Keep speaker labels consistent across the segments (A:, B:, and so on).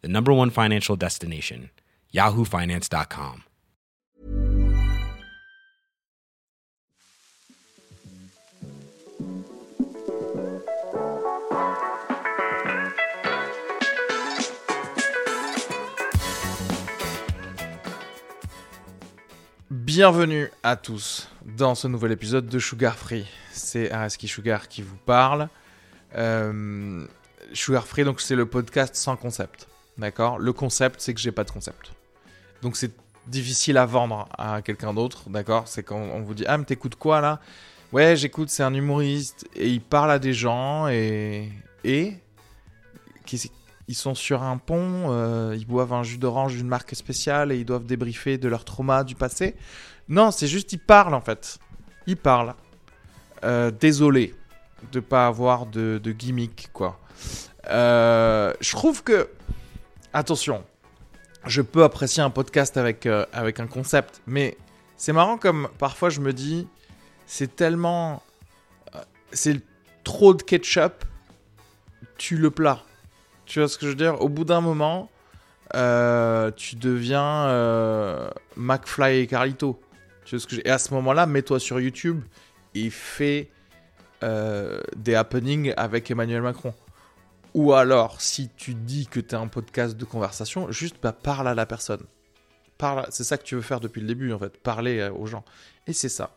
A: the number one financial destination, yahoofinance.com.
B: Bienvenue à tous dans ce nouvel épisode de Sugar Free. C'est Areski Sugar qui vous parle. Euh, Sugar Free, donc c'est le podcast sans concept. D'accord Le concept, c'est que j'ai pas de concept. Donc c'est difficile à vendre à quelqu'un d'autre, d'accord C'est quand on vous dit Ah, mais t'écoutes quoi là Ouais, j'écoute, c'est un humoriste et il parle à des gens et. Et. Qu'est-ce- Ils sont sur un pont, euh, ils boivent un jus d'orange d'une marque spéciale et ils doivent débriefer de leur trauma du passé. Non, c'est juste, ils parlent en fait. Ils parlent. Euh, désolé de pas avoir de, de gimmick, quoi. Euh, je trouve que attention, je peux apprécier un podcast avec, euh, avec un concept, mais c'est marrant comme parfois je me dis, c'est tellement... euh, c'est trop de ketchup, tu le plat. Tu vois ce que je veux dire Au bout d'un moment, euh, tu deviens euh, McFly et Carlito. Tu vois ce que je- et à ce moment-là, mets-toi sur YouTube et fais euh, des happenings avec Emmanuel Macron. Ou alors, si tu dis que t'es un podcast de conversation, juste bah, parle à la personne. Parle, à- c'est ça que tu veux faire depuis le début en fait, parler euh, aux gens. Et c'est ça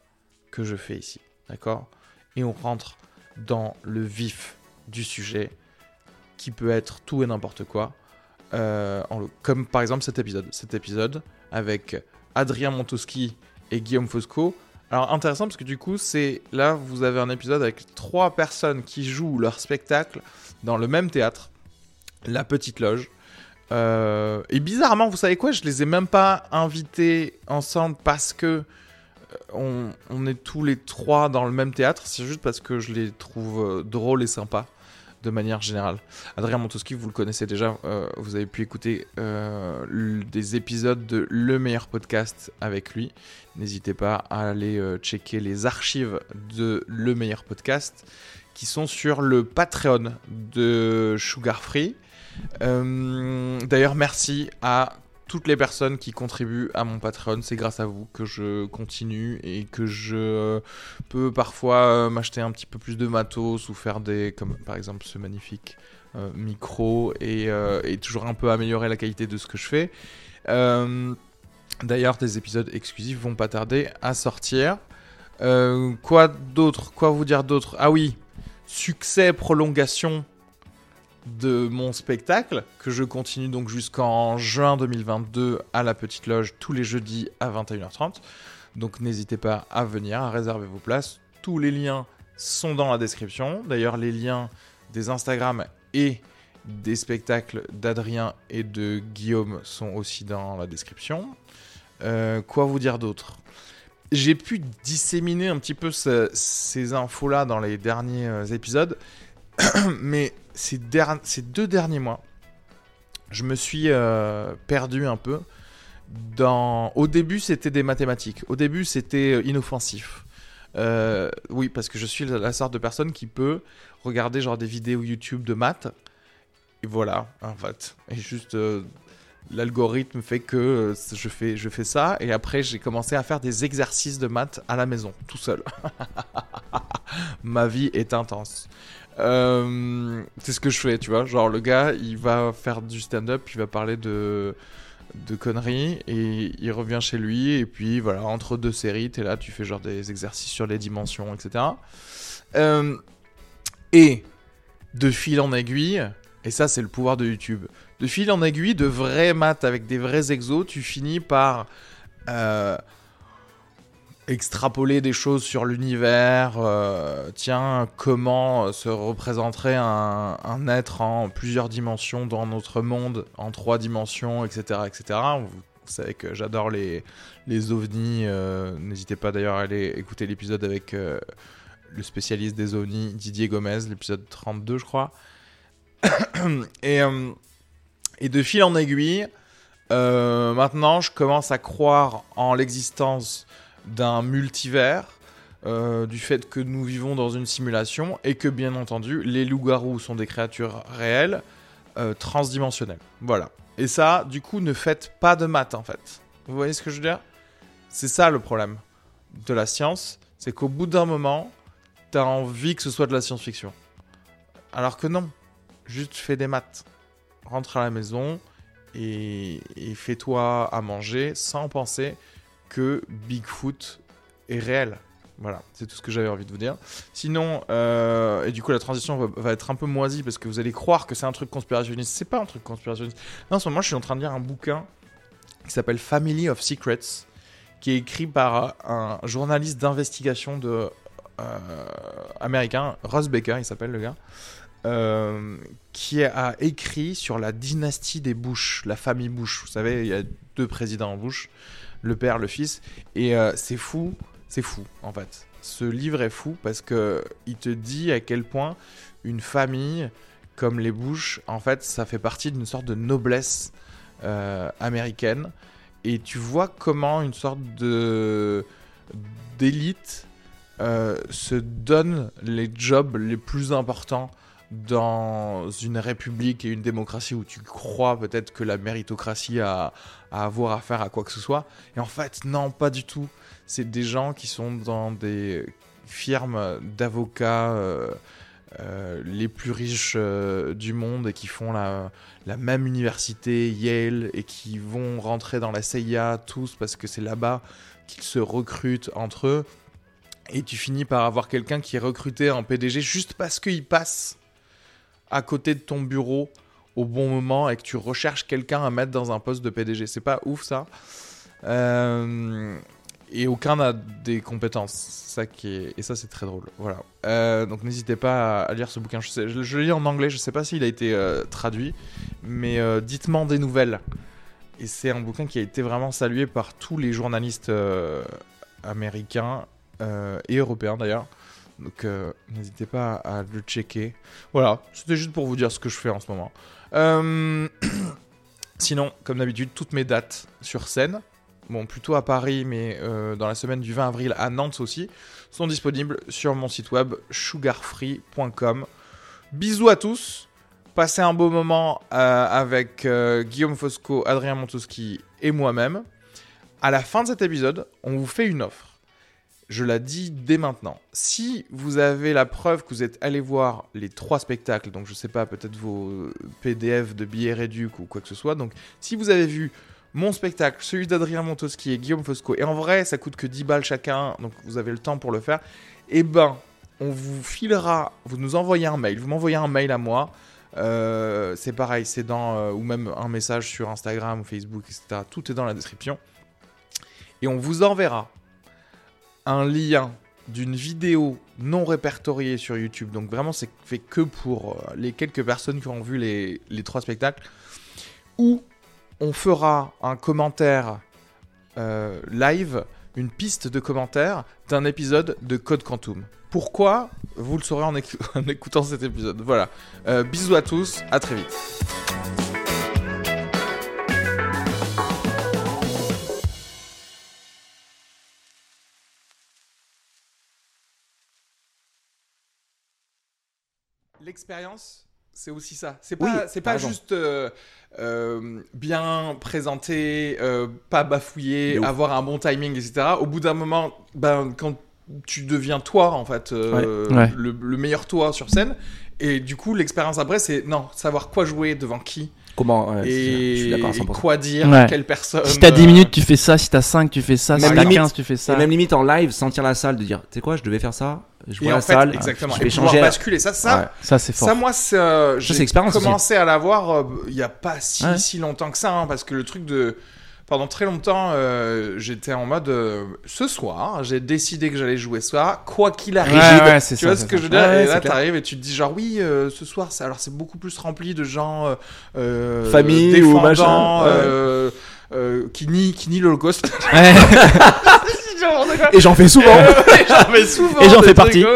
B: que je fais ici, d'accord Et on rentre dans le vif du sujet, qui peut être tout et n'importe quoi. Euh, en le- comme par exemple cet épisode, cet épisode avec Adrien Montoski et Guillaume Fosco. Alors intéressant parce que du coup, c'est là vous avez un épisode avec trois personnes qui jouent leur spectacle dans le même théâtre, la petite loge. Euh, et bizarrement, vous savez quoi, je les ai même pas invités ensemble parce que euh, on, on est tous les trois dans le même théâtre. C'est juste parce que je les trouve euh, drôles et sympas de manière générale. Adrien Montoski, vous le connaissez déjà, euh, vous avez pu écouter euh, l- des épisodes de Le meilleur podcast avec lui. N'hésitez pas à aller euh, checker les archives de Le meilleur podcast qui sont sur le Patreon de Sugar Free. Euh, D'ailleurs, merci à toutes les personnes qui contribuent à mon Patreon. C'est grâce à vous que je continue et que je euh, peux parfois euh, m'acheter un petit peu plus de matos ou faire des, comme par exemple ce magnifique euh, micro et, euh, et toujours un peu améliorer la qualité de ce que je fais. Euh, D'ailleurs, des épisodes exclusifs vont pas tarder à sortir. Euh, quoi d'autre Quoi vous dire d'autre Ah oui, succès prolongation de mon spectacle que je continue donc jusqu'en juin 2022 à la Petite Loge tous les jeudis à 21h30. Donc n'hésitez pas à venir, à réserver vos places. Tous les liens sont dans la description. D'ailleurs les liens des Instagram et des spectacles d'Adrien et de Guillaume sont aussi dans la description. Euh, quoi vous dire d'autre j'ai pu disséminer un petit peu ce- ces infos-là dans les derniers euh, épisodes, mais ces, derni- ces deux derniers mois, je me suis euh, perdu un peu. Dans... Au début, c'était des mathématiques. Au début, c'était euh, inoffensif. Euh, oui, parce que je suis la la sorte de personne qui peut regarder genre des vidéos YouTube de maths. Et voilà, en fait. Et juste euh, l'algorithme fait que euh, je fais, je fais ça. Et après, j'ai commencé à faire des exercices de maths à la maison, tout seul. Ma vie est intense. Euh, c'est ce que je fais, tu vois. Genre, le gars, il va faire du stand-up, il va parler de, de conneries, et il revient chez lui, et puis voilà, entre deux séries, t'es là, tu fais genre des exercices sur les dimensions, etc. Euh, et de fil en aiguille, et ça, c'est le pouvoir de YouTube. De fil en aiguille, de vrais maths avec des vrais exos, tu finis par euh, extrapoler des choses sur l'univers. euh, tiens, comment euh, se représenterait un, un être en plusieurs dimensions dans notre monde, en trois dimensions, etc. etc. Vous savez que j'adore les, les ovnis. euh, N'hésitez pas d'ailleurs à aller écouter l'épisode avec euh, le spécialiste des ovnis, Didier Gomez, l'épisode 32, je crois. et, euh, et de fil en aiguille, euh, maintenant, je commence à croire en l'existence d'un multivers, euh, du fait que nous vivons dans une simulation et que, bien entendu, les loups-garous sont des créatures réelles, euh, transdimensionnelles. Voilà. Et ça, du coup, ne faites pas de maths, en fait. Vous voyez ce que je veux dire C'est ça le problème de la science, c'est qu'au bout d'un moment, t'as envie que ce soit de la science-fiction. Alors que non, juste fais des maths. Rentre à la maison et, et fais-toi à manger sans penser que Bigfoot est réel. Voilà, c'est tout ce que j'avais envie de vous dire. Sinon, euh, et du coup, la transition va, va être un peu moisie parce que vous allez croire que c'est un truc conspirationniste. C'est pas un truc conspirationniste. Là, en ce moment, je suis en train de lire un bouquin qui s'appelle Family of Secrets, qui est écrit par un journaliste d'investigation de euh, américain, Russ Baker, il s'appelle le gars euh, qui a écrit sur la dynastie des Bush, la famille Bush. Vous savez, il y a deux présidents en Bush, le père, le fils. Et euh, c'est fou, c'est fou en fait. Ce livre est fou parce que il te dit à quel point une famille comme les Bush, en fait, ça fait partie d'une sorte de noblesse euh, américaine. Et tu vois comment une sorte de d'élite euh, se donne les jobs les plus importants dans une république et une démocratie où tu crois peut-être que la méritocratie a à avoir affaire à quoi que ce soit. Et en fait, non, pas du tout. C'est des gens qui sont dans des firmes d'avocats euh, euh, les plus riches euh, du monde et qui font la, la même université, Yale, et qui vont rentrer dans la CIA tous parce que c'est là-bas qu'ils se recrutent entre eux. Et tu finis par avoir quelqu'un qui est recruté en PDG juste parce qu'il passe à côté de ton bureau au bon moment et que tu recherches quelqu'un à mettre dans un poste de PDG. C'est pas ouf ça. Euh, et aucun n'a des compétences. C'est Ça qui est... Et ça c'est très drôle. Voilà. Euh, donc n'hésitez pas à lire ce bouquin. Je, sais- je- je le lis en anglais, je sais pas s'il a été euh, traduit, mais euh, dites-moi des nouvelles. Et c'est un bouquin qui a été vraiment salué par tous les journalistes euh, américains euh, et européen d'ailleurs. Donc euh, n'hésitez pas à le checker. Voilà, c'était juste pour vous dire ce que je fais en ce moment. Euh, Sinon, comme d'habitude, toutes mes dates sur scène, bon plutôt à Paris, mais euh, dans la semaine du 20 avril à Nantes aussi, sont disponibles sur mon site web sugarfree.com. Bisous à tous, passez un beau moment euh, avec euh, Guillaume Fosco, Adrien Montoski et moi-même. À la fin de cet épisode, on vous fait une offre je la dis dès maintenant. Si vous avez la preuve que vous êtes allé voir les trois spectacles, donc je sais pas, peut-être vos euh, PDF de billets réducs ou quoi que ce soit, donc si vous avez vu mon spectacle, celui d'Adrien Montoski et Guillaume Fosco, et en vrai ça coûte que 10 balles chacun, donc vous avez le temps pour le faire, eh ben on vous filera, vous nous envoyez un mail, vous m'envoyez un mail à moi, euh, c'est pareil, c'est dans, euh, ou même un message sur Instagram ou Facebook, etc. Tout est dans la description, et on vous enverra un lien d'une vidéo non répertoriée sur YouTube. Donc vraiment, c'est fait que pour euh, les quelques personnes qui ont vu les, les trois spectacles. Où on fera un commentaire euh, live, une piste de commentaire d'un épisode de Code Quantum. Pourquoi Vous le saurez en, éc- en écoutant cet épisode. Voilà. Euh, bisous à tous, à très vite. L'expérience C'est aussi ça. C'est
C: Oui,
B: pas, c'est
C: t'as
B: pas
C: raison.
B: juste euh, euh, bien présenté, euh, pas bafouillé,
C: De ouf.
B: avoir un bon timing, etc. Au bout d'un moment, ben, quand tu deviens toi, en fait, euh,
D: Ouais. Ouais.
B: Le, le meilleur toi sur scène. Et du coup, l'expérience après, c'est non, savoir quoi jouer devant qui
C: Comment ouais,
B: et,
C: Je suis d'accord à 100%.
B: et quoi dire,
D: Ouais.
B: quelle personne.
D: Si t'as 10
B: euh,
D: minutes, tu fais ça. Si t'as 5, tu fais ça. Si
C: Même
D: t'as
C: limite,
D: 15, tu fais
C: Et
D: ça.
C: même limite en live, sentir la salle, de dire, tu sais quoi, je devais faire ça, je
B: Et
C: vois la
B: en fait,
C: salle,
B: exactement.
C: je
B: Et
C: vais
B: pouvoir
C: changer. la-
B: basculer. Ça, ça,
C: Ouais.
D: Ça, c'est fort.
B: Ça, moi, c'est, euh,
C: c'est
B: j'ai
C: l'expérience aussi.
B: commencé à l'avoir euh, il n'y a pas si,
D: Ouais.
B: si longtemps que ça, hein, parce que le truc de. Pendant très longtemps, euh, j'étais en mode euh, ce soir, j'ai décidé que j'allais jouer ce soir, quoi qu'il arrive.
D: Ouais, ouais, c'est
B: tu
D: ça,
B: vois
D: c'est
B: ce
D: ça.
B: que je veux dire
C: Ouais, ouais,
B: Et là,
C: c'est clair.
B: t'arrives et tu te dis genre oui, euh, ce soir, ça, alors c'est beaucoup plus rempli de gens euh, euh,
C: Famille ou
B: défendants,
C: machin, ouais.
B: euh, euh, qui nient qui nient l'Holocauste.
D: Ouais.
C: Et j'en fais souvent.
B: J'en fais souvent.
D: Et j'en
B: des trucs,
D: fais partie.
B: ouais.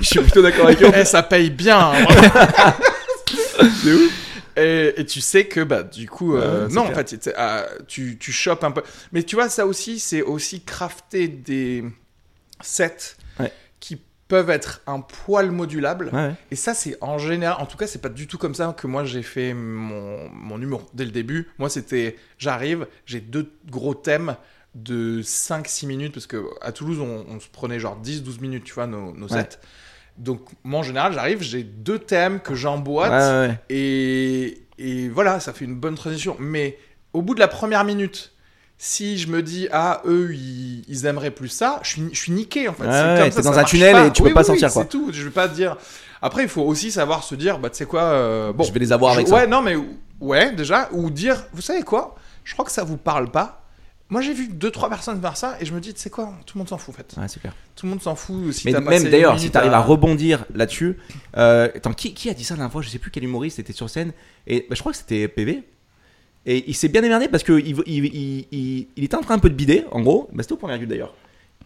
C: je suis plutôt d'accord avec eux.
B: Eh, ça paye bien. hein. Et, et tu sais que bah du coup euh,
C: Ouais, c'est
B: non en
C: clair.
B: fait c'est- ah, tu tu chopes un peu mais tu vois ça aussi c'est aussi crafter des sets
C: Ouais.
B: qui peuvent être un poil modulables
C: Ouais.
B: et ça c'est en général en tout cas c'est pas du tout comme ça que moi j'ai fait mon mon humour dès le début moi c'était j'arrive j'ai deux gros thèmes de 5-6 minutes parce que à Toulouse on, on se prenait genre 10-12 minutes tu vois nos, nos
C: Ouais.
B: sets donc moi en général j'arrive j'ai deux thèmes que j'emboîte
C: Ouais, ouais, ouais.
B: et, et voilà, ça fait une bonne transition. Mais au bout de la première minute, si je me dis, ah, eux, ils, ils aimeraient plus ça, je suis, je suis niqué en fait.
C: Ouais,
B: C'est
C: ouais,
B: comme
C: t'es
B: ça,
C: dans
B: ça
C: un
B: marche
C: tunnel et tu peux pas sortir, quoi.
B: C'est tout, je vais pas dire. Après, il faut aussi savoir se dire, bah, tu sais quoi, euh, bon.
C: je vais les avoir avec
B: je-
C: ça.
B: Ouais, non, mais ouais, déjà, ou dire, vous savez quoi, je crois que ça vous parle pas. Moi, j'ai vu deux trois personnes faire ça et je me dis, tu sais quoi, tout le monde s'en fout en fait.
C: Ouais, c'est clair.
B: Tout le monde s'en fout. Si
C: Mais
B: t'as
C: même
B: passé
C: d'ailleurs,
B: une
C: si
B: minute
C: t'arrives à... rebondir là-dessus, euh, attends, qui, qui a dit ça la dernière fois Je sais plus quel humoriste était sur scène. Et bah, je crois que c'était PV. Et il s'est bien démerdé parce que il, il, il, il- il était en train un peu de bider, en gros. Bah, c'était au point virgule d'ailleurs.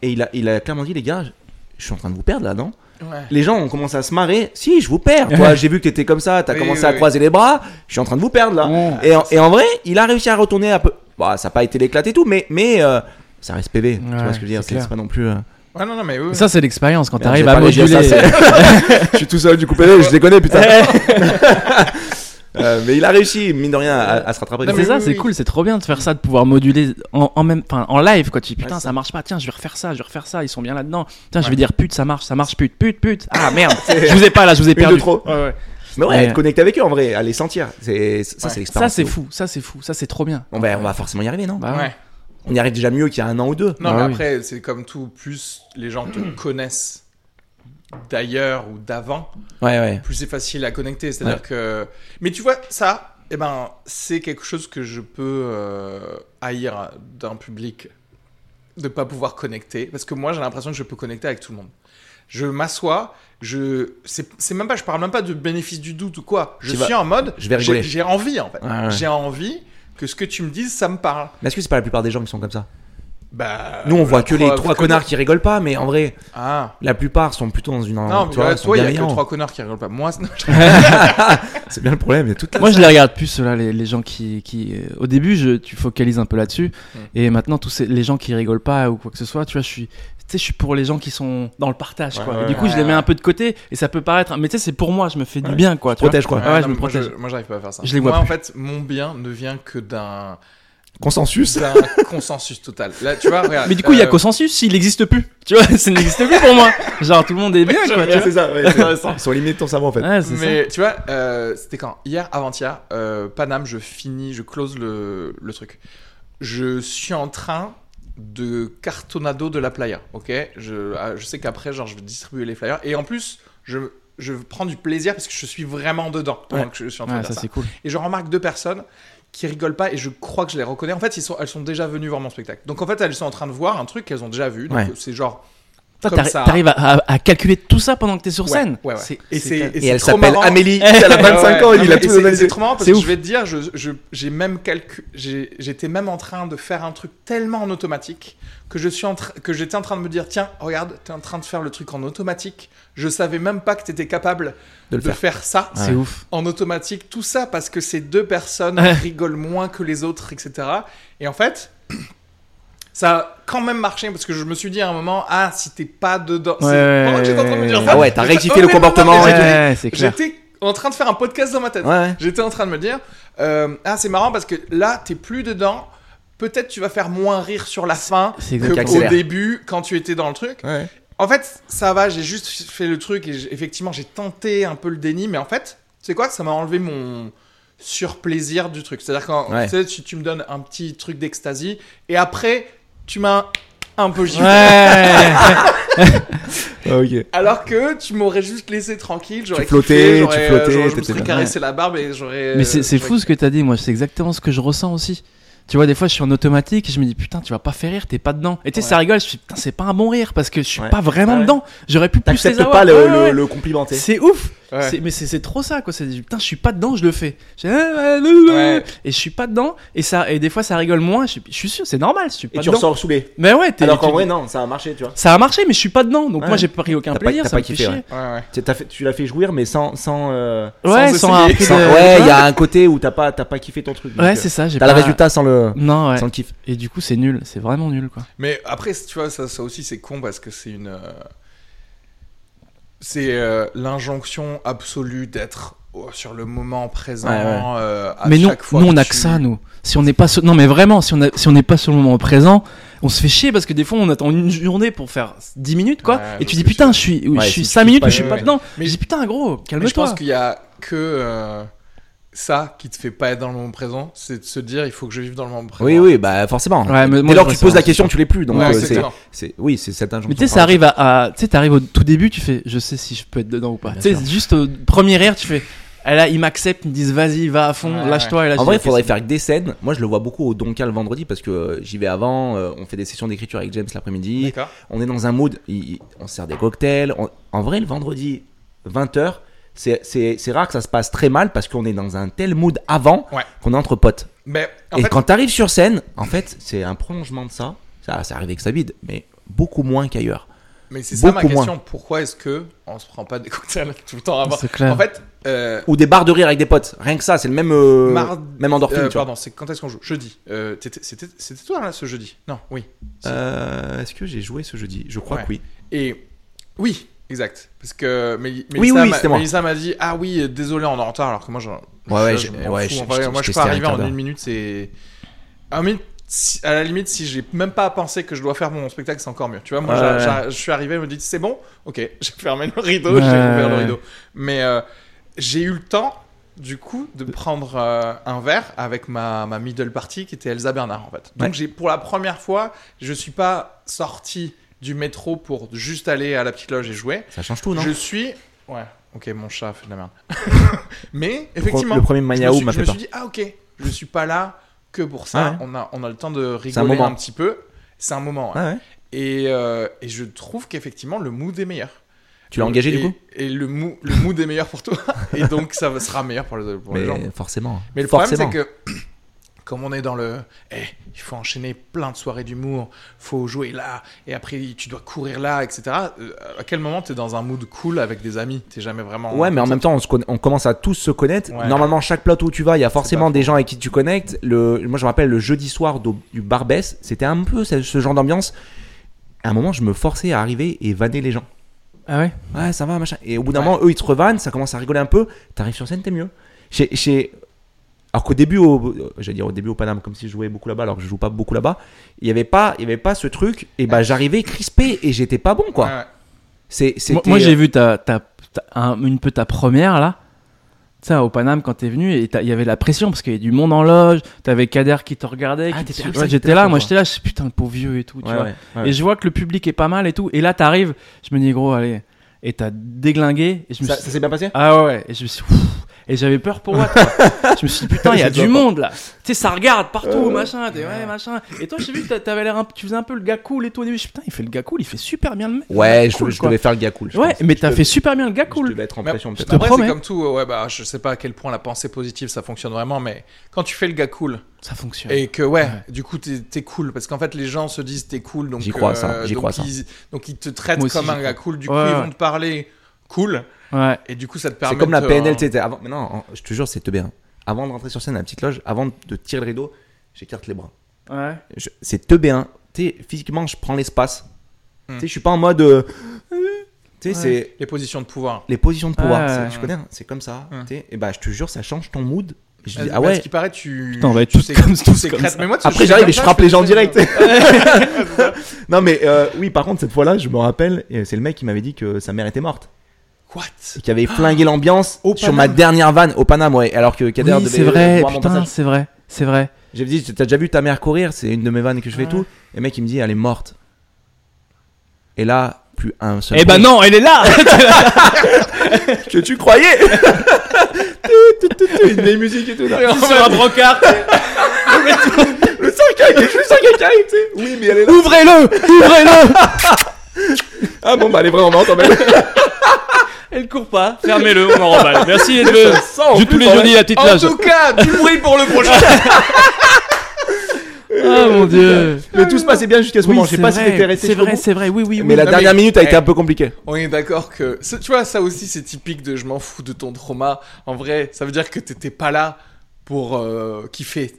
C: Et il a, il a clairement dit, les gars, je- je suis en train de vous perdre là, non
B: Ouais.
C: Les gens ont commencé à se marrer. Si, je vous perds. Toi, j'ai vu que t'étais comme ça. T'as
B: Oui,
C: commencé
B: oui,
C: à
B: oui.
C: croiser les bras. Je suis en train de vous perdre là.
D: Ouais.
C: Et, en, et en vrai, il a réussi à retourner un peu. Bah, ça n'a pas été l'éclate et tout, mais, mais euh, ça reste PV. tu vois
D: Ouais,
C: ce que je veux dire
D: c'est
C: C'est
D: clair.
C: c'est pas non plus. euh,
B: Ouais, non, non, mais oui.
D: Ça, c'est l'expérience quand
C: Merde,
D: t'arrives
C: j'ai
D: à
C: pas réussi à
D: moduler.
C: ça, c'est- je suis tout seul du coup pédé, je déconne putain. Euh, mais il a réussi mine de rien à, à se rattraper.
B: Non,
D: C'est
B: mais
D: ça,
B: oui,
D: c'est
B: oui.
D: cool, c'est trop bien de faire ça, de pouvoir moduler en, en même, enfin, en live quoi. Tu dis, putain,
C: Ouais,
D: ça.
C: ça.
D: marche pas. Tiens, je vais refaire ça, je vais refaire ça. Ils sont bien là-dedans. Tiens, je
B: Ouais.
D: vais dire pute, ça marche, ça marche, pute, pute, pute. Ah merde, je vous ai pas là, je vous ai
C: de
D: perdu.
C: trop.
D: Ouais, ouais.
C: Mais ouais,
D: Ouais.
C: être connecté avec eux en vrai, à les sentir, c'est ça
B: Ouais.
C: c'est
D: Ça
C: l'expérience.
D: c'est fou, ça c'est fou, ça c'est trop bien.
C: Bon, ben, on va forcément y arriver non
D: Bah,
B: Ouais.
C: On y arrive déjà mieux qu'il y a un an ou deux.
B: Non,
D: Bah
B: mais
D: oui.
B: après, c'est comme tout, plus les gens te connaissent d'ailleurs ou d'avant,
C: Ouais ouais.
B: plus c'est facile à connecter. C'est-à-dire que. Mais tu vois, ça, eh ben, c'est quelque chose que je peux euh, haïr d'un public de pas pouvoir connecter. Parce que moi, j'ai l'impression que je peux connecter avec tout le monde. Je m'assois, je. C'est c'est même pas, je parle même pas de bénéfice du doute ou quoi. Je
C: Tu vas-
B: suis en mode.
C: je vais
B: j'ai-
C: rigoler. Ah
B: J'ai envie, en fait.
C: Ouais, ouais.
B: J'ai envie que ce que tu me dises, ça me parle.
C: Mais est-ce que c'est pas la plupart des gens qui sont comme ça
B: Bah.
C: Nous on
D: Euh,
C: voit que les
B: preuve
C: trois
B: que-
C: connards qui rigolent pas, mais en vrai
B: Ah.
C: la plupart sont plutôt dans une.
B: Non,
C: tu
B: mais
C: vois,
B: ouais,
C: ils sont
B: toi, il y a que
C: bienveillants. hein.
B: trois connards qui rigolent pas. Moi, c'est-
C: C'est bien le problème. Il y a toute la-
D: Moi, je les regarde plus, ceux-là, les, les gens qui. qui euh, au début, je, tu focalises un peu là-dessus.
B: Mm.
D: Et maintenant, tous ces, les gens qui rigolent pas ou quoi que ce soit, tu vois, je suis. Tu sais, je suis pour les gens qui sont dans le partage,
C: Ouais,
D: quoi.
C: ouais,
D: Et du coup,
B: ouais.
D: je les mets un peu de côté et ça peut paraître. Mais tu sais, c'est pour moi, je me fais du
C: Ouais.
D: bien, quoi. Tu vois.
C: protège quoi.
D: Ah ouais, je
B: non,
D: me
B: mais moi,
D: protège.
B: Moi, j'arrive pas à faire ça.
D: Je les vois
B: moi, en
D: plus.
B: fait, mon bien ne vient que d'un
C: Consensus.
B: d'un consensus total. Là, tu vois, regarde.
D: Mais du coup, il y a
B: euh,
D: consensus, il n'existe plus. Tu vois, ça n'existe plus pour moi. Genre, tout le monde est bien, quoi. tu
C: Ouais,
D: vois.
C: C'est ça. ouais, c'est- Ils sont éliminés de ton cerveau en fait.
D: Ouais, c'est ça.
B: Mais tu vois, euh, c'était quand Hier, avant-hier, euh, Paname, je finis, je close le, le truc. Je suis en train de cartonado de la playa, ok je, ah, je sais qu'après, genre, je vais distribuer les flyers. Et en plus, je, je prends du plaisir parce que je suis vraiment dedans pendant
C: Ouais.
B: que je suis en train
D: Ouais,
B: de
D: ça,
B: faire ça.
D: c'est cool.
B: Et je remarque deux personnes qui rigolent pas et je crois que je les reconnais. En fait, ils sont, elles sont déjà venues voir mon spectacle. Donc en fait, elles sont en train de voir un truc qu'elles ont déjà vu. Donc
C: Ouais.
B: c'est genre.
D: Toi,
B: comme
D: t'arri-
B: ça.
D: T'arrives à, à- à calculer tout ça pendant que t'es sur
B: Ouais,
D: scène.
B: ouais, ouais.
D: C'est-
B: Et
D: c'est
B: c'est-
D: dingue.
B: et
C: Et elle
B: c'est trop
C: s'appelle
B: marrant.
C: Amélie. Elle a 25 ans,
B: Ouais, ouais.
C: il a
B: Non,
C: tout
B: mais c'est-
C: analysé.
B: C'est trop marrant parce
D: C'est
B: que
D: ouf.
B: je vais te dire, je- je- j'ai même calcu- j'ai- j'étais même en train de faire un truc tellement en automatique que je suis en tra- que j'étais en train de me dire, tiens, regarde, t'es en train de faire le truc en automatique. Je savais même pas que t'étais capable de,
C: De le faire.
B: faire ça.
D: C'est ouf.
B: en automatique, tout ça parce que ces deux personnes
D: Ouais.
B: rigolent moins que les autres, etc. Et en fait, ça a quand même marché parce que je me suis dit à un moment, ah, si t'es pas dedans. C'est-
D: Ouais, ouais,
B: Pendant que j'étais en train de me dire
D: ouais.
B: ça,
C: Ah ouais, t'as rectifié
B: Oh,
C: le
B: mais non, non,
C: comportement
B: mais
C: et
B: j'étais-
D: Ouais, c'est clair.
B: J'étais en train de faire un podcast dans ma tête.
C: Ouais, ouais.
B: J'étais en train de me dire, euh, ah c'est marrant parce que là t'es plus dedans. Peut-être tu vas faire moins rire sur la fin
D: C'est
B: que au
C: accélère.
B: début quand tu étais dans le truc.
C: ouais.
B: En fait, ça va, j'ai juste fait le truc et j'ai- effectivement, j'ai tenté un peu le déni, mais en fait, c'est quoi Ça m'a enlevé mon surplaisir du truc. C'est-à-dire quand
C: Ouais.
B: tu, sais, tu- tu me donnes un petit truc d'extasie et après, tu m'as un peu giflé.
D: Ouais.
C: Ah, ok.
B: Alors que tu m'aurais juste laissé tranquille, j'aurais
C: Tu flottais,
B: kiffé,
C: tu
B: j'aurais,
C: flottais,
B: euh, je me
C: t'étais
B: serais
C: bien.
B: caressé la barbe et j'aurais.
D: Mais c'est c'est
B: j'aurais
D: fou ce que t'as dit. Moi, c'est exactement ce que je ressens aussi. Tu vois, des fois, je suis en automatique et je me dis putain, tu vas pas faire rire, t'es pas dedans. Et tu sais,
B: Ouais.
D: ça rigole. Je me dis putain, c'est pas un bon rire parce que je suis
C: Ouais.
D: pas vraiment
C: Ouais.
D: dedans. J'aurais pu plus les
C: T'acceptes
D: avoir.
C: pas le,
D: Ouais,
C: le,
D: ouais.
C: le compliment, t'sais.
D: C'est ouf.
B: Ouais.
D: C'est- Mais c'est c'est trop ça quoi. C'est putain, je suis pas dedans, je le fais. Je- ah, ah, ah, ah,
B: Ouais.
D: Et je suis pas dedans. Et ça, et des fois, ça rigole moins. Je, je suis sûr, c'est normal. Je suis pas
C: Et tu
D: dedans.
C: ressors saoulé.
D: Mais ouais, t'es-
C: Alors qu'en
D: tu-
C: vrai, non, ça a marché, tu vois.
D: ça a marché, mais je suis pas dedans. Donc
C: Ouais.
D: moi, j'ai pas pris aucun
C: T'as pas-
D: plaisir.
C: t'as
D: ça
C: pas
D: me fait
C: kiffé,
D: chier.
C: ouais.
B: Ouais, ouais.
C: T'as- t'as fait- tu l'as fait jouir, mais sans. sans, euh,
D: Ouais,
B: Sans
D: sans un
B: essayer.
D: prix
C: sans-
D: de-
C: ouais, il y a un côté où t'as pas, t'as pas kiffé ton truc. donc,
D: Ouais,
C: euh,
D: c'est ça. J'ai
C: T'as le
D: pas-
C: résultat sans le,
D: Non, ouais.
C: sans le kiff.
D: Et du coup, c'est nul. C'est vraiment nul, quoi.
B: Mais après, tu vois, ça, ça aussi, c'est con parce que c'est une. euh, C'est euh, l'injonction absolue d'être au- sur le moment présent.
C: Ouais, ouais.
B: euh, à
D: mais nous,
B: chaque fois
D: nous, on
B: que
D: a
B: tu-
D: que ça, nous. Si on n'est pas, sur- non, mais vraiment, si on a- si on n'est pas sur le moment présent, on se fait chier parce que des fois, on attend une journée pour faire 10 minutes, quoi.
B: Ouais,
D: et
B: je
D: tu
B: sais,
D: dis
B: je
D: putain, je suis,
C: Ouais,
D: je
C: si
D: suis
C: tu
D: 5
C: kiffes
D: minutes,
C: pas,
D: mais je suis
B: ouais,
D: pas
B: ouais.
D: dedans.
B: Mais-
D: je dis putain, gros,
B: Mais je pense
D: calme-toi.
B: qu'il y a que euh, ça qui te fait pas être dans le moment présent, c'est de se dire il faut que je vive dans le moment présent.
C: Oui, oui, bah forcément.
D: Ouais, mais moi,
C: Dès lors que
D: je
C: tu
D: vois
C: poses
D: ça.
C: la question, tu l'es plus. Donc
B: Ouais,
C: euh, c'est,
B: exactement.
C: c'est- oui, c'est cette injonction.
D: Mais tu sais, ça arrive à, à- tu sais, t'arrives au tout début, tu fais, je sais si je peux être dedans ou pas.
C: Bien
D: Tu sais,
C: sûr.
D: juste au premier rire, tu fais, ah là, ils m'acceptent, ils me disent, vas-y, va à fond,
B: Ouais,
D: lâche-toi. Et là,
C: En
D: je
C: vrai, il
D: dis,
C: faudrait
D: Ok,
C: faire que des scènes. Moi, je le vois beaucoup au Donka le vendredi parce que euh, j'y vais avant. euh, on fait des sessions d'écriture avec James l'après-midi.
B: D'accord.
C: On est dans un mood. il- il- on se sert des cocktails. on- en vrai, le vendredi 20h, c'est, c'est, c'est rare que ça se passe très mal parce qu'on est dans un tel mood avant
B: Ouais.
C: qu'on est entre potes.
B: Mais en
C: Et
B: fait,
C: quand t'arrives sur scène, en fait, c'est un prolongement de ça. Ça, ça arrive avec sa bide, mais beaucoup moins qu'ailleurs.
B: mais c'est ça ma
C: beaucoup
B: question. Pourquoi est-ce que on se prend pas des cocktails tout le temps avant
D: C'est clair.
B: En fait, euh,
C: Ou des barres de rire avec des potes. Rien que ça, c'est le même, euh,
B: Mardi-
C: même endorphine.
B: euh,
C: tu vois.
B: pardon, c'est quand est-ce qu'on joue Jeudi. Euh, t'étais- C'était c'était toi là ce jeudi Non, oui.
C: Euh, Est-ce que j'ai joué ce jeudi Je crois
B: Ouais.
C: que oui.
B: Et oui, exact. Parce que Méli-
C: Oui,
B: Mélissa
C: oui,
B: m'a-
C: c'était moi.
B: Mélissa m'a dit Ah oui, euh, désolé, on est en retard. Alors que moi, j'en-
C: Ouais, ouais,
B: je,
C: j'ai-
B: m'en
C: ouais,
B: fous.
C: j'ai-
B: En vrai,
C: j'étais-
B: moi, je
C: j'étais
B: peux arriver en
C: retardé.
B: une minute. C'est. En une minute, si- à la limite, si j'ai même pas à penser que je dois faire mon spectacle, c'est encore mieux. Tu vois, moi,
C: Ouais,
B: j'a-
C: ouais.
B: j'a- je suis arrivé, elle me dit C'est bon Ok, j'ai fermé le rideau,
D: Ouais.
B: j'ai ouvert le rideau. Mais euh, j'ai eu le temps. Du coup, de prendre euh, un verre avec ma, ma middle party qui était Elsa Bernard en fait. Donc
C: Ouais.
B: j'ai pour la première fois je suis pas sorti du métro pour juste aller à la petite loge et jouer.
C: Ça change tout, non
B: Je suis. Ouais, ok, mon chat fait de la merde. Mais,
C: Le pro-
B: effectivement,
C: Le premier
B: je me
C: Maniaou
B: suis,
C: m'a
B: je me
C: fait
B: suis
C: peur. Ah
B: dit, ah ok, je suis pas là que pour ça.
C: Ouais.
B: On, a, on a le temps de rigoler
C: un
B: un,
C: moment. Ah
B: petit peu. C'est un moment. ouais.
C: Ouais, ouais.
B: Et, euh, et je trouve qu'effectivement, le mood est meilleur.
C: Tu l'as engagé
B: Et-
C: du coup
B: Et le, mou- le mood est meilleur pour toi. et donc, ça va- sera meilleur pour, le- pour les gens.
C: Mais forcément.
B: Mais le problème,
C: forcément.
B: c'est que, comme on est dans le. Eh, il faut enchaîner plein de soirées d'humour, faut jouer là, et après tu dois courir là, etc. euh, à quel moment t'es dans un mood cool avec des amis T'es jamais vraiment.
C: Ouais, mais en même temps, on, se conna- on commence à tous se connaître.
B: Ouais.
C: Normalement, chaque plateau où tu vas, il y a
B: pas
C: forcément des gens avec qui tu connectes. Le, moi, je me rappelle le jeudi soir d'au- du Barbès, c'était un peu ce, ce genre d'ambiance. À un moment, je me forçais à arriver et vanner les gens.
D: Ah ouais.
C: Ouais, ça va, machin. Et au bout d'un
B: Ouais.
C: moment, eux, ils te revannent, ça commence à rigoler un peu. T'arrives sur scène, t'es mieux. Chez, chez... Alors qu'au début, au... euh, j'allais dire au début au Paname, comme si je jouais beaucoup là-bas, alors que je joue pas beaucoup là-bas, il y avait pas, il y avait pas ce truc. Et bah, j'arrivais crispé et j'étais pas bon, quoi.
B: Ouais, ouais.
C: C'est,
D: Moi,
C: c'était- euh,
D: moi, j'ai vu ta, ta, ta- un- une peu ta première là. Tu sais, au Paname quand t'es venu et t'as- il y avait la pression parce qu'il y avait du monde en loge. T'avais Kader qui te regardait.
C: Ah,
D: qui
C: t'étais-
D: te-
C: ah,
D: ouais,
C: ça, t'étais
D: j'étais
C: là,
D: là,
C: toi,
D: moi
C: toi.
D: j'étais là, je suis, putain le pauvre vieux et tout. tu
C: Ouais,
D: vois.
C: ouais, ouais.
D: Et je vois que le public est pas mal et tout. Et là t'arrives, je me dis gros allez et t'as déglingué. Et je me
C: Ça,
D: suis-
C: ça s'est bien passé
D: Ah ouais, ouais, et je me suis ouf, et j'avais peur pour moi. quoi. je me suis dit putain, il y a
C: Je vois
D: du
C: pas.
D: monde là. Tu sais, ça regarde partout, machin, t'es ouais, machin. Et toi, j'ai vu que t'a- t'avais l'air un, tu faisais un peu le gars cool et tout. Au début, je me suis dit, putain, il fait le gars cool, il fait super bien le mec.
C: Ouais, je,
D: Cool,
C: je
D: quoi.
C: devais faire le gars cool. je
D: Ouais,
C: pense.
D: mais
C: Je
D: t'as
C: devais-
D: fait super bien le gars
C: Je
D: cool.
C: devais être en
B: Mais-
C: pression peut-être.
D: te
B: Après, c'est
D: promets.
B: comme tout, euh, ouais, bah, je sais pas à quel point la pensée positive ça fonctionne vraiment, mais quand tu fais le gars cool
D: Ça fonctionne.
B: et que, ouais,
D: Ouais.
B: du coup t'es t'es cool, parce qu'en fait les gens se disent t'es cool, donc.
C: J'y crois, ça,
B: euh,
C: j'y
B: donc
C: crois, ça.
B: Ils, donc ils te traitent
D: Moi aussi,
B: comme
D: j'y
B: un gars
D: crois.
B: cool, du
D: Ouais,
B: coup ils
D: ouais.
B: vont te parler cool,
D: Ouais.
B: et du coup ça te permet.
C: C'est comme la
B: de-
C: PNL, tu sais, avant. Mais non, en- je te jure, c'est teubé. hein. Avant de rentrer sur scène à la petite loge, avant de tirer le rideau, j'écarte les bras.
D: Ouais.
C: Je- C'est teubé. hein. Tu sais, physiquement, je prends l'espace.
B: Hmm.
C: Tu sais, je suis pas en mode. euh, Tu sais,
B: Ouais.
C: c'est
B: Les positions de pouvoir.
C: les positions de pouvoir.
D: Ouais,
C: c'est-
D: ouais.
C: Je connais, hein, c'est comme ça.
B: Ouais.
C: tu sais. Et bah, je te jure, ça change ton mood. Je dis,
B: Euh,
C: ah
B: parce
C: ouais.
B: qu'il paraît, tu.
D: Putain, on va être
B: tu
D: tous
B: sais-
D: comme-
B: tu
D: tous
B: sais
D: comme
B: crête.
D: ça.
B: Mais moi, tu-
C: Après, j'arrive et je
B: comme ça,
C: frappe
B: fais
C: les gens
B: ça.
C: direct. non, mais euh, oui, par contre, cette fois-là, je me rappelle, et c'est le mec qui m'avait dit que sa mère était morte
B: What
C: et qui
D: Ah
C: avait flingué l'ambiance
B: Au
C: sur ma
B: Paname.
C: dernière vanne au Paname, ouais. Alors que Kader
D: Oui,
C: devait euh,
D: c'est vrai,
C: voir mon
D: putain,
C: passage.
D: c'est vrai, c'est vrai.
C: J'ai dit, t'as déjà vu ta mère courir C'est une de mes vannes que je fais
B: Ouais.
C: tout. Et le mec, il me dit, elle est morte. Et là, plus un seul.
D: Eh ben
C: bruit.
D: non, elle est là
C: que tu croyais Tout, tout, tout, tout, Il met les musiques et tout. là.
D: Sur un brancard
C: Le 5 il est juste 5 tu sais. Oui, mais elle est là.
D: Ouvrez-le Ouvrez-le
C: Ah bon, bah elle est vraiment morte en même temps.
D: Elle court pas
A: Fermez-le, on en remballe. Merci de
C: Ça, en
A: de
C: plus,
A: tous les
C: en vrai.
A: jeudis à petite
B: En
A: plage.
B: tout cas, du bruit pour le prochain.
D: Ah mon dieu
C: Mais tout se passait bien jusqu'à ce moment.
D: Oui,
C: Je sais
D: c'est
C: pas si
D: vrai,
C: t'étais resté
D: C'est
C: jusqu'au
D: vrai,
C: bout.
D: c'est vrai, oui, oui,
C: Mais
D: oui.
C: la
B: Non,
C: dernière
B: mais-
C: minute a été
B: Eh.
C: un peu compliquée.
B: On est d'accord que. ce- Tu vois, ça aussi, c'est typique de je m'en fous de ton trauma. En vrai, ça veut dire que t'étais pas là pour euh, kiffer. Tu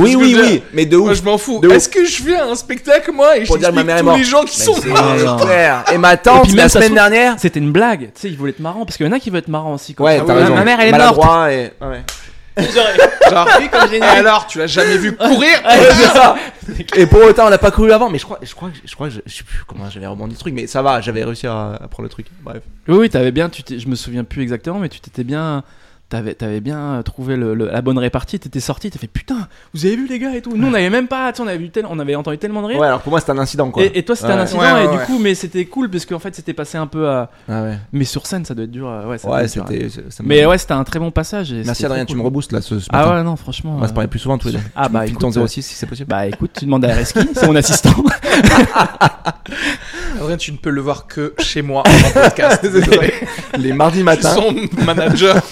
B: vois
C: Oui,
B: ce que
C: oui,
B: je veux dire
C: oui. Mais de
B: Moi,
C: ouf.
B: je m'en fous.
C: De ouf.
B: Est-ce que je viens à un spectacle, moi, et je
C: Pour dire que ma
B: t'explique
C: mère est
B: tous
C: morte.
B: les gens qui
C: Mais
B: sont
C: c'est
B: morts
C: clair. Et ma tante,
D: Et puis même,
C: la
D: ça se
C: semaine
D: trouve-
C: dernière.
D: C'était une blague, tu sais, ils voulaient être marrants, parce qu'il y en a qui veulent être marrants aussi. comme
C: Ouais,
D: ça.
C: t'as
D: Ah,
C: raison.
D: Ma mère, elle est morte
C: Maladroit et- ouais.
B: Genre, et alors, tu l'as jamais vu courir
C: Et pour autant, on l'a pas cru avant. Mais je crois, je crois, que- je crois, que je, je sais plus comment j'avais rebondi le truc. Mais ça va, j'avais réussi à, à prendre le truc. Bref.
D: Oui, oui, t'avais bien, tu t'es- je me souviens plus exactement, mais tu t'étais bien. T'avais, t'avais bien trouvé le- le- la bonne répartie, t'étais sorti, t'as fait putain, vous avez vu les gars et tout. Nous on avait même pas, tu sais, on avait, vu tel- on avait entendu tellement de rire.
C: Ouais, alors pour moi, c'était un incident quoi.
D: et, et toi c'était
C: Ouais.
D: un incident,
B: Ouais, ouais,
D: et du
B: ouais.
D: coup, mais c'était cool parce qu'en fait c'était passé un peu à.
C: Ah ouais.
D: Mais sur scène ça doit être dur. euh, Ouais, ça doit
C: Ouais,
D: être dur,
C: c'était. ça- ça me-
D: Mais ouais, c'était un très bon passage. et
C: Merci
D: c'était
C: Adrien,
D: trop
C: tu me
D: cool.
C: reboostes là ce, ce
D: Ah
C: matin.
D: ouais, non, franchement.
C: On va se
D: euh,
C: parler plus souvent tous les deux.
D: Ah bah
C: File
D: écoute.
C: ton
D: euh,
C: 06 si c'est possible.
D: Bah écoute, tu demandes à Reski, c'est mon assistant.
B: Adrien, tu ne peux le voir que chez moi en podcast. Désolé.
D: euh,
C: Les mardis
B: Je suis
C: matins.
B: son manager.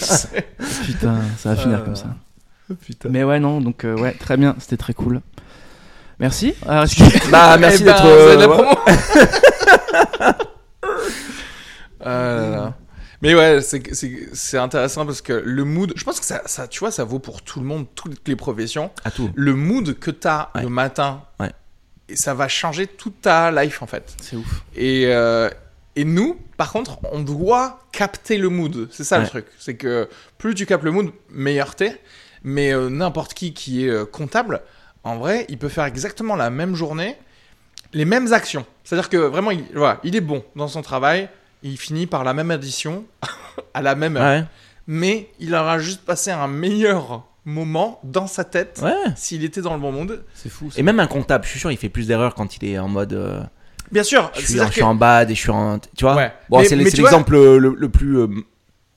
D: Putain, ça va finir comme ça.
C: Putain.
D: Mais ouais, non, donc euh, ouais, très bien, c'était très cool. Merci. Ah, à Reski.
C: Bah merci
B: Eh ben,
C: d'être.
B: vous
C: euh,
B: avez de la
C: ouais.
B: promo. euh, Ah là là. Mais ouais, c'est- c'est c'est intéressant parce que le mood, je pense que ça, ça, tu vois, ça vaut pour tout le monde, toutes les professions.
C: À tout.
B: Le mood que t'as
C: Ouais.
B: le matin,
C: Ouais.
B: et ça va changer toute ta life en fait.
D: C'est ouf.
B: Et, euh, et nous, par contre, on doit capter le mood. C'est ça le
C: Ouais.
B: truc. C'est que plus tu captes le mood, meilleur t'es. Mais euh, n'importe qui qui est euh, comptable, en vrai, il peut faire exactement la même journée, les mêmes actions. C'est-à-dire que vraiment, il, voilà, il est bon dans son travail, il finit par la même addition à la même heure.
C: Ouais.
B: Mais il aura juste passé un meilleur moment dans sa tête
C: Ouais.
B: s'il était dans le bon mood. C'est fou.
C: Et même un comptable, je suis sûr, il fait plus d'erreurs quand il est en mode. euh,
B: Bien sûr.
C: je, suis,
B: c'est-à-dire
C: je
B: que-
C: suis en bad et je suis en. Tu vois
B: Ouais.
C: Bon,
B: Mais-
C: c'est le-
B: mais
C: c'est
B: tu vois-
C: l'exemple le, le plus euh,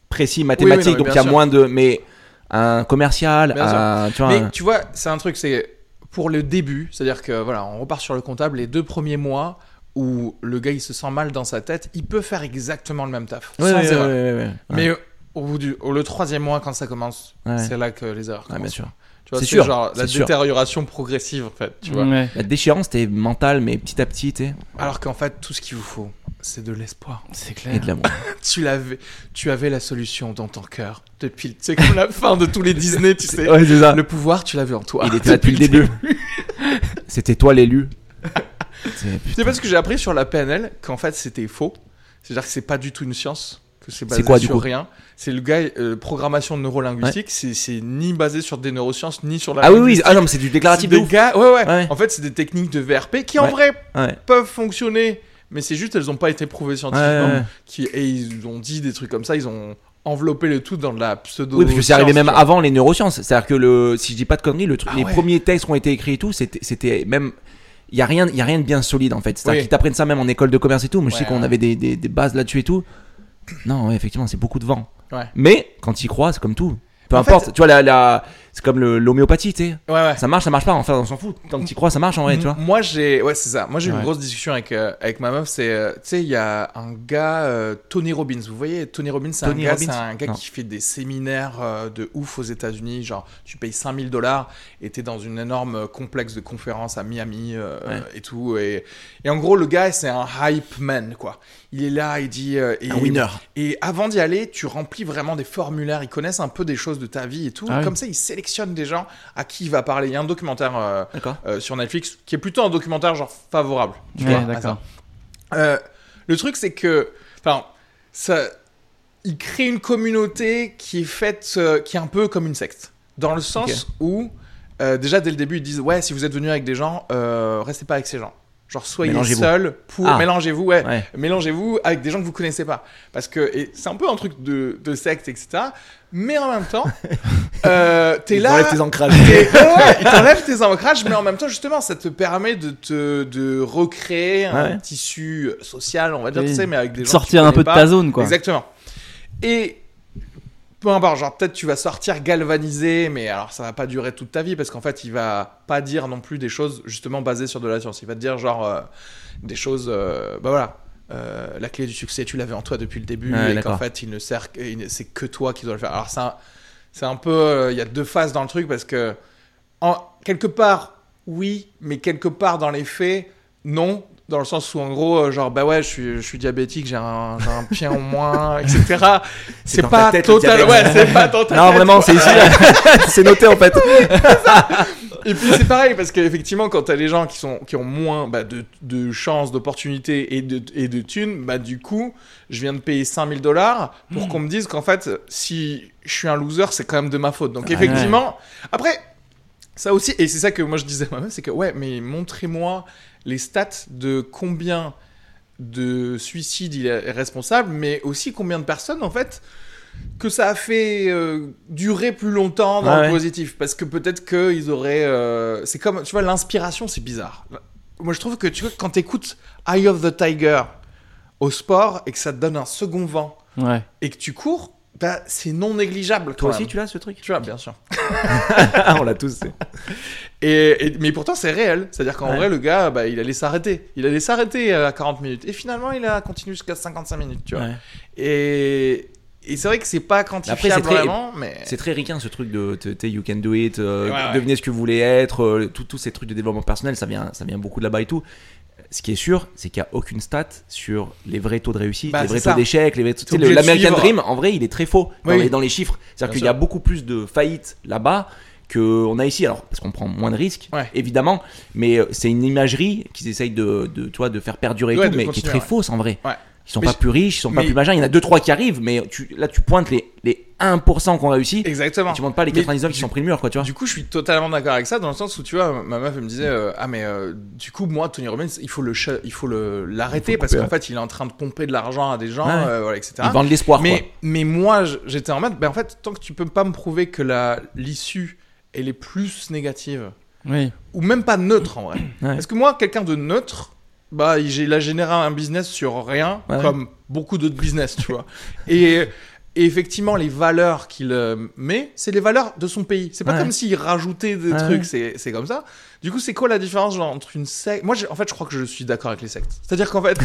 C: précis mathématique,
B: Oui, oui, non, mais
C: donc il y
B: bien
C: a
B: sûr.
C: moins de. Mais un commercial,
B: Bien
C: un. Tu vois,
B: Mais
C: un-
B: tu vois, c'est un truc, c'est pour le début, c'est-à-dire que voilà, on repart sur le comptable les deux premiers mois où le gars il se sent mal dans sa tête, il peut faire exactement le même taf.
C: Ouais,
B: sans
C: ouais,
B: erreur.
C: ouais, ouais, ouais, ouais.
B: Mais au bout du au- le troisième mois quand ça commence,
C: Ouais.
B: c'est là que les erreurs
C: Ouais,
B: commencent.
C: bien sûr.
B: Tu vois,
C: C'est
B: c'est
C: sûr,
B: genre la
C: c'est sûr. Mm.
B: détérioration progressive en fait, tu vois.
D: Ouais.
C: La déchéance, c'était mental, mais petit à petit, tu sais.
B: Alors qu'en fait, tout ce qu'il vous faut, c'est de l'espoir.
D: C'est
C: Et
D: clair.
C: de l'amour.
B: Tu l'avais tu avais la solution dans ton cœur depuis c'est comme la fin de tous les Disney, tu sais.
C: ouais, c'est ça.
B: Le pouvoir, tu l'avais en toi.
C: Il était là depuis le début. C'était toi l'élu. C'est-
B: C'est parce que j'ai appris sur la PNL qu'en fait c'était faux. C'est-à-dire que c'est pas du tout une science, que c'est basé
C: C'est quoi, du
B: sur
C: coup
B: rien. C'est le gars, euh, programmation neurolinguistique, c'est- c'est ni basé sur des neurosciences ni sur la.
C: Ah oui, oui,
B: linguistique.
C: ah non, mais c'est du déclaratif
B: Bah, C'est
C: de
B: des
C: ouf.
B: gars- ouais, ouais.
C: Ouais.
B: En fait, c'est des techniques de VRP qui en
C: Ouais.
B: vrai
C: Ouais.
B: peuvent fonctionner, mais c'est juste elles ont pas été prouvées scientifiquement.
C: Ouais, ouais, ouais.
B: Qui, et ils ont dit des trucs comme ça, ils ont enveloppé le tout dans de la pseudo.
C: Oui, parce que c'est arrivé
B: science,
C: même
B: tu vois.
C: avant les neurosciences. C'est-à-dire que le, si je dis pas de conneries, le truc,
B: Ah
C: les
B: ouais.
C: premiers textes qui ont été écrits et tout, c'était- c'était même. Il y a rien, y a rien de bien solide en fait. C'est-à-dire
B: Oui.
C: qu'ils t'apprennent ça même en école de commerce et tout. Moi, je sais
B: Ouais,
C: qu'on
B: ouais.
C: avait des, des- des bases là-dessus et tout. Non, ouais, effectivement, c'est beaucoup de vent.
B: Ouais.
C: Mais quand ils croient, c'est comme tout. Peu
B: En
C: importe. Tu vois, la, la- c'est comme le- l'homéopathie, tu sais.
B: Ouais, ouais.
C: Ça marche, ça marche pas. Enfin, on s'en fout. Tant que tu crois, ça marche en vrai, tu
B: M-
C: vois.
B: Moi, j'ai. Ouais, c'est ça. Moi, j'ai eu
D: Ouais.
B: une grosse discussion avec, euh, avec ma meuf. C'est. euh, tu sais, il y a un gars, euh, Tony Robbins. Vous voyez, Tony Robbins, c'est un
C: Tony
B: gars,
C: Robbins
B: c'est un gars
C: Non.
B: qui fait des séminaires euh, de ouf aux États-Unis. Genre, tu payes 5000 dollars et t'es dans une énorme euh, complexe de conférences à Miami euh,
C: Ouais.
B: et tout. Et, et en gros, le gars, c'est un hype man, quoi. Il est là, il dit. euh, et,
C: Un winner.
B: et avant d'y aller, tu remplis vraiment des formulaires. Ils connaissent un peu des choses de ta vie et tout.
D: Ah oui.
B: Comme ça, ils sélectionnent des gens à qui il va parler. Il y a un documentaire. euh,
C: D'accord.
B: euh, sur Netflix, qui est plutôt
C: ah,
B: un documentaire genre favorable. tu
D: Ouais,
B: vois, à
D: d'accord.
B: ça. Euh, le truc, c'est que, enfin, ça, il crée une communauté qui est faite, euh, qui est un peu comme une secte, dans le sens où euh, déjà dès le début ils disent ouais si vous êtes venu avec des gens, euh, restez pas avec ces gens. Genre soyez
C: Mélangez-vous.
B: seul pour
C: Ah.
B: mélangez-vous, ouais,
C: Ouais.
B: mélangez-vous avec des gens que vous connaissez pas, parce que et c'est un peu un truc de, de secte etc. Mais en même temps, euh, t'es
C: Ils
B: là.
C: enlèvent tes ancrages.
B: Et- ouais, il t'enlève tes ancrages, mais en même temps, justement, ça te permet de te de recréer un
C: Ouais.
B: tissu social, on va dire,
D: Oui.
B: tu sais, mais avec des gens.
D: Sortir
B: que tu
D: un peu de
B: connais
D: ta
B: pas.
D: zone, quoi.
B: Exactement. Et peu importe, genre, peut-être tu vas sortir galvanisé, mais alors ça va pas durer toute ta vie, parce qu'en fait, il va pas dire non plus des choses, justement, basées sur de la science. Il va te dire, genre, euh, des choses. euh, bah voilà. euh, la clé du succès, tu l'avais en toi depuis le début,
C: Ouais,
B: et qu'en
C: d'accord.
B: fait, il ne sert, il ne- c'est que toi qui dois le faire. Alors c'est un- c'est un peu, euh, il y a deux phases dans le truc parce que en, quelque part, oui, mais quelque part dans les faits, non. Dans le sens où, en gros, euh, genre, bah ouais, je suis, je suis diabétique, j'ai un, j'ai un pied en moins, etc. C'est
C: dans
B: pas
C: ta tête, le
B: total, ouais,
C: diabète.
B: c'est pas dans ta
C: Non,
B: tête,
C: vraiment, c'est ici. c'est noté en fait.
B: Et puis c'est pareil parce qu'effectivement quand t'as les gens qui sont qui ont moins bah, de, de chances, d'opportunités et de, et de thunes, bah du coup je viens de payer 5000 dollars pour
C: Hmm.
B: qu'on me dise qu'en fait si je suis un loser c'est quand même de ma faute. Donc
D: Ah,
B: effectivement après ça aussi et c'est ça que moi je disais à ma meuf, c'est que ouais mais montrez-moi les stats de combien de suicides il est responsable mais aussi combien de personnes en fait que ça a fait euh, durer plus longtemps dans
C: Ah
B: le
C: ouais.
B: positif parce que peut-être que ils auraient euh, c'est comme tu vois l'inspiration c'est bizarre moi je trouve que tu vois quand t'écoutes Eye of the Tiger au sport et que ça te donne un second vent
D: Ouais.
B: et que tu cours bah, c'est non négligeable
C: Toi
B: quand
C: aussi,
B: même.
C: tu l'as ce truc
B: tu vois bien sûr
C: On l'a tous.
B: et, et- mais pourtant c'est réel c'est à dire qu'en
C: Ouais.
B: vrai le gars bah, il allait s'arrêter il allait s'arrêter à 40 minutes et finalement il a continué jusqu'à 55 minutes tu vois
C: Ouais.
B: et, et c'est vrai que c'est pas quantifiable
C: très-
B: vraiment mais
C: C'est très ricain ce truc de tu sais, you can do it, euh,
B: Ouais, ouais.
C: devenez ce que vous voulez être, euh, tout- tous ces trucs de développement personnel, ça vient, ça vient beaucoup de là-bas et tout. Ce qui est sûr, c'est qu'il n'y a aucune stat sur les vrais taux de réussite,
B: Bah,
C: les vrais
B: c'est ça.
C: taux d'échec, les vrais taux-
B: T'es
C: tu sais, le-
B: obligé de
C: L'American
B: suivre.
C: Dream, en vrai, il est très faux dans,
B: Oui.
C: les, dans les chiffres.
B: Bien
C: C'est-à-dire qu'il
B: sûr.
C: y a beaucoup plus de faillites là-bas qu'on a ici. Alors, parce qu'on prend moins de risques,
B: Ouais.
C: évidemment, mais euh, c'est une imagerie qu'ils essayent de, de, tu vois, de faire perdurer et
B: Ouais,
C: tout,
B: de
C: mais qui est
B: continuer,
C: très
B: ouais.
C: fausse en vrai.
B: Ouais.
C: Ils sont
B: Mais
C: pas
B: je-
C: plus riches, ils sont pas
B: mais-
C: plus machins. Il y en a deux trois qui arrivent, mais tu, là tu pointes les, les 1% qu'on réussit.
B: exactement
C: Et tu montes pas les
B: Mais
C: 90 hommes qui
B: du-
C: sont pris le mur, quoi, tu vois.
B: Du coup, je suis totalement d'accord avec ça, dans le sens où tu vois, ma meuf elle me disait euh, ah mais euh, du coup moi Tony Robbins il faut le ch- il faut le l'arrêter parce qu'en fait il est en train de pomper de l'argent à des gens,
C: Ouais.
B: euh, voilà, etc.
C: Ils vendent l'espoir, quoi.
B: mais mais moi j- j'étais en mode ben en fait tant que tu peux pas me prouver que la l'issue elle est plus négative
D: Oui.
B: ou même pas neutre en vrai.
C: Ouais.
B: Parce que moi quelqu'un de neutre bah il- j'ai- il a généré un business sur rien
C: Ouais.
B: comme beaucoup d'autres business tu vois et et effectivement, les valeurs qu'il euh, met, c'est les valeurs de son pays. C'est pas
C: Ouais.
B: comme s'il rajoutait des
C: Ouais.
B: trucs, c'est c'est comme ça. Du coup, c'est quoi la différence genre, entre une secte Moi, j'ai- en fait, je crois que je suis d'accord avec les sectes. C'est-à-dire qu'en fait.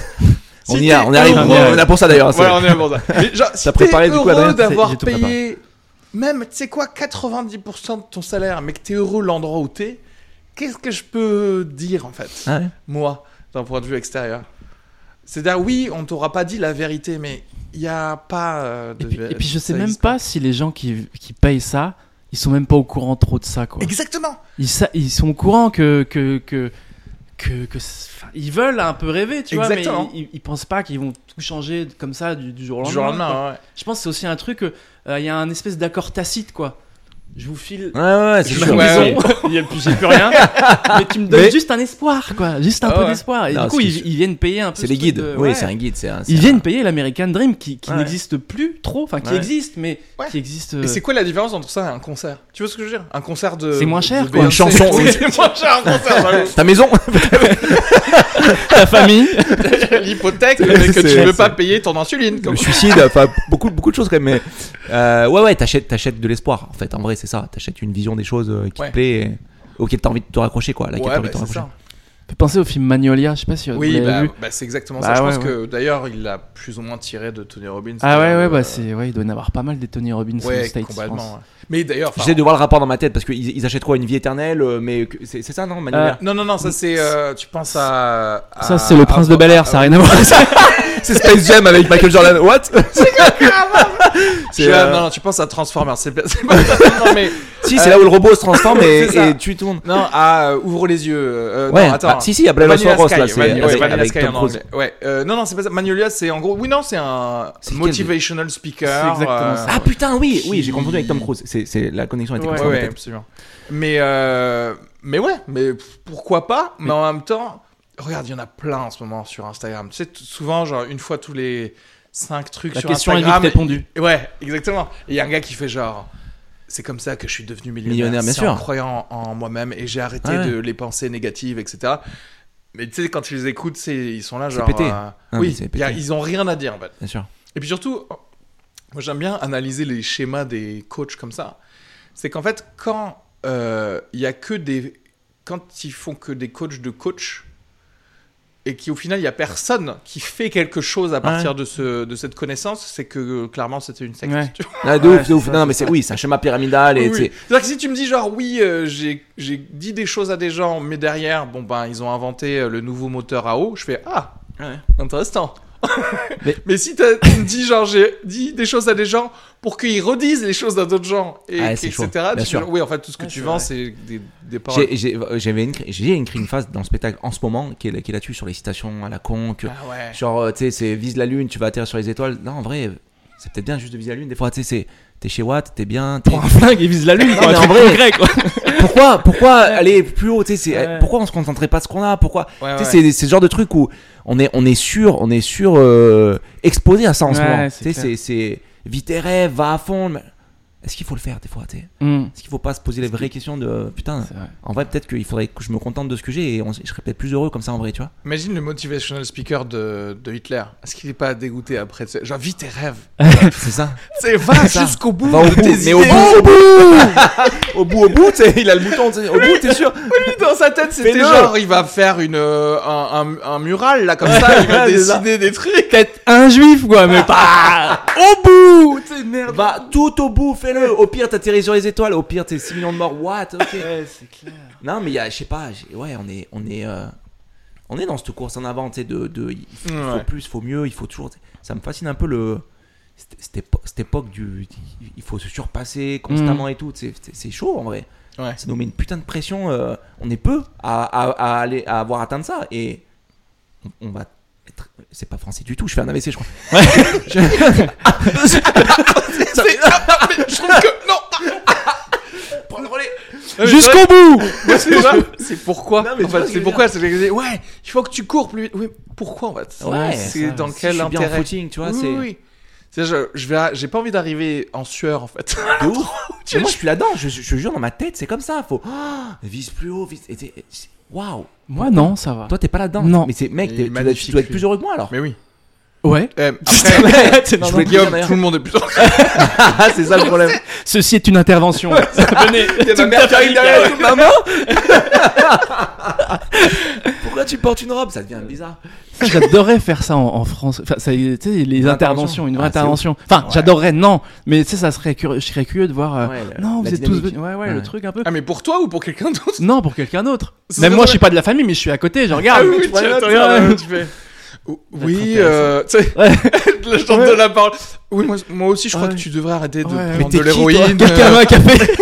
C: On
B: si
C: y a,
B: t'es
C: on y arrive,
B: heureux-
C: on on a pour ça d'ailleurs. c'est-
B: Voilà, on est là pour ça. Mais genre, si
C: T'as
B: t'es
C: préparé, du coup, Adrien
B: heureux
C: C'est-
B: d'avoir
D: j'ai tout préparé.
B: payé même, tu sais quoi, 90% de ton salaire, mais que t'es heureux l'endroit où t'es, qu'est-ce que je peux dire en fait
D: Ah
C: Ouais.
B: moi, d'un point de vue extérieur. C'est-à-dire, oui, on t'aura pas dit la vérité, mais il n'y a pas euh, de
D: Et puis,
B: vé-
D: et puis je
B: ça
D: sais même
B: existe
D: pas si les gens qui, qui payent ça, ils sont même pas au courant trop de ça, quoi.
B: Exactement
D: Ils, sa- ils sont au courant que. que, que que, que c'est- enfin, ils veulent un peu rêver, tu vois,
B: Exactement.
D: mais ils, ils pensent pas qu'ils vont tout changer comme ça du, du jour au lendemain.
B: Du jour au
D: quoi.
B: lendemain, ouais.
D: Je pense que c'est aussi un truc, euh, il y a un espèce d'accord tacite, quoi. Je vous file
C: Ouais, ouais, ouais, c'est
D: je
B: Je
C: sûr.
B: ouais,
D: maison, il y a plus- j'ai plus rien, mais tu me donnes
C: Mais-
D: juste un espoir, quoi, juste un
B: Ah
D: peu
B: ouais.
D: d'espoir. Et
C: Non,
D: du coup,
C: c'est-
D: ils, ils viennent payer un peu.
C: C'est
D: ce
C: les
D: truc
C: guides.
D: de-
C: Oui,
D: ouais.
C: c'est un guide. c'est un- c'est
D: Ils
C: un-
D: viennent payer l'American Dream qui, qui
C: Ouais.
D: n'existe plus trop, enfin qui
C: Ouais.
D: existe, mais
B: Ouais.
D: qui existe. euh,
B: Et c'est quoi la différence entre ça et un concert Tu vois ce que je veux dire Un concert de.
D: C'est moins
B: de
D: cher,
B: Beyoncé.
D: quoi.
C: Une chanson,
B: Oui,
C: oui.
B: C'est moins cher, un concert, Bah j'avoue.
C: Ta maison
D: ta famille
B: L'hypothèque, mais que tu
C: C'est-
B: veux pas
C: c'est-
B: payer ton insuline.
C: Le
B: comme-
C: suicide, enfin, beaucoup, beaucoup de choses quand même. Mais euh, ouais, ouais, t'achètes, t'achètes de l'espoir. En fait, en vrai, c'est ça. T'achètes une vision des choses euh, qui
B: Ouais.
C: te plaît, et auquel t'as envie de te raccrocher, quoi. à laquelle t'as
B: Ouais,
C: envie
B: bah,
C: de te
B: c'est
C: raccrocher.
B: ça.
D: Peut penser au film Magnolia, je sais pas si vous
B: Oui,
D: l'avez
B: bah,
D: vu.
B: bah, c'est exactement
D: Bah,
B: ça. Je
D: ouais,
B: pense
D: ouais.
B: que d'ailleurs, il l'a plus ou moins tiré de Tony Robbins.
D: Ah ouais, ouais,
B: euh,
D: bah c'est, ouais, il doit y en avoir pas mal des Tony Robbins aux
B: Ouais,
D: States. je
B: complètement.
D: pense.
B: ouais. Mais d'ailleurs, enfin,
C: J'essaie de voir le rapport dans ma tête parce qu'ils ils achètent quoi Une vie éternelle euh, Mais que- c'est c'est ça, non Manuela
B: Non, non, non, ça c'est. euh, tu penses à. à-
D: Ça,
B: ah,
D: c'est le prince de
B: à-
D: Bel Air, ça a rien à voir.
C: C'est Space Jam avec Michael Jordan. What
B: Tu
C: C'est,
B: vois,
C: euh,
B: Non, non, tu penses à Transformers. C'est c'est pas non, mais
C: Si, c'est là où le robot se transforme et,
B: C'est ça.
C: et tue tout le monde.
B: non, à euh, ouvre les yeux. euh, euh,
C: ouais,
B: non, attends.
D: bah,
C: ah, si, si, il y a Blalos
B: Vanilla
C: Ross
B: Sky,
C: là, c'est
B: Vanilla- ouais,
C: avec,
B: Vanilla
C: avec
B: Sky
C: Tom
B: en
C: Cruise.
B: anglais. Ouais, euh, non, non, c'est pas ça. Magnolia, c'est en gros. Oui, non, c'est un
C: C'est lequel,
B: motivational speaker.
D: C'est exactement
B: euh,
D: ça.
C: Ah putain, oui, oui, j'ai
B: Qui-
C: confondu avec Tom Cruise. C'est, c'est- la connexion était
B: Ouais,
C: comme
D: Ouais,
C: ça dans ma
B: ouais,
C: tête.
B: absolument. Mais, euh, mais ouais, mais pff, pourquoi pas Mais en même temps, regarde, il y en a plein en ce moment sur Instagram. Tu sais, t- souvent, genre, une fois tous les 5 trucs
D: La
B: sur
D: question est vite
B: Instagram.
D: répondue.
B: et- Ouais, exactement. Et il y a un gars qui fait genre. C'est comme ça que je suis devenu millionnaire.
C: Millionnaire, bien
B: c'est
C: sûr.
B: En croyant en moi-même et j'ai arrêté
C: Ah ouais.
B: de les pensées négatives, etc. Mais tu sais, quand tu les écoutes, c'est- ils sont là,
C: C'est
B: genre.
C: pété. Ah,
B: euh,
C: mais
B: oui,
C: c'est
B: il y a-
C: pété.
B: ils ont rien à dire, en fait.
C: Bien sûr.
B: Et puis surtout, moi j'aime bien analyser les schémas des coachs comme ça. C'est qu'en fait, quand euh, il y a que des. Quand ils font que des coachs de coachs, et qu'au final il n'y a personne qui fait quelque chose à partir de, ce, de cette connaissance, c'est que euh, clairement c'était une secte.
D: Ouais.
B: tu vois.
C: Ah, de
D: Ouais,
C: ouf, de
D: c'est
C: ouf.
D: ça,
C: Non,
D: c'est
C: mais c'est oui, c'est un schéma pyramidal
B: Oui,
C: et
B: oui.
C: c'est-
B: C'est-à-dire que si tu me dis genre oui, euh, j'ai j'ai dit des choses à des gens, mais derrière, bon ben ils ont inventé euh, le nouveau moteur à eau, je fais ah,
C: Ouais.
B: Intéressant. mais,
D: Mais-
B: si t'as- tu me dis, genre, j'ai dit des choses à des gens pour qu'ils redisent les choses à d'autres gens, et,
C: Ah, c'est
B: etc.
C: chaud.
B: tu
C: Bien
B: fais
C: sûr.
B: genre, oui, en fait, tout ce que
D: Ah,
B: tu
D: c'est
B: vends,
D: vrai.
B: c'est des, des paroles.
C: J'ai- j'ai- euh, J'avais une, cri- j'ai écrit une phrase dans le spectacle en ce moment qui est, qui est là-dessus sur les citations à la con, que
B: Ah ouais.
C: genre euh, tu sais c'est vise la lune, tu vas atterrir sur les étoiles. Non, en vrai, c'est peut-être bien juste de viser la lune. Des fois, tu sais, c'est t'es chez Watt, t'es bien. t'es-
D: Prends un flingue et vise la lune,
C: Non,
D: quoi.
C: mais
D: un
C: en
D: truc
C: vrai-
D: concret, quoi.
C: pourquoi, pourquoi aller plus haut Tu sais, c'est- eh,
D: Ouais.
C: pourquoi on se concentrait pas de ce qu'on a Pourquoi
B: Ouais,
C: Tu sais,
B: ouais.
C: c'est- c'est ce genre de truc où on est, on est sûr, on est sûr euh, exposé à ça en ce
D: Ouais,
C: moment.
D: c'est
C: Tu sais, c'est-
D: clair.
C: c'est vite tes rêves, va à fond. mais Est-ce qu'il faut le faire des fois tu sais
D: Mm.
C: Est-ce qu'il faut pas se poser les vraies questions de euh, putain
D: C'est vrai.
C: En vrai, peut-être qu'il faudrait que je me contente de ce que j'ai et on- je serais peut-être plus heureux comme ça en vrai, tu vois.
B: Imagine le motivational speaker de, de Hitler. Est-ce qu'il est pas dégoûté après tu sais, Genre, vis tes rêves.
C: C'est ça.
B: C'est va
C: ça.
B: jusqu'au bout
C: Va au
B: de
C: bout,
B: tes
C: mais
B: idées.
C: au bout, au bout, au bout, au bout, tu sais, il a le bouton, tu sais, au bout, t'es sûr.
B: Lui, Dans sa tête, c'était
C: Fais-le.
B: genre, il va faire une, euh, un, un- un mural, là, comme ça, il va
C: C'est ça.
B: dessiner des trucs.
D: Peut-être un juif, quoi, mais pas au bout.
B: Tu sais, merde.
C: Va tout au bout, fais-le. Au pire, t'atterris sur les étoiles. Au pire, t'es 6 millions de morts. What Ok.
D: Ouais, c'est clair.
C: Non, mais il y a, je sais pas, j'ai- ouais, on est, on est, euh, on est dans cette course en avant, tu sais, de, de, il faut, il faut
B: Ouais.
C: plus, il faut mieux, il faut toujours. tu sais. Ça me fascine un peu le, cette, cette épo- cette époque du, il faut se surpasser constamment et tout. tu sais, C'est, c'est chaud en vrai.
B: Mm. Ouais.
C: Ça nous met une putain de pression. euh, on est peu à, à- à aller, à avoir atteint ça et on, on va. être- C'est pas français du tout, je fais un AVC, je crois.
B: Ah, C'est- Ah, mais je trouve que, non.
C: Prends le relais.
B: Ah,
D: Jusqu'au bout.
B: Moi, c'est ça. C'est pourquoi
C: Non, mais
B: en
C: tu vois
B: fait,
C: ce que je
B: C'est
C: veux
B: pourquoi c'est que- Ouais, il faut que tu cours plus vite. Oui, pourquoi en fait
C: Ouais,
B: C'est
D: ça,
B: dans
C: Si
B: quel
C: je suis bien en
B: intérêt
C: footing, tu vois,
B: Oui,
C: c'est.
B: oui, oui. C'est je, je vais, j'ai pas envie d'arriver en sueur en fait.
C: De ouf.
B: Tu
C: Mais moi,
B: vois,
C: je suis là-dedans. Je, je- je jure, dans ma tête, c'est comme ça. Faut Ah, vise plus haut, vise. et t'es- c'est- Waouh.
D: Moi, non, ça va.
C: Toi, t'es pas là-dedans.
D: Non.
C: Mais c'est mec,
B: Il
C: t'es-
B: est
C: tu dois,
B: magnifique,
C: tu dois être
B: lui.
C: plus heureux que moi alors.
B: Mais oui.
D: Ouais.
B: Euh,
D: Putain,
B: après,
D: t'es dans
C: je
D: un-
C: voulais
B: Guillaume,
C: dire, d'ailleurs.
B: tout le monde est plus
C: Ah, c'est ça le problème.
D: Ceci est une intervention. Venez.
C: Il y a ma mère qui arrive derrière. elle dit, Maman. Pourquoi tu portes une robe Ça devient bizarre.
D: J'adorerais faire ça en, en France. Enfin, ça, tu sais, les interventions, une vraie
C: Ah, c'est
D: intervention. Enfin, j'adorerais, non. Mais tu sais, ça serait curieux, je serais curieux de voir. euh,
C: Ouais, le-
D: non,
C: la
D: vous êtes tous
C: dynamique.
D: venus. Ouais, ouais,
C: Ouais.
D: le truc un peu.
B: Ah, mais pour toi ou pour quelqu'un d'autre
D: Non, pour quelqu'un d'autre.
B: Ce
D: Même
B: serait
D: moi, je
B: drôle.
D: suis pas de la famille, mais je suis à côté, je regarde.
B: Ah oui,
D: Tu
B: tu
D: vois,
B: vois,
D: tu
B: tu vois,
D: regardes. euh, Oh,
B: tu fais, Ou- Oui, euh, tu sais,
D: Ouais.
B: le genre de la parole. Oui, moi, moi aussi, je crois
D: Ouais.
B: que tu devrais arrêter de
D: Ouais. Mais
B: prendre
D: t'es
B: de
D: qui, toi
B: l'héroïne.
D: Quelqu'un
B: euh,
D: veut un café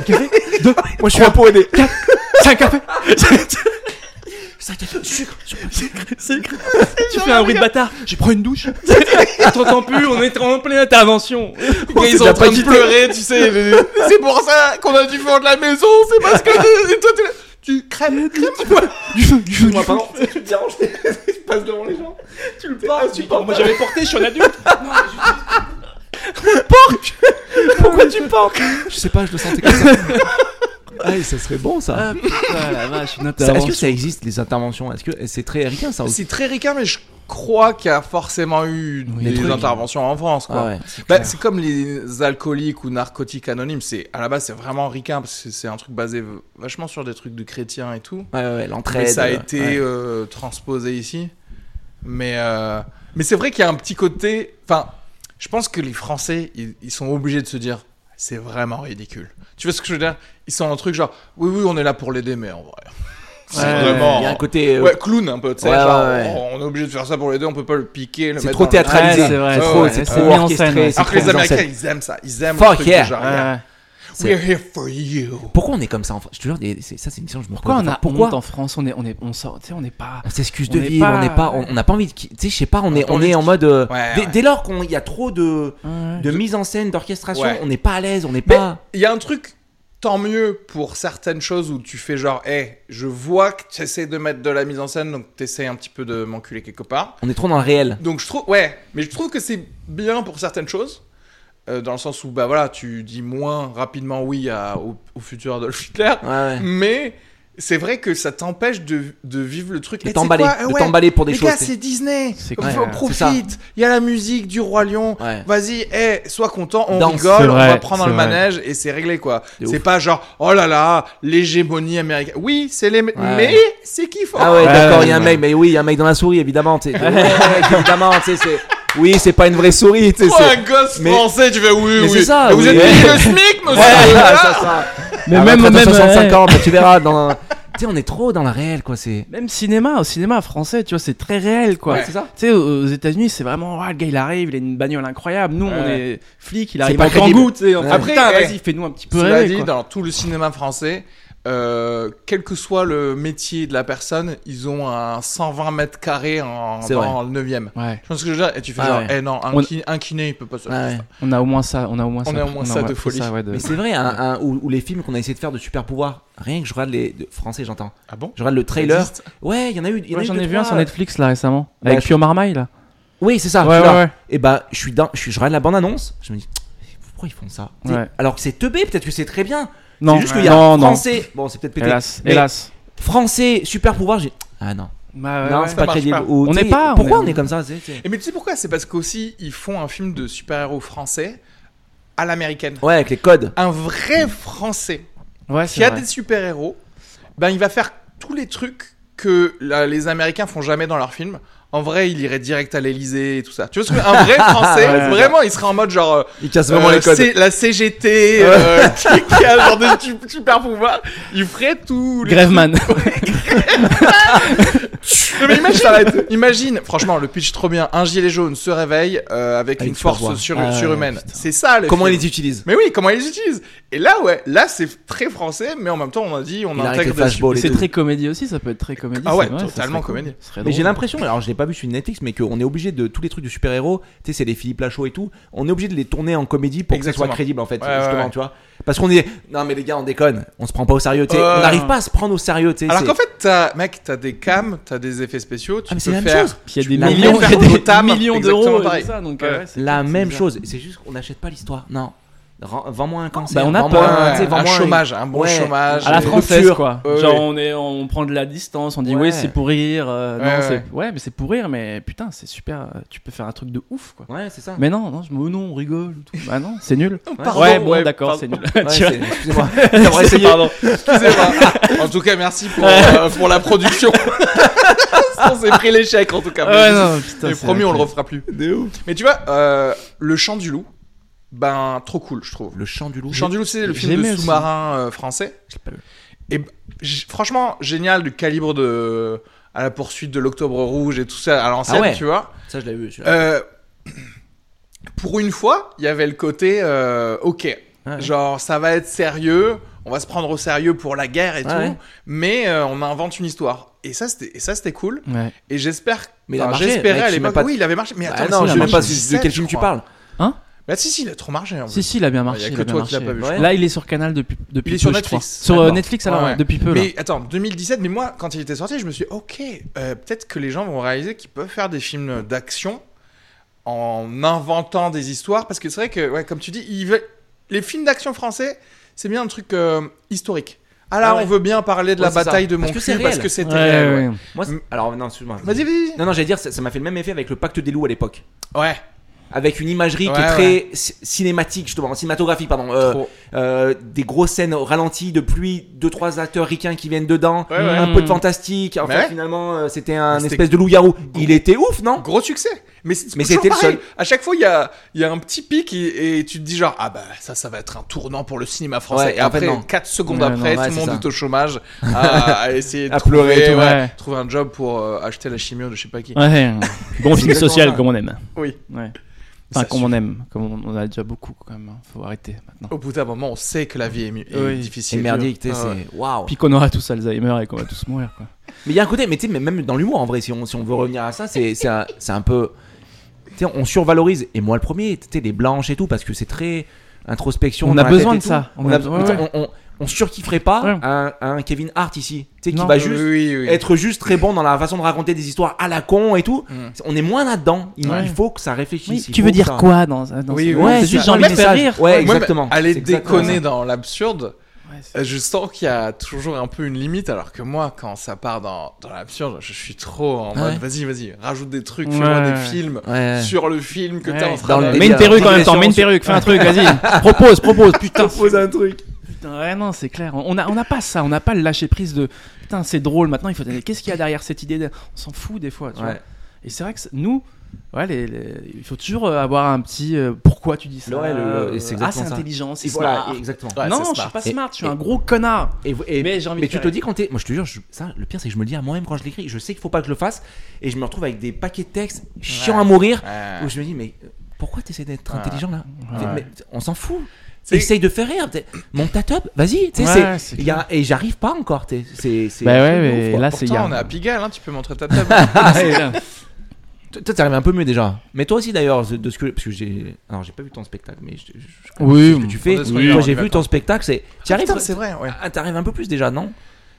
D: Un café Deux Moi, je suis un pot aidé. C'est un café
C: Ça, t'as fait le sucre. sucre.
D: Tu fais un bruit de bâtard. Je prends une douche. On t'entend plus, on est en pleine intervention.
B: Les
C: Oh,
B: gars, ils sont en train de pleurer, tu sais. les- C'est pour ça qu'on a dû vendre la maison, c'est parce que. et toi, t'es là, tu crèmes, crèmes, tu vois.
D: Du feu, du feu, du feu.
C: Pardon, tu te déranges. Tu passes devant les gens. Tu le passes. Tu portes.
D: Moi, j'avais porté, je suis un adulte.
C: Pourquoi tu portes Je sais pas, je le sentais comme ça. Ah, et ça serait bon ça.
D: Ah putain, la vache, une
C: Ça- Est-ce que
D: intervention.
C: ça existe les interventions Est-ce que c'est très ricain ça aussi
B: C'est très ricain, mais je crois qu'il y a forcément eu
C: Oui, des
B: des
C: trucs.
B: interventions en France, quoi.
C: Ah ouais.
B: Bah, c'est comme les alcooliques ou narcotiques anonymes. C'est à la base, c'est vraiment ricain parce que c'est un truc basé v- vachement sur des trucs de chrétiens et tout.
C: Ah, Ouais, ouais, ouais,
B: Mais
C: l'entraide.
B: ça a
C: euh,
B: été
C: ouais.
B: euh, transposé ici. Mais, euh, mais c'est vrai qu'il y a un petit côté. Enfin, je pense que les Français, ils, ils sont obligés de se dire c'est vraiment ridicule. Tu vois ce que je veux dire Ils sont un truc genre oui, oui, on est là pour l'aider, mais en vrai. C'est
D: Ouais.
B: vraiment.
C: Il y a un côté. euh,
B: Ouais, clown un peu, tu sais.
C: Ouais,
B: genre,
C: ouais, ouais.
B: oh, on est obligé de faire ça pour les deux, on peut pas le piquer. le
C: C'est
B: mettre
C: trop
B: dans le-
C: théâtralisé.
D: Ouais, c'est vrai,
B: Ouais,
D: c'est
B: ouais,
D: vrai,
B: c'est
D: c'est
C: trop
D: mis en
C: orchestré,
D: scène. ouais,
C: c'est
D: c'est
B: Alors que les
C: trop mis en
B: Américains,
C: scène.
B: ils aiment ça. Ils aiment
C: Fuck
B: le truc de
C: yeah.
B: genre,
D: Ouais,
B: regarde,
D: ouais.
B: We're here for you.
C: Pourquoi on est comme ça en France Je te jure, des- c'est- ça c'est une mission, je me
D: Pourquoi
C: reconnais
D: on
C: pas.
D: a honte en France On est, on est, on sort, tu sais, on n'est pas.
C: On s'excuse
D: On
C: de
D: est
C: vivre,
D: pas-
C: on n'est pas, on on n'a pas envie de, qui- tu sais, je sais pas, on
B: a
C: est,
B: pas
C: on
B: envie
C: est
B: de
C: en mode, euh,
B: Ouais,
C: dès,
B: ouais.
C: dès lors qu'il y a trop de, de mise en scène, d'orchestration,
B: Ouais.
C: on n'est pas à l'aise, on n'est
B: Mais
C: pas.
B: il y a un truc, tant mieux pour certaines choses où tu fais genre, hé, je vois que tu essaies de mettre de la mise en scène, donc tu essaies un petit peu de m'enculer quelque part.
C: On est trop dans le réel.
B: Donc je trouve, ouais, mais je trouve que c'est bien pour certaines choses. euh, dans le sens où, bah voilà, tu dis moins rapidement oui à, au, au futur Adolf Hitler.
C: Ouais, ouais.
B: Mais c'est vrai que ça t'empêche de, de vivre le truc.
C: De
B: Eh, tu sais
C: t'emballer,
B: quoi Eh
C: de
B: ouais,
C: t'emballer pour des
B: les
C: choses.
B: gars,
C: t'es-
B: c'est Disney.
D: C'est
B: Enfin,
D: clair.
C: C'est ça.
B: profite. Il y a la musique du roi lion.
C: Ouais.
B: Vas-y, eh, sois content, on
C: Danse.
B: rigole,
D: C'est
B: on va
D: vrai,
B: prendre
D: c'est
B: le
D: vrai.
B: manège et c'est réglé quoi.
C: De
B: C'est
C: ouf.
B: pas genre oh là là, l'hégémonie américaine. Oui, c'est les mais c'est kiffant.
C: Ah ouais,
D: Ouais,
C: d'accord, il y a un
D: ouais.
C: mec, mais oui, il y a un mec dans la souris, évidemment. tu sais. Ouais, ouais, évidemment, tu sais, c'est. Oui, c'est pas une vraie souris, tu sais.
B: Toi, un
C: c'est-
B: gosse
C: mais-
B: français, tu fais oui,
C: mais
B: oui.
C: c'est ça,
B: vous
C: oui.
B: êtes payé le SMIC, monsieur.
C: Voilà, ça, ça.
D: Mais
C: Ah,
D: même, euh,
C: après, t'as
D: même,
C: 65
D: ouais.
C: ans, bah, tu verras. Dans... un- tu sais, on est trop dans la réelle, quoi. C'est.
D: Même cinéma, au cinéma français, tu vois, c'est très réel, quoi.
C: c'est ça.
D: Tu sais, aux aux États-Unis, c'est vraiment, Ah, le gars, il arrive, il a une bagnole incroyable. Nous, on
B: Ouais.
D: est flic, il
C: C'est
D: arrive
C: pas
D: en
C: crédible.
D: kangou, tu sais. on fait,
B: Après,
D: putain,
B: eh,
D: vas-y, fais-nous un petit peu
B: Cela dit,
D: rêver. quoi.
B: dans tout le cinéma français, euh, quel que soit le métier de la personne, ils ont un 120 mètres carrés en,
C: C'est
B: dans le 9ème.
D: Ouais,
B: Je pense que je veux dire, et tu fais
C: Ah
B: genre,
C: ouais.
B: eh non, un,
D: On-
B: kiné, un kiné, il peut pas se
C: Ouais,
B: faire
C: ouais.
B: ça.
D: on a au moins ça, on a au moins
B: On
D: ça.
B: a au moins
D: a
B: ça de
D: pris
B: folie.
D: ça, ouais, de-
C: Mais c'est vrai, un, un- ou, ou les films qu'on a essayé de faire de super pouvoirs. Rien que je regarde les de- français, j'entends.
B: Ah bon
C: Je regarde le
B: Ça
C: trailer.
B: existe
C: Ouais, il y en a eu. il y en a
D: Ouais,
C: eu
D: J'en
C: deux,
D: ai vu un
C: trois.
D: sur Netflix là récemment,
C: Bah,
D: avec
C: je-
D: Pio Marmaille là.
C: Oui, c'est ça.
D: Ouais,
C: celui-là.
D: ouais, ouais.
C: Et bah, je suis dans, je, suis- je regarde la bande annonce. Je me dis, pourquoi ils font ça Tu sais,
D: Ouais.
C: Alors que c'est teubé, peut-être que c'est très bien.
D: Non,
C: c'est juste qu'il y a
D: non, non.
C: français. Bon, c'est peut-être pété.
D: Hélas,
C: Mais
D: hélas.
C: Français, super pouvoir. J'ai. Ah non.
D: Bah, ouais,
C: non,
D: ouais.
C: c'est
B: Ça
C: pas
B: marche
C: crédible.
B: pas.
C: Ou,
D: On
C: tu sais,
D: n'est pas, on
C: Pourquoi
D: est-
C: on est comme ça c'est- c'est-
B: Et mais tu sais pourquoi C'est parce qu'aussi, ils font un film de super-héros français à l'américaine.
C: Ouais, avec les codes.
B: Un vrai français
D: Ouais,
B: qui a
D: c'est vrai.
B: des super-héros, ben il va faire tous les trucs que la- les Américains font jamais dans leurs films. En vrai, il irait direct à l'Elysée et tout ça. Tu vois ce que un vrai français,
D: Ouais, c'est
B: vraiment, il serait en mode genre euh,
C: Ils cassent
B: euh, c'est la CGT euh, qui, qui a genre des tu- super pouvoirs, il ferait tout.
D: Graveman.
B: Mais imagine, imagine, franchement, le pitch trop bien. Un gilet jaune se réveille euh, avec,
C: Avec
B: une
C: du
B: force
C: pouvoir.
B: sur,
C: Ah ouais,
B: surhumaine.
C: putain.
B: C'est ça. Le
C: Comment ils
B: film.
C: les utilisent
B: Mais oui, comment ils les utilisent Et là, ouais, là c'est très français, mais en même temps, on a dit, on
C: Il arrête les
B: intègre. des-
C: flashballs et
D: C'est
C: tout.
D: très comédie aussi, ça peut être très comédie.
B: Ah
D: c'est
B: ouais,
D: vrai, ça serait
B: totalement
D: cool.
B: comédie.
D: Ce serait
C: Mais j'ai
D: drôle.
C: l'impression, alors je l'ai pas vu sur Netflix, mais qu'on est obligé de tous les trucs de super-héros, tu sais, c'est les Philippe Lachaud et tout, on est obligé de les tourner en comédie pour que ça
B: Exactement.
C: soit crédible en fait,
B: Ouais, ouais,
C: justement,
B: ouais.
C: tu vois. Parce qu'on est, non mais les gars, on déconne, on se prend pas au sérieux, tu sais,
B: Ouais.
C: on n'arrive pas à se prendre au sérieux, tu sais.
B: Alors
C: c'est-
B: qu'en fait, t'as, mec, t'as des cams, t'as des effets spéciaux, tu
C: Ah, mais c'est
B: peux
C: la même
B: faire.
C: chose.
D: Puis il y a
C: La même
D: des millions, il y a
B: chose.
D: des
B: Totame,
D: millions
B: exactement
D: d'euros et
B: pareil.
D: tout ça, donc
B: Ouais.
D: euh, ouais, c'est-
C: La
D: c'est
C: même
D: bizarre.
C: chose, c'est juste qu'on n'achète pas l'histoire, non. Rends- Vends-moi un cancer,
D: Bah, on a
C: vends-moi
D: peur.
C: Ah, un,
B: un,
C: tu sais,
B: un
C: vends-moi une-
B: chômage, un bon
C: Ouais.
B: chômage. Euh,
D: À la
B: et-
D: française,
C: Rupture.
D: quoi.
B: Ouais,
D: Genre,
B: ouais.
D: on, est, on prend de la distance, on dit
C: Ouais.
D: ouais, c'est pour rire. euh,
B: Ouais,
D: non,
B: ouais.
D: c'est- ouais, mais c'est pour rire, mais putain, c'est super. euh, Tu peux faire un truc de ouf, quoi.
C: Ouais, c'est ça.
D: Mais non, non, je me oh non, on rigole. tout. Bah non, c'est nul.
B: Pardon,
D: ouais, bon,
B: ouais,
D: d'accord,
B: pardon.
D: c'est nul.
C: Ouais, c'est-
D: Tu vois.
C: Excusez-moi, j'aimerais essayer.
B: Excusez-moi. en tout cas, merci pour, euh, pour la production. on s'est pris l'échec, en tout cas.
D: Ouais, non, putain.
B: mais
D: c'est
B: promis, on le
D: incroyable.
B: refera plus. Mais tu vois, euh, le chant du loup, ben trop cool, je trouve.
C: Le chant du loup.
B: Le chant du loup, c'est le
D: j'ai
B: film
D: aimé
B: de
D: aussi.
B: sous-marin euh, français.
C: Je l'ai pas vu.
B: Et b- j- franchement, génial du calibre de à la poursuite de l'Octobre Rouge et tout ça à l'ancienne,
C: Ah ouais.
B: tu vois.
C: Ça, je l'ai vu. celui-là.
B: Euh, pour une fois, il y avait le côté euh, ok,
C: Ouais.
B: genre ça va être sérieux, on va se prendre au sérieux pour la guerre et
C: Ouais,
B: tout,
C: ouais.
B: mais euh, on invente une histoire. Et ça, c'était et ça c'était cool.
D: Ouais.
B: Et j'espère,
C: Mais il a
B: enfin,
C: marché,
B: j'espérais
C: mec,
B: à
C: je sais même
B: l'époque,
C: pas-
B: oui, il avait marché. Mais
C: Bah
B: attends,
C: non,
D: si,
B: il
C: je sais
B: a
C: même pas
B: marché
C: de quel film tu
B: 17,
C: parles.
B: Bah si, si, il a trop marché. En
D: Si, si, il a bien marché.
B: y a
D: il
B: que
D: bien
B: toi qui l'as
D: marché.
B: pas vu, je
D: Là, il est sur Canal depuis, depuis
B: est sur
D: peu, je
B: Netflix.
D: crois. Sur euh,
C: D'accord.
D: Netflix, alors,
B: Ouais, ouais.
D: depuis peu. là.
B: Mais attends, 2017, mais moi, quand il était sorti, je me suis dit, ok, euh, peut-être que les gens vont réaliser qu'ils peuvent faire des films d'action en inventant des histoires, parce que c'est vrai que, ouais, comme tu dis, ils veulent- les films d'action français, c'est bien un truc euh, historique. Ah là,
C: Ah ouais.
B: on veut bien parler de
C: Ouais,
B: la
C: c'est ça.
B: bataille de
C: Parce
B: mon
C: que c'est
B: cul, parce
C: réel.
B: que c'était
D: Ouais,
B: réel. ouais.
D: ouais.
C: Moi, c'est- alors non, excuse-moi.
B: Vas-y, vas-y.
C: Non, non, j'allais dire, ça ça m'a fait le même effet avec le Pacte des loups à l'époque.
B: Ouais.
C: avec une imagerie qui
B: Ouais,
C: est très ci- cinématique justement, cinématographique pardon, Euh,
B: Trop.
C: euh, des grosses scènes au ralenti de pluie, deux trois acteurs ricains qui viennent dedans,
B: Ouais, ouais.
C: un peu de
D: Mm.
C: fantastique. Enfin
B: Mais ouais.
C: finalement euh, c'était un
B: C'était-
C: espèce de loup-garou. Il était ouf non
B: Gros succès. Mais c'est
C: Mais
B: toujours
C: c'était le
B: pareil.
C: seul.
B: À chaque fois, il y a, il y a un petit pic et, et tu te dis genre, ah bah ça, ça va être un tournant pour le cinéma français.
C: Ouais,
B: et
C: et en fait,
B: après,
C: non.
B: 4 secondes
D: Ouais,
B: après,
C: non, ouais,
B: tout le
C: c'est
B: monde
C: ça.
B: est au chômage à, à essayer de
C: À
B: trouver,
C: pleurer et tout,
B: ouais,
D: ouais.
B: trouver un job pour euh, acheter la chimio de je sais pas qui.
D: Ouais. Bon film
C: exactement
D: social
C: ça.
D: comme on aime.
B: Oui.
D: Ouais. Enfin,
B: Ça
D: comme on aime, comme on on a déjà beaucoup quand même. hein. Faut arrêter maintenant.
B: Au bout d'un moment, on sait que la vie est, mi- est
D: Oui.
B: difficile.
C: C'est merdique, tu sais,
B: Ah ouais.
C: c'est. Waouh!
D: Puis qu'on aura tous Alzheimer et qu'on va tous mourir quoi.
C: Mais il y a un côté, mais tu sais, mais même dans l'humour en vrai, si on, si on veut revenir à ça, c'est c'est un, c'est un peu. Tu sais, on survalorise, et moi le premier, tu sais, les blanches et tout, parce que c'est très introspection.
D: On
C: dans
D: a
C: la tête
D: besoin
C: et
D: de
C: tout.
D: ça.
C: On, a,
D: ouais, ouais.
C: on, on- on surkifferait pas
D: Ouais.
C: un, un Kevin Hart ici, tu sais, qui
D: Non.
C: va juste
B: Oui, oui, oui.
C: être juste très bon dans la façon de raconter des histoires à la con et tout.
B: Mm.
C: On est moins là-dedans. Il,
D: Ouais.
C: il faut que ça réfléchisse. il
D: tu
C: faut
D: veux
C: que
D: dire
C: ça-
D: quoi dans, dans
B: Oui, oui,
D: ce- Ouais,
B: c'est
D: juste
B: ça.
D: j'ai envie
B: Le
D: de faire
C: message.
D: rire.
C: Ouais,
B: Moi, mais
C: exactement.
B: Aller
C: C'est exactement
B: déconner
C: ça.
B: dans l'absurde,
D: Ouais, c'est-
B: Euh, Je sens qu'il y a toujours un peu une limite, alors que moi, quand ça part dans, dans l'absurde, je suis trop en
C: Ah
B: mode
C: ouais.
B: vas-y, vas-y, rajoute des trucs,
D: Ouais,
B: fais-moi des
D: ouais.
B: films
C: Ouais.
B: sur le film que
D: Ouais.
B: t'es en
C: Dans
B: train
C: le
B: de-
D: Mets une
C: délire.
D: perruque en même temps, mets une
C: Digression
D: perruque, fais un truc, vas-y. Propose, propose, putain.
C: Pose un truc.
D: Ouais, non, c'est clair. On n'a on a pas ça, on n'a pas le lâcher prise de putain, c'est drôle maintenant. Il faut qu'est-ce qu'il y a derrière cette idée de- On s'en fout des fois, tu vois.
C: Ouais.
D: Et c'est vrai que c'est- nous, ouais, les- les- il faut toujours euh, avoir un petit euh, pourquoi tu dis ça.
C: Ouais, le- le-
D: euh,
C: c'est
D: ah,
C: exactement
D: c'est
C: ça.
D: intelligent, c'est
C: Et voilà,
D: smart.
C: exactement.
B: Ouais,
D: non,
B: c'est
D: je suis
B: smart.
D: pas
C: Et-
D: smart, je suis
C: et-
D: un gros connard.
C: Et, et-
D: Mais j'ai envie de
C: tu te
D: faire-
C: dis quand t'es. Moi je te jure, je- ça, le pire c'est que je me le dis à moi-même quand je l'écris, je sais qu'il faut pas que je le fasse, et je me retrouve avec des paquets de textes chiants
B: Ouais.
C: à mourir,
B: Ouais.
C: où je me dis, mais euh, pourquoi t'essaies d'être
B: Ouais.
C: intelligent là
D: Ouais.
C: Mais On s'en fout.
B: C'est-
C: Essaye de faire rire, t'es- monte ta top, vas-y, tu sais,
D: Ouais,
C: c'est-
D: c'est
C: il y a- et j'arrive pas encore, t'es- c'est. c'est-
D: Bah
C: c'est
D: ouais,
C: ouf,
D: mais
C: quoi.
D: là, c'est
B: Pourtant,
D: Yann.
B: on est à Pigalle, hein, tu peux montrer ta table.
C: Toi, Toi, t'es arrivé un peu mieux déjà. Mais toi aussi d'ailleurs, de de ce que. Parce que j'ai. Alors, j'ai pas vu ton spectacle, mais je- je- je-
D: Oui,
C: ce que tu fais.
B: on est
C: Toi,
B: en
C: j'ai
B: vacances.
C: vu ton spectacle, c'est. T'y
B: Ah,
C: arrives,
B: putain, c'est vrai, ouais. Oh,
C: ah, t'arrives un peu plus déjà, non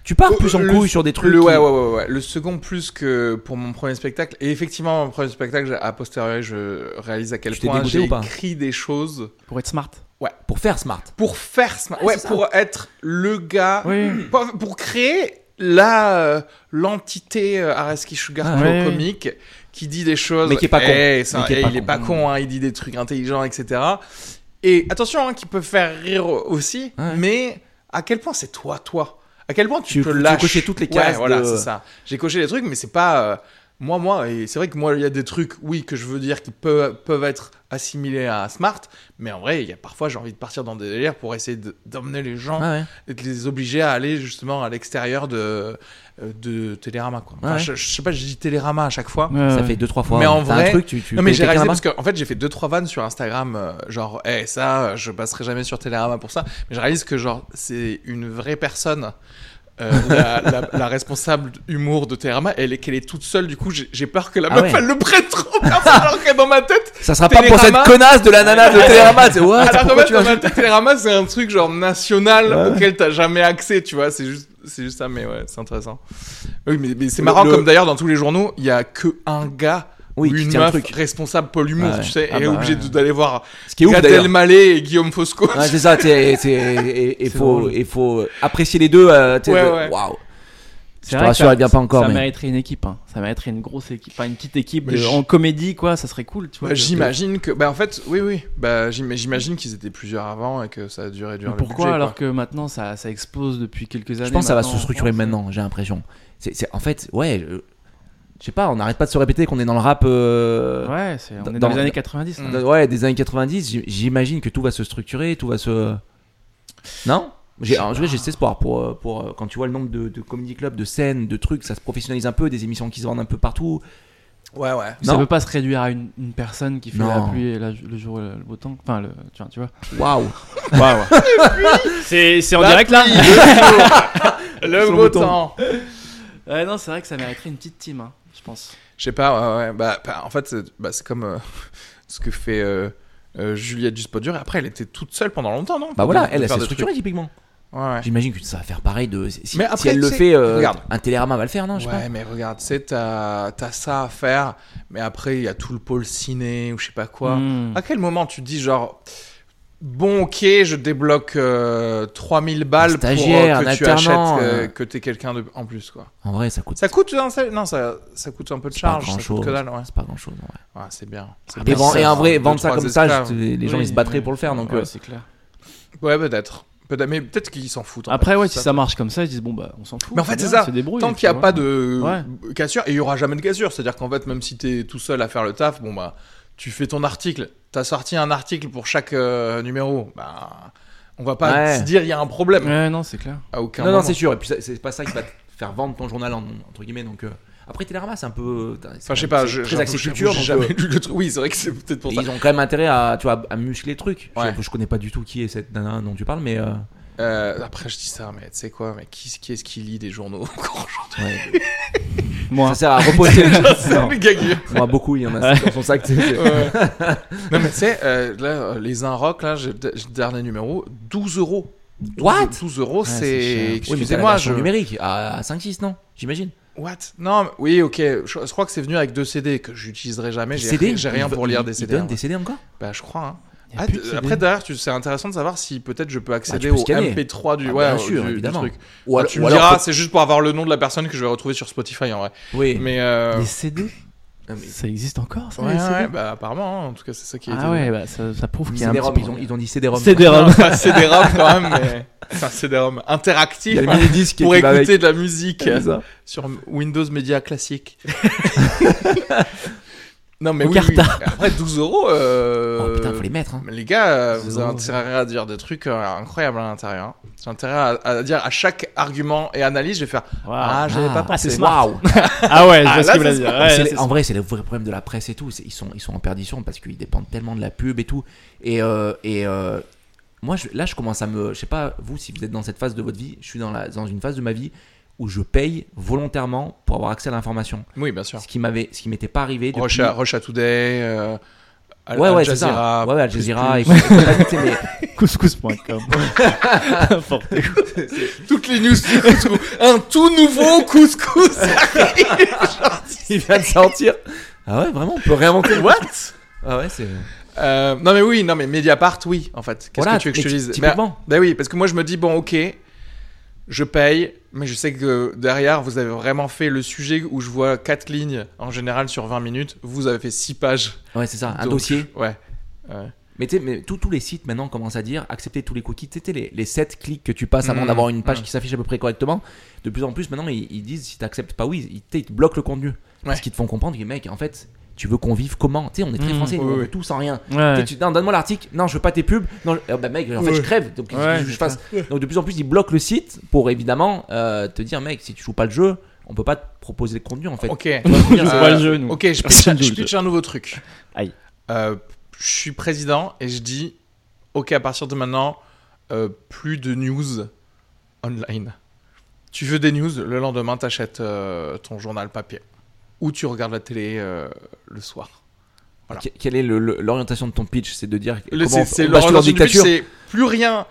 C: Tu pars plus en
B: Le-
C: couille sur des trucs.
B: Le,
C: qui-
B: ouais, ouais, ouais, ouais. Le second plus que pour mon premier spectacle. Et effectivement, mon premier spectacle, j'ai- a posteriori, je réalise à quel
C: Tu t'es
B: point
C: dégoûté
B: j'ai
C: ou pas
B: écrit des choses
D: Pour être smart.
C: Pour faire smart.
B: pour faire ce...
C: Ouais,
B: ouais,
C: c'est ça.
B: pour être le gars
D: Oui.
B: Pas- pour créer la euh, l'entité euh, Areski Sugar
D: Ah,
B: Show
D: ouais, ouais.
B: comique qui dit des choses
C: Mais qui est pas con.
B: Eh, c'est un-
C: Mais qui est
B: eh,
C: pas
B: il est
C: con.
B: pas con hein, il dit des trucs intelligents etc et attention hein, qui peut faire rire aussi
C: Ouais.
B: mais à quel point c'est toi toi à quel point tu,
C: Tu-
B: te
C: tu
B: lâches
C: cochais toutes les
B: Ouais,
C: cases
B: voilà
C: de-
B: c'est ça j'ai coché des trucs mais c'est pas euh, moi moi et c'est vrai que moi il y a des trucs oui que je veux dire qui peuvent peuvent être assimilés à smart mais en vrai il y a parfois j'ai envie de partir dans des délires pour essayer de- d'emmener les gens
C: Ah ouais.
B: et de les obliger à aller justement à l'extérieur de, euh, de Télérama. Quoi. Enfin,
C: Ouais.
B: je, je sais pas, je dis Télérama à chaque fois.
C: Ça fait deux trois fois.
B: Mais en
C: T'as
B: vrai-
C: un truc, tu, tu
B: Non mais
C: connais
B: j'ai
C: quelqu'un
B: réalisé
C: là-bas
B: parce qu'en en fait j'ai fait deux trois vannes sur Instagram euh, genre Eh, ça euh, je passerai jamais sur Télérama pour ça mais je réalise que genre c'est une vraie personne euh, la, la- la responsable humour de Télérama elle est qu'elle est toute seule du coup j'ai j'ai peur que la
C: Ah
B: meuf
C: ouais.
B: elle le prête trop bien alors que dans ma tête
C: Ça sera pas pour cette
B: Télérama-
C: connasse de la nana de Télérama. C'est ouais,
B: alors
C: Ah, pourquoi
B: que
C: tu
B: dans
C: vas-
B: ma tête Télérama c'est un truc genre national
C: Ouais.
B: auquel t'as jamais accès tu vois c'est juste c'est juste ça mais ouais c'est intéressant oui mais, mais c'est
C: Le-
B: marrant
C: le-
B: comme d'ailleurs dans tous les journaux il y a que un gars
C: Oui,
B: ou
C: qui
B: une
C: tient le
B: meuf
C: truc.
B: responsable Paul Humour,
C: Ah ouais.
B: tu sais,
D: Ah
B: et est
D: bah
B: obligé
D: ouais.
B: de- d'aller voir
C: Ce qui est ouf
B: Gad
C: d'ailleurs.
B: Elmaleh et Guillaume Fosco.
C: Ouais, c'est ça. t'es- t'es- et, et
D: C'est
C: faut,
D: drôle.
C: et faut apprécier les deux. euh, t'es-
B: Ouais,
C: de-
B: ouais.
C: Waouh.
D: C'est
C: Je te
D: vrai que
C: rassure,
D: ça-
C: elle vient pas encore.
D: Ça
C: mais-
D: mériterait une équipe, hein. ça mériterait une grosse équipe, enfin une petite équipe
B: Mais
D: de-
B: je-
D: en comédie, quoi, ça serait cool, tu vois.
B: Bah,
D: de-
B: j'imagine que, bah en fait, oui, oui, bah j'im- j'imagine qu'ils étaient plusieurs avant et que ça a duré,
D: Mais
B: duré.
D: pourquoi alors que maintenant ça, ça explose depuis quelques années
C: Je pense que ça va
D: maintenant,
C: se structurer
D: en France
C: maintenant. J'ai l'impression. C'est, c'est- en fait, ouais. euh, Je sais pas. On n'arrête pas de se répéter qu'on est dans le rap. euh,
D: Ouais, c'est, on
C: Dans-
D: est dans les
C: dans-
D: années 90. hein.
C: de- ouais, des années 90. j'im- J'imagine que tout va se structurer, tout va se. Non. J'ai, en tout cas, j'ai cet espoir pour, euh, pour euh, quand tu vois le nombre de, de comedy clubs, de scènes, de trucs, ça se professionnalise un peu, des émissions qui se vendent un peu partout.
B: Ouais, ouais.
D: Ça
C: Non.
D: peut pas se réduire à une, une personne qui fait
C: Non.
D: la pluie et la- le jour et le, le beau temps. Enfin, le, tu vois. Tu vois.
C: Waouh.
D: C'est, en
B: La
D: direct là
B: pluie, Bah, le jour,
C: Sur
B: le
C: le
B: beau
C: bouton.
B: temps.
D: Ouais, non, c'est vrai que ça mériterait une petite team, hein, je pense.
B: Je sais pas, ouais, ouais. Bah, bah, en fait, c'est bah, c'est comme euh, ce que fait euh, euh, Juliette du Spot Dur. Et Après, elle était toute seule pendant longtemps, non
C: Bah voilà, elle,
B: a
C: elle s'est structurée typiquement.
B: Ouais, ouais.
C: J'imagine que ça va faire pareil de. Si, si
B: Mais après,
C: elle
B: tu
C: le
B: sais,
C: fait, euh,
B: regarde.
C: un télérama va le faire, non Je sais
B: Ouais, mais regarde, tu sais, t'as t'as ça à faire, mais après, il y a tout le pôle ciné ou je sais pas quoi.
D: Hmm.
C: Mm. Ah,
B: À quel moment tu te dis, genre, bon, ok, je débloque euh, 3000 balles pour euh,
C: stagiaire,
B: que
C: un
B: tu achètes,
C: alternant,
B: euh,
C: euh.
B: que t'es quelqu'un de... en plus, quoi.
C: pas. En vrai, ça coûte
B: Ça coûte, un sal- non, ça, ça coûte un peu de
C: pas
B: charge, ça coûte
C: grand-chose.
B: que dalle, ouais.
C: hein, c'est pas grand chose. en vrai.
B: Ouais, c'est bien. c'est
C: Et,
B: Ah, bien.
C: vend- et en vrai,
B: Deux,
C: vendre ça
B: trois
C: comme ça,
B: esclaves.
C: je- les gens
D: Oui,
C: ils se battraient
D: oui.
C: pour le faire. Donc,
D: Ouais,
C: euh,
D: c'est clair.
B: Ouais, peut-être. Peut-être- mais peut-être qu'ils s'en foutent. en
D: Après,
B: fait,
D: ouais,
B: ça
D: si ça marche comme ça, ils disent bon bah on s'en fout.
B: Mais en fait, c'est ça.
D: se débrouille,
B: Tant
D: tu
B: qu'il n'y a
D: vois.
B: pas de
D: Ouais.
B: cassure, et il n'y aura jamais de cassure, c'est-à-dire qu'en fait, même si tu es tout seul à faire le taf, bon bah, tu fais ton article, tu as sorti un article pour chaque euh, numéro, bah, on va pas
C: Ouais.
B: se dire il y a un problème.
D: Ouais, non, c'est clair.
B: À aucun
C: Non, non,
B: moment.
C: c'est sûr. Et puis, ça- c'est pas ça qui va te faire vendre ton journal, en- entre guillemets. Donc, euh, après, Télérama, c'est un peu. c'est
B: Enfin, je sais
C: quand
B: pas,
C: même- c'est
B: je-
C: Très
B: j'avoue,
C: axé
B: j'avoue,
C: culture.
B: j'ai
C: donc,
B: jamais lu le truc. Oui, c'est vrai que c'est peut-être
C: euh,
B: pour ça.
C: Ils ont quand même intérêt à, tu vois, à muscler le truc. Je-
B: Ouais.
C: Je, connais pas du tout qui est cette nana dont tu parles, mais. euh,
B: Euh, après, je dis ça, mais tu sais quoi, mais qui, qui est-ce qui lit des journaux encore aujourd'hui
D: Moi,
C: Ça sert à reposer. Ah,
B: C'est le gars qui-
C: Moi, beaucoup, il y en a c'est dans son sac. tu sais.
B: Ouais. non, mais tu sais, euh, là, euh, les un rock, là, j'ai j'ai le dernier numéro, 12 euros. 12
C: What Ah,
B: 12 euros,
D: c'est cher.
B: c'est.
D: Oui,
C: Oui, mais t'as la
B: Excusez-moi,
C: version
B: je.
C: numérique à à 5-6, non J'imagine.
B: What Non, mais- oui, ok. Je, je crois que c'est venu avec deux CD que j'utiliserai jamais. J'ai ri- j'ai rien
C: Ils-
B: pour lire
C: ils-
B: des
C: ils
B: CD.
C: donnent
B: hein.
C: des CD encore
B: Bah, je crois. hein.
D: Y a
B: Ah,
D: plus de
B: d-
D: CD.
B: après, derrière, tu- c'est intéressant de savoir si peut-être je peux accéder
C: Bah, peux
B: au
C: scanner.
B: MP3 du.
C: Ah,
B: ouais,
C: bien
B: euh,
C: sûr,
B: du- du
C: évidemment.
B: truc.
C: Ou
B: Ah,
C: alors-
B: tu
C: ou
B: me
C: alors
B: diras,
C: faut-
B: c'est juste pour avoir le nom de la personne que je vais retrouver sur Spotify en vrai.
C: Oui.
B: Mais. euh,
D: les CD,
C: Ah, mais-
D: ça existe encore ça
B: ouais,
D: les CD
B: ouais, bah, apparemment, hein, en tout cas, c'est ça qui est.
D: Ah ouais, bah, ça, ça prouve qu'il y a un
C: CD-ROM,
D: petit
C: ils ont,
D: problème.
C: ils ont dit CD-ROM.
D: CD-ROM.
B: C'est un CD-ROM quand même, mais. C'est un CD-ROM interactif hein,
C: des disques
B: pour écouter de la musique euh,
C: ça.
B: sur Windows Media Classique. non, mais
D: Au
B: oui,
D: carta.
B: oui. Après, 12 euros. euh,
C: Oh putain, faut les mettre. Hein.
B: mais les gars, euh,
D: 12
B: vous avez
D: euros.
B: intérêt à dire des trucs euh, incroyables à l'intérieur. hein. J'ai intérêt à, à dire à chaque argument et analyse, je vais faire Ah, j'avais pas
D: Ah,
B: pensé.
D: c'est smart.
C: Waouh!
D: Ah ouais, je
B: Ah,
D: vois ce
B: là,
D: qu'il voulait
B: c'est
D: dire.
B: smart.
D: Ouais,
C: C'est
D: là,
C: les-
D: c'est
C: en vrai, c'est le vrai problème de la presse et tout. C'est- Ils sont, ils sont en perdition parce qu'ils dépendent tellement de la pub et tout. Et, euh, et euh, moi, je- là, je commence à me. Je sais pas, vous, si vous êtes dans cette phase de votre vie, je suis dans, la, dans une phase de ma vie où je paye volontairement pour avoir accès à l'information.
B: Oui, bien sûr.
C: Ce qui m'avait- ce qui m'était pas arrivé depuis.
B: Rush à, Rush à Today, euh, Al,
C: ouais,
B: Al
C: ouais, c'est
B: Jazeera.
C: ça. Ouais, ouais, Al Jazeera.
B: plus-
C: Et compagnie, tu sais, mais-
D: couscous.com. N'importe quoi.
B: Toutes les news du couscous. Un tout nouveau couscous.
C: il vient de sortir. Ah ouais, vraiment, on peut réinventer. le-
B: What
C: Ah ouais, c'est.
B: Euh, non mais oui, non mais Mediapart, oui, en fait. Qu'est-ce
C: Voilà,
B: que tu veux que je te
C: mais ty-
B: dise
C: typiquement.
B: Ben, ben oui, parce que moi je me dis, bon ok, je paye, mais je sais que derrière, vous avez vraiment fait le sujet où je vois 4 lignes en général sur 20 minutes, vous avez fait 6 pages.
C: Ouais, c'est ça, un
B: Donc,
C: dossier.
B: Ouais.
C: Mais tu sais, mais tous tous les sites maintenant commencent à dire accepter tous les cookies. Tu sais, les, les 7 clics que tu passes avant
B: Mmh,
C: d'avoir une page
B: mmh.
C: qui s'affiche à peu près correctement. De plus en plus, maintenant, ils, ils disent si t'acceptes pas, oui, ils, tu sais, ils te bloquent le contenu. Parce
B: Ouais.
C: qu'ils te font comprendre que, mec, en fait, tu veux qu'on vive comment Tu sais, on est très
D: Mmh,
C: français, nous,
B: oui,
C: on
B: oui.
C: veut tout sans rien. Tu
D: Ouais.
C: sais, tu- non, donne-moi l'article. Non, je veux pas tes pubs. Non, je- euh, bah, mec, en fait,
B: Ouais.
C: je crève. Donc, qu'est-ce que
D: Ouais,
C: tu veux que je
D: c'est
C: fasse Donc, de plus en plus, ils bloquent le site pour évidemment euh, te dire, mec, si tu joues pas le jeu, on peut pas te proposer de contenu en fait.
B: Ok.
D: On joue
B: Euh,
D: pas le jeu, nous.
B: Ok, je pitch,
D: Personne joue
B: je
D: le jeu.
B: pitch un nouveau truc.
D: Aïe.
B: Euh, je suis président et je dis, ok, à partir de maintenant, euh, plus de news online. Tu veux des news, le lendemain, t'achètes euh, ton journal papier. Ou tu regardes la télé euh, le soir. Voilà.
C: Que- Quelle est le- le- l'orientation de ton pitch C'est de dire
B: Le- C'est
C: comment
B: c'est
C: on bascule en
B: l'orientation du pitch,
C: dictature
B: c'est plus rien.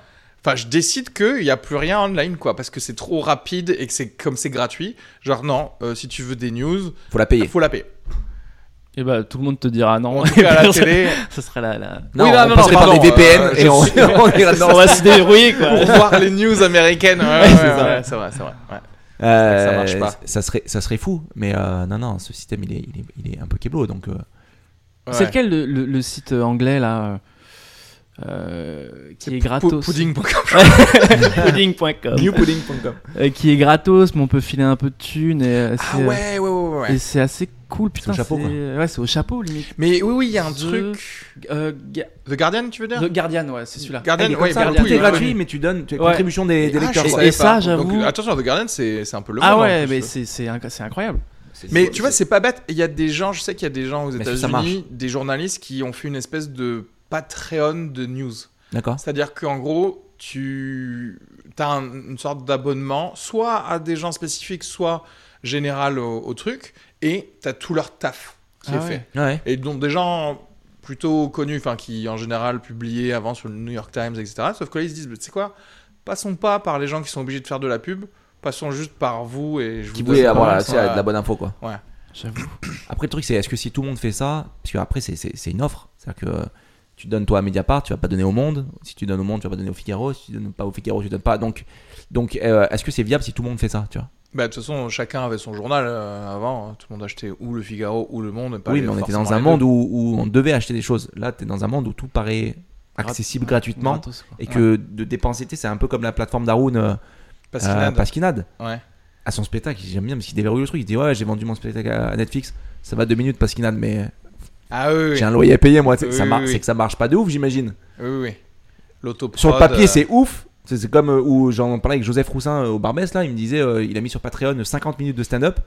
B: Enfin, je décide qu'il n'y a plus rien online, quoi, parce que c'est trop rapide et que c'est comme c'est gratuit. Genre, non, euh, si tu veux des news,
C: Faut la payer.
B: faut la payer.
D: Et bah, tout le monde te dira non.
B: En tout cas, à la télé,
D: Ça serait la. la...
C: Non,
B: Oui, bah, non, non,
C: on passerait
B: non,
C: par
B: pardon,
C: des VPN
B: euh, je
C: et on,
B: suis-
C: on irait dans-
D: On va se débrouiller, quoi.
B: pour voir les news américaines. Ouais, ouais,
D: c'est
B: ouais,
D: ça.
B: ouais, c'est vrai, c'est vrai. ouais.
C: Euh,
B: Ça marche pas.
C: Ça serait, ça serait fou, mais euh, non, non, ce système il est, il est, il est un peu keblo, donc. euh,
D: C'est
B: Ouais.
D: lequel le, le- le site euh, anglais là euh, qui est
B: Pou-
D: gratos
B: Pudding, pour-
D: Pudding.com.
C: Newpudding.com.
D: Euh, qui est gratos mais on peut filer un peu de thunes et euh,
B: Ah
D: c'est, euh,
B: ouais, ouais, ouais, ouais, ouais.
D: et c'est assez cool putain
C: au chapeau, quoi.
D: ouais c'est au chapeau limite
B: Mais oui, oui, il y a un
D: The-
B: truc.
D: euh, Ga-
B: The Guardian, tu veux dire
D: The Guardian ouais c'est celui-là
B: Guardian,
C: Ah, il est comme
B: Eh, ouais,
C: ça,
B: Guardian,
C: tout est
B: oui,
C: gratuit,
B: oui.
C: mais tu donnes tu as une
D: Ouais.
C: contribution des, des
B: Ah,
C: lecteurs.
B: je
C: quoi.
B: savais
D: Et ça,
B: pas.
D: j'avoue-
B: Donc, Attention, The Guardian, c'est c'est un peu hein, le.
D: ah
B: moment,
D: ouais
B: parce
D: mais
B: que-
D: c'est, c'est, inc- c'est incroyable
B: euh. Mais tu vois, c'est pas bête. Il y a des gens, je sais qu'il y a des gens aux
C: Mais ça, ça marche.
B: États-Unis, des journalistes qui ont fait une espèce de Patreon de news.
C: D'accord.
B: C'est-à-dire qu'en gros, tu as une sorte d'abonnement, soit à des gens spécifiques, soit général au, au truc, et tu as tout leur taf qui
D: Ah
B: est
D: ouais.
B: fait.
C: Ouais.
B: Et donc des gens plutôt connus, enfin qui en général publiaient avant sur le New York Times, etc. Sauf que là, ils se disent, Mais tu sais quoi, passons pas par les gens qui sont obligés de faire de la pub, passons juste par vous et je vous
C: Qui
B: donne
C: voulait
B: la
C: avoir la-
B: relation
C: tu sais,
B: à-
C: de la bonne info, quoi.
D: j'avoue
C: Après, le truc, c'est est-ce que si tout le monde fait ça, parce que après, c'est- c'est c'est une offre. C'est-à-dire que euh, tu donnes toi à Mediapart, tu vas pas donner au monde. Si tu donnes au monde, tu vas pas donner au Figaro. Si tu donnes pas au Figaro, tu donnes pas. Donc, donc euh, est-ce que c'est viable si tout le monde fait ça, tu vois
B: Bah, de toute façon, chacun avait son journal euh, avant. hein. Tout le monde achetait ou le Figaro ou le Monde. Pas
C: Oui,
B: les-
C: mais on était
B: forcément
C: dans un
B: les
C: monde
B: deux.
C: où, où on devait acheter des choses. Là, t'es dans un monde où tout paraît accessible
D: Ouais,
C: gratuitement
D: gratos, quoi.
C: et que de dépenser, tu sais, c'est un peu comme la plateforme d'Arun euh,
B: Parce
C: euh,
B: qu'il
C: Pasquinade
B: Ouais.
C: à son spectacle. J'aime bien parce qu'il déverrouille le truc. Il dit ouais, j'ai vendu mon spectacle à Netflix. Ça va deux minutes Pasquinade, mais
B: Ah oui, oui.
C: j'ai un loyer à payer moi. tu sais,
B: Oui,
C: ça
B: oui,
C: mar-
B: oui.
C: C'est que ça marche pas de ouf, j'imagine.
B: oui, oui, oui. L'autoprod,
C: Sur le papier,
B: euh,
C: c'est ouf. C'est c'est comme euh, où j'en parlais avec Joseph Roussin euh, au Barbès là. Il me disait, euh, il a mis sur Patreon 50 minutes de stand-up.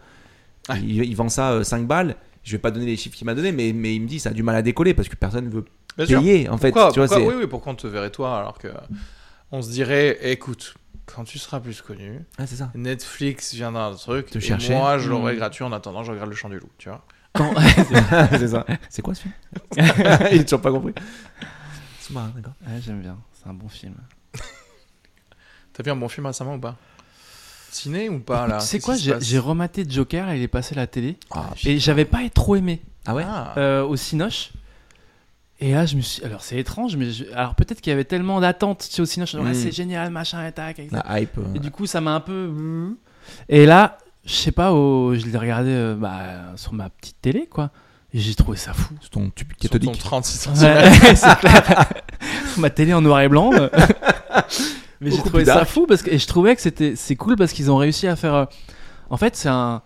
B: Ouais.
C: Il, il vend ça euh, 5 balles. Je vais pas donner les chiffres qu'il m'a donné, mais, mais il me dit ça a du mal à décoller parce que personne veut
B: bien sûr.
C: payer en fait.
B: Pourquoi,
C: tu vois,
B: pourquoi-
C: c'est-
B: oui, oui, pourquoi on te verrait toi alors que on se dirait, écoute, quand tu seras plus connu,
C: Ah, c'est ça.
B: Netflix viendra un truc,
C: Te
B: et
C: chercher. Hmm.
B: moi je l'aurai
D: Mm.
B: gratuit en attendant, je regarde le chant du loup, tu vois.
D: Quand-
C: c'est ça. C'est quoi ce film Il a toujours pas compris. Sous-marin, d'accord.
D: Ouais, j'aime bien. C'est un bon film.
B: T'as vu un bon film récemment ou pas Ciné ou pas là
D: tu sais
B: Qu'est-ce
D: quoi
B: qui se
D: J'ai
B: passe
D: j'ai rematé Joker, il est passé à la télé.
C: Ah,
D: Et j'avais pas trop aimé
C: ah ouais
B: Ah.
D: euh, au Cinoche. Et là, je me suis. Alors, c'est étrange, mais. je- Alors, peut-être qu'il y avait tellement d'attentes tu sais, au Cinoche. genre,
C: Mm.
D: Ouais, c'est génial, machin, et tac, etc.
C: La hype. euh,
D: Et du coup, ça m'a un peu. Et là, je sais pas, au- je l'ai regardé euh, bah, sur ma petite télé, quoi. Et j'ai trouvé ça fou.
C: C'est ton tube
B: Sur ton
C: cathodique.
B: 36 cm.
D: Ouais, c'est clair. ma télé en noir et blanc. euh. Mais j'ai
C: Beaucoup
D: trouvé
C: plus
D: ça
C: dark.
D: fou parce que et je trouvais que c'était c'est cool parce qu'ils ont réussi à faire. euh, En fait, c'est un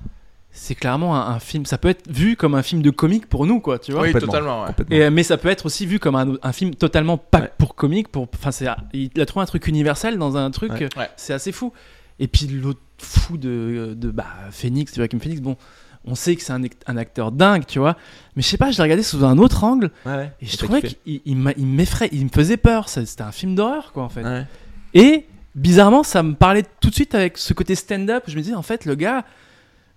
D: c'est clairement un, un film. Ça peut être vu comme un film de comique pour nous, quoi. Tu vois.
B: Oui,
C: Complètement.
B: totalement, ouais.
C: Complètement.
D: Et, euh, mais ça peut être aussi vu comme un, un film totalement pas
C: Ouais.
D: pour comique. Pour, enfin, c'est, il a trouvé un truc universel dans un truc,
C: Ouais.
D: euh,
B: Ouais.
D: c'est assez fou. Et puis l'autre fou de, de bah, Phoenix, Joachim Phoenix, bon, on sait que c'est un, act- un acteur dingue, tu vois. Mais je sais pas, je l'ai regardé sous un autre angle
C: Ouais, ouais.
D: et je
C: T'as
D: trouvais
C: kiffé.
D: qu'il il m'a- il m'effraie, il me faisait peur. ça- C'était un film d'horreur, quoi, en fait.
C: Ouais.
D: Et bizarrement, ça me parlait tout de suite avec ce côté stand-up. Je me disais, en fait, le gars,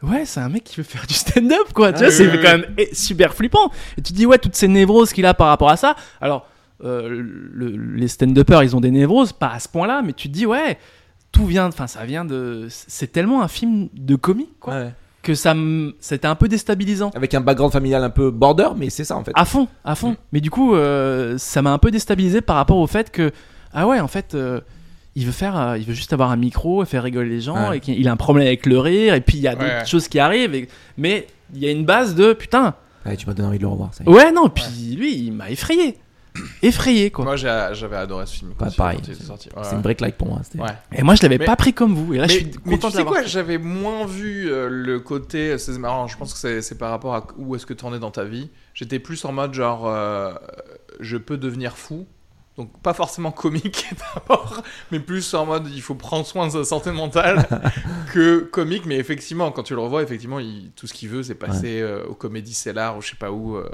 D: ouais, c'est un mec qui veut faire du stand-up, quoi. Tu
C: Ah
D: vois,
B: oui,
D: c'est
B: oui,
D: quand même eh, super flippant. Et tu te dis, ouais, toutes ces névroses qu'il a par rapport à ça. Alors, euh, le- les stand-uppers, ils ont des névroses, pas à ce point-là, mais tu te dis, ouais, tout vient, enfin, ça vient de. C'est tellement un film de comique, quoi,
C: Ouais.
D: que ça me- c'était un peu déstabilisant.
C: Avec un background familial un peu border, mais c'est ça en fait.
D: À fond, à fond.
C: Mm.
D: Mais du coup, euh, ça m'a un peu déstabilisé par rapport au fait que, ah ouais, en fait, euh, il veut faire, euh, il veut juste avoir un micro et faire rigoler les gens
C: Ouais.
D: et qu'il il a un problème avec le rire et puis il y a d'autres
B: Ouais.
D: choses qui arrivent. et- mais il y a une base de putain.
C: Ouais, tu m'as donné envie de le revoir. Ça y est.
D: Ouais, non. Puis lui, il m'a effrayé, effrayé quoi.
B: Moi j'ai- j'avais adoré ce film.
C: Pas
B: aussi,
C: pareil.
B: quand il est sorti. Ouais,
C: C'est une break like pour moi. c'était-
B: Ouais.
D: Et moi, je l'avais
B: Mais-
D: pas pris comme vous. Et là, Ah, je suis
B: mais
D: content
B: tu
D: de
B: sais
D: l'avoir.
B: quoi, j'avais moins vu euh, le côté. C'est marrant, je pense que c'est- c'est par rapport à où est-ce que t'en es dans ta vie. J'étais plus en mode genre, euh, je peux devenir fou. Donc pas forcément comique d'abord, mais plus en mode il faut prendre soin de sa santé mentale que comique. Mais effectivement, quand tu le revois, effectivement, il- tout ce qu'il veut, c'est passer euh, aux comédies cellar ou je sais pas où. euh.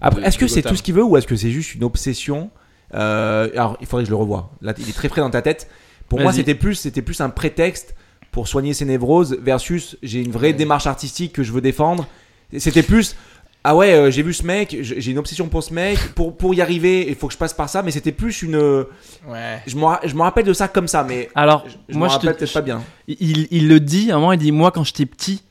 C: Après,
B: De-
C: est-ce que
B: de
C: c'est
B: Gotham.
C: tout ce qu'il veut ou est-ce que c'est juste une obsession Euh, Alors, il faudrait que je le revoie. Là, il est très frais dans ta tête. Pour moi,
D: Vas-y.
C: c'était plus, c'était plus un prétexte pour soigner ses névroses versus j'ai une vraie démarche artistique que je veux défendre. C'était plus. Ah ouais, euh, j'ai vu ce mec, j- j'ai une obsession pour ce mec, pour, pour y arriver, il faut que je passe par ça, mais c'était plus une...
B: Ouais.
C: Je me ra- je me rappelle de ça comme ça, mais
D: Alors,
C: je, je
D: moi,
C: me
D: je te-
C: rappelle peut-être
D: je-
C: pas bien.
D: il, il le dit, à un moment, il dit Moi, quand j'étais petit,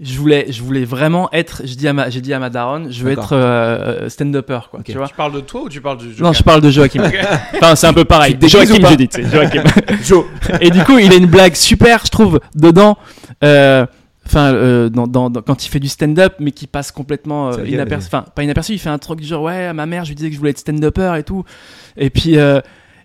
D: je voulais, je voulais vraiment être. je dis à ma- J'ai dit à ma daronne Je veux
C: D'accord.
D: être euh, stand-upper, quoi.
C: Ok.
D: Tu vois
B: Tu parles de toi ou tu parles du.
D: Non, je parle de Joachim. enfin, c'est un peu pareil.
C: Tu te déguises
D: Joachim,
C: ou pas
D: je dis, tu sais, Joachim.
C: Joe,
D: Et du coup, il a une blague super, je trouve, dedans. euh, Enfin, euh, dans, dans- dans- quand il fait du stand-up, mais qui passe complètement
C: Ça
D: euh,
C: vient,
D: inaperçu. Enfin, pas inaperçu, il fait un truc du genre, ouais, à ma mère, je lui disais que je voulais être stand-upper et tout. Et puis, euh,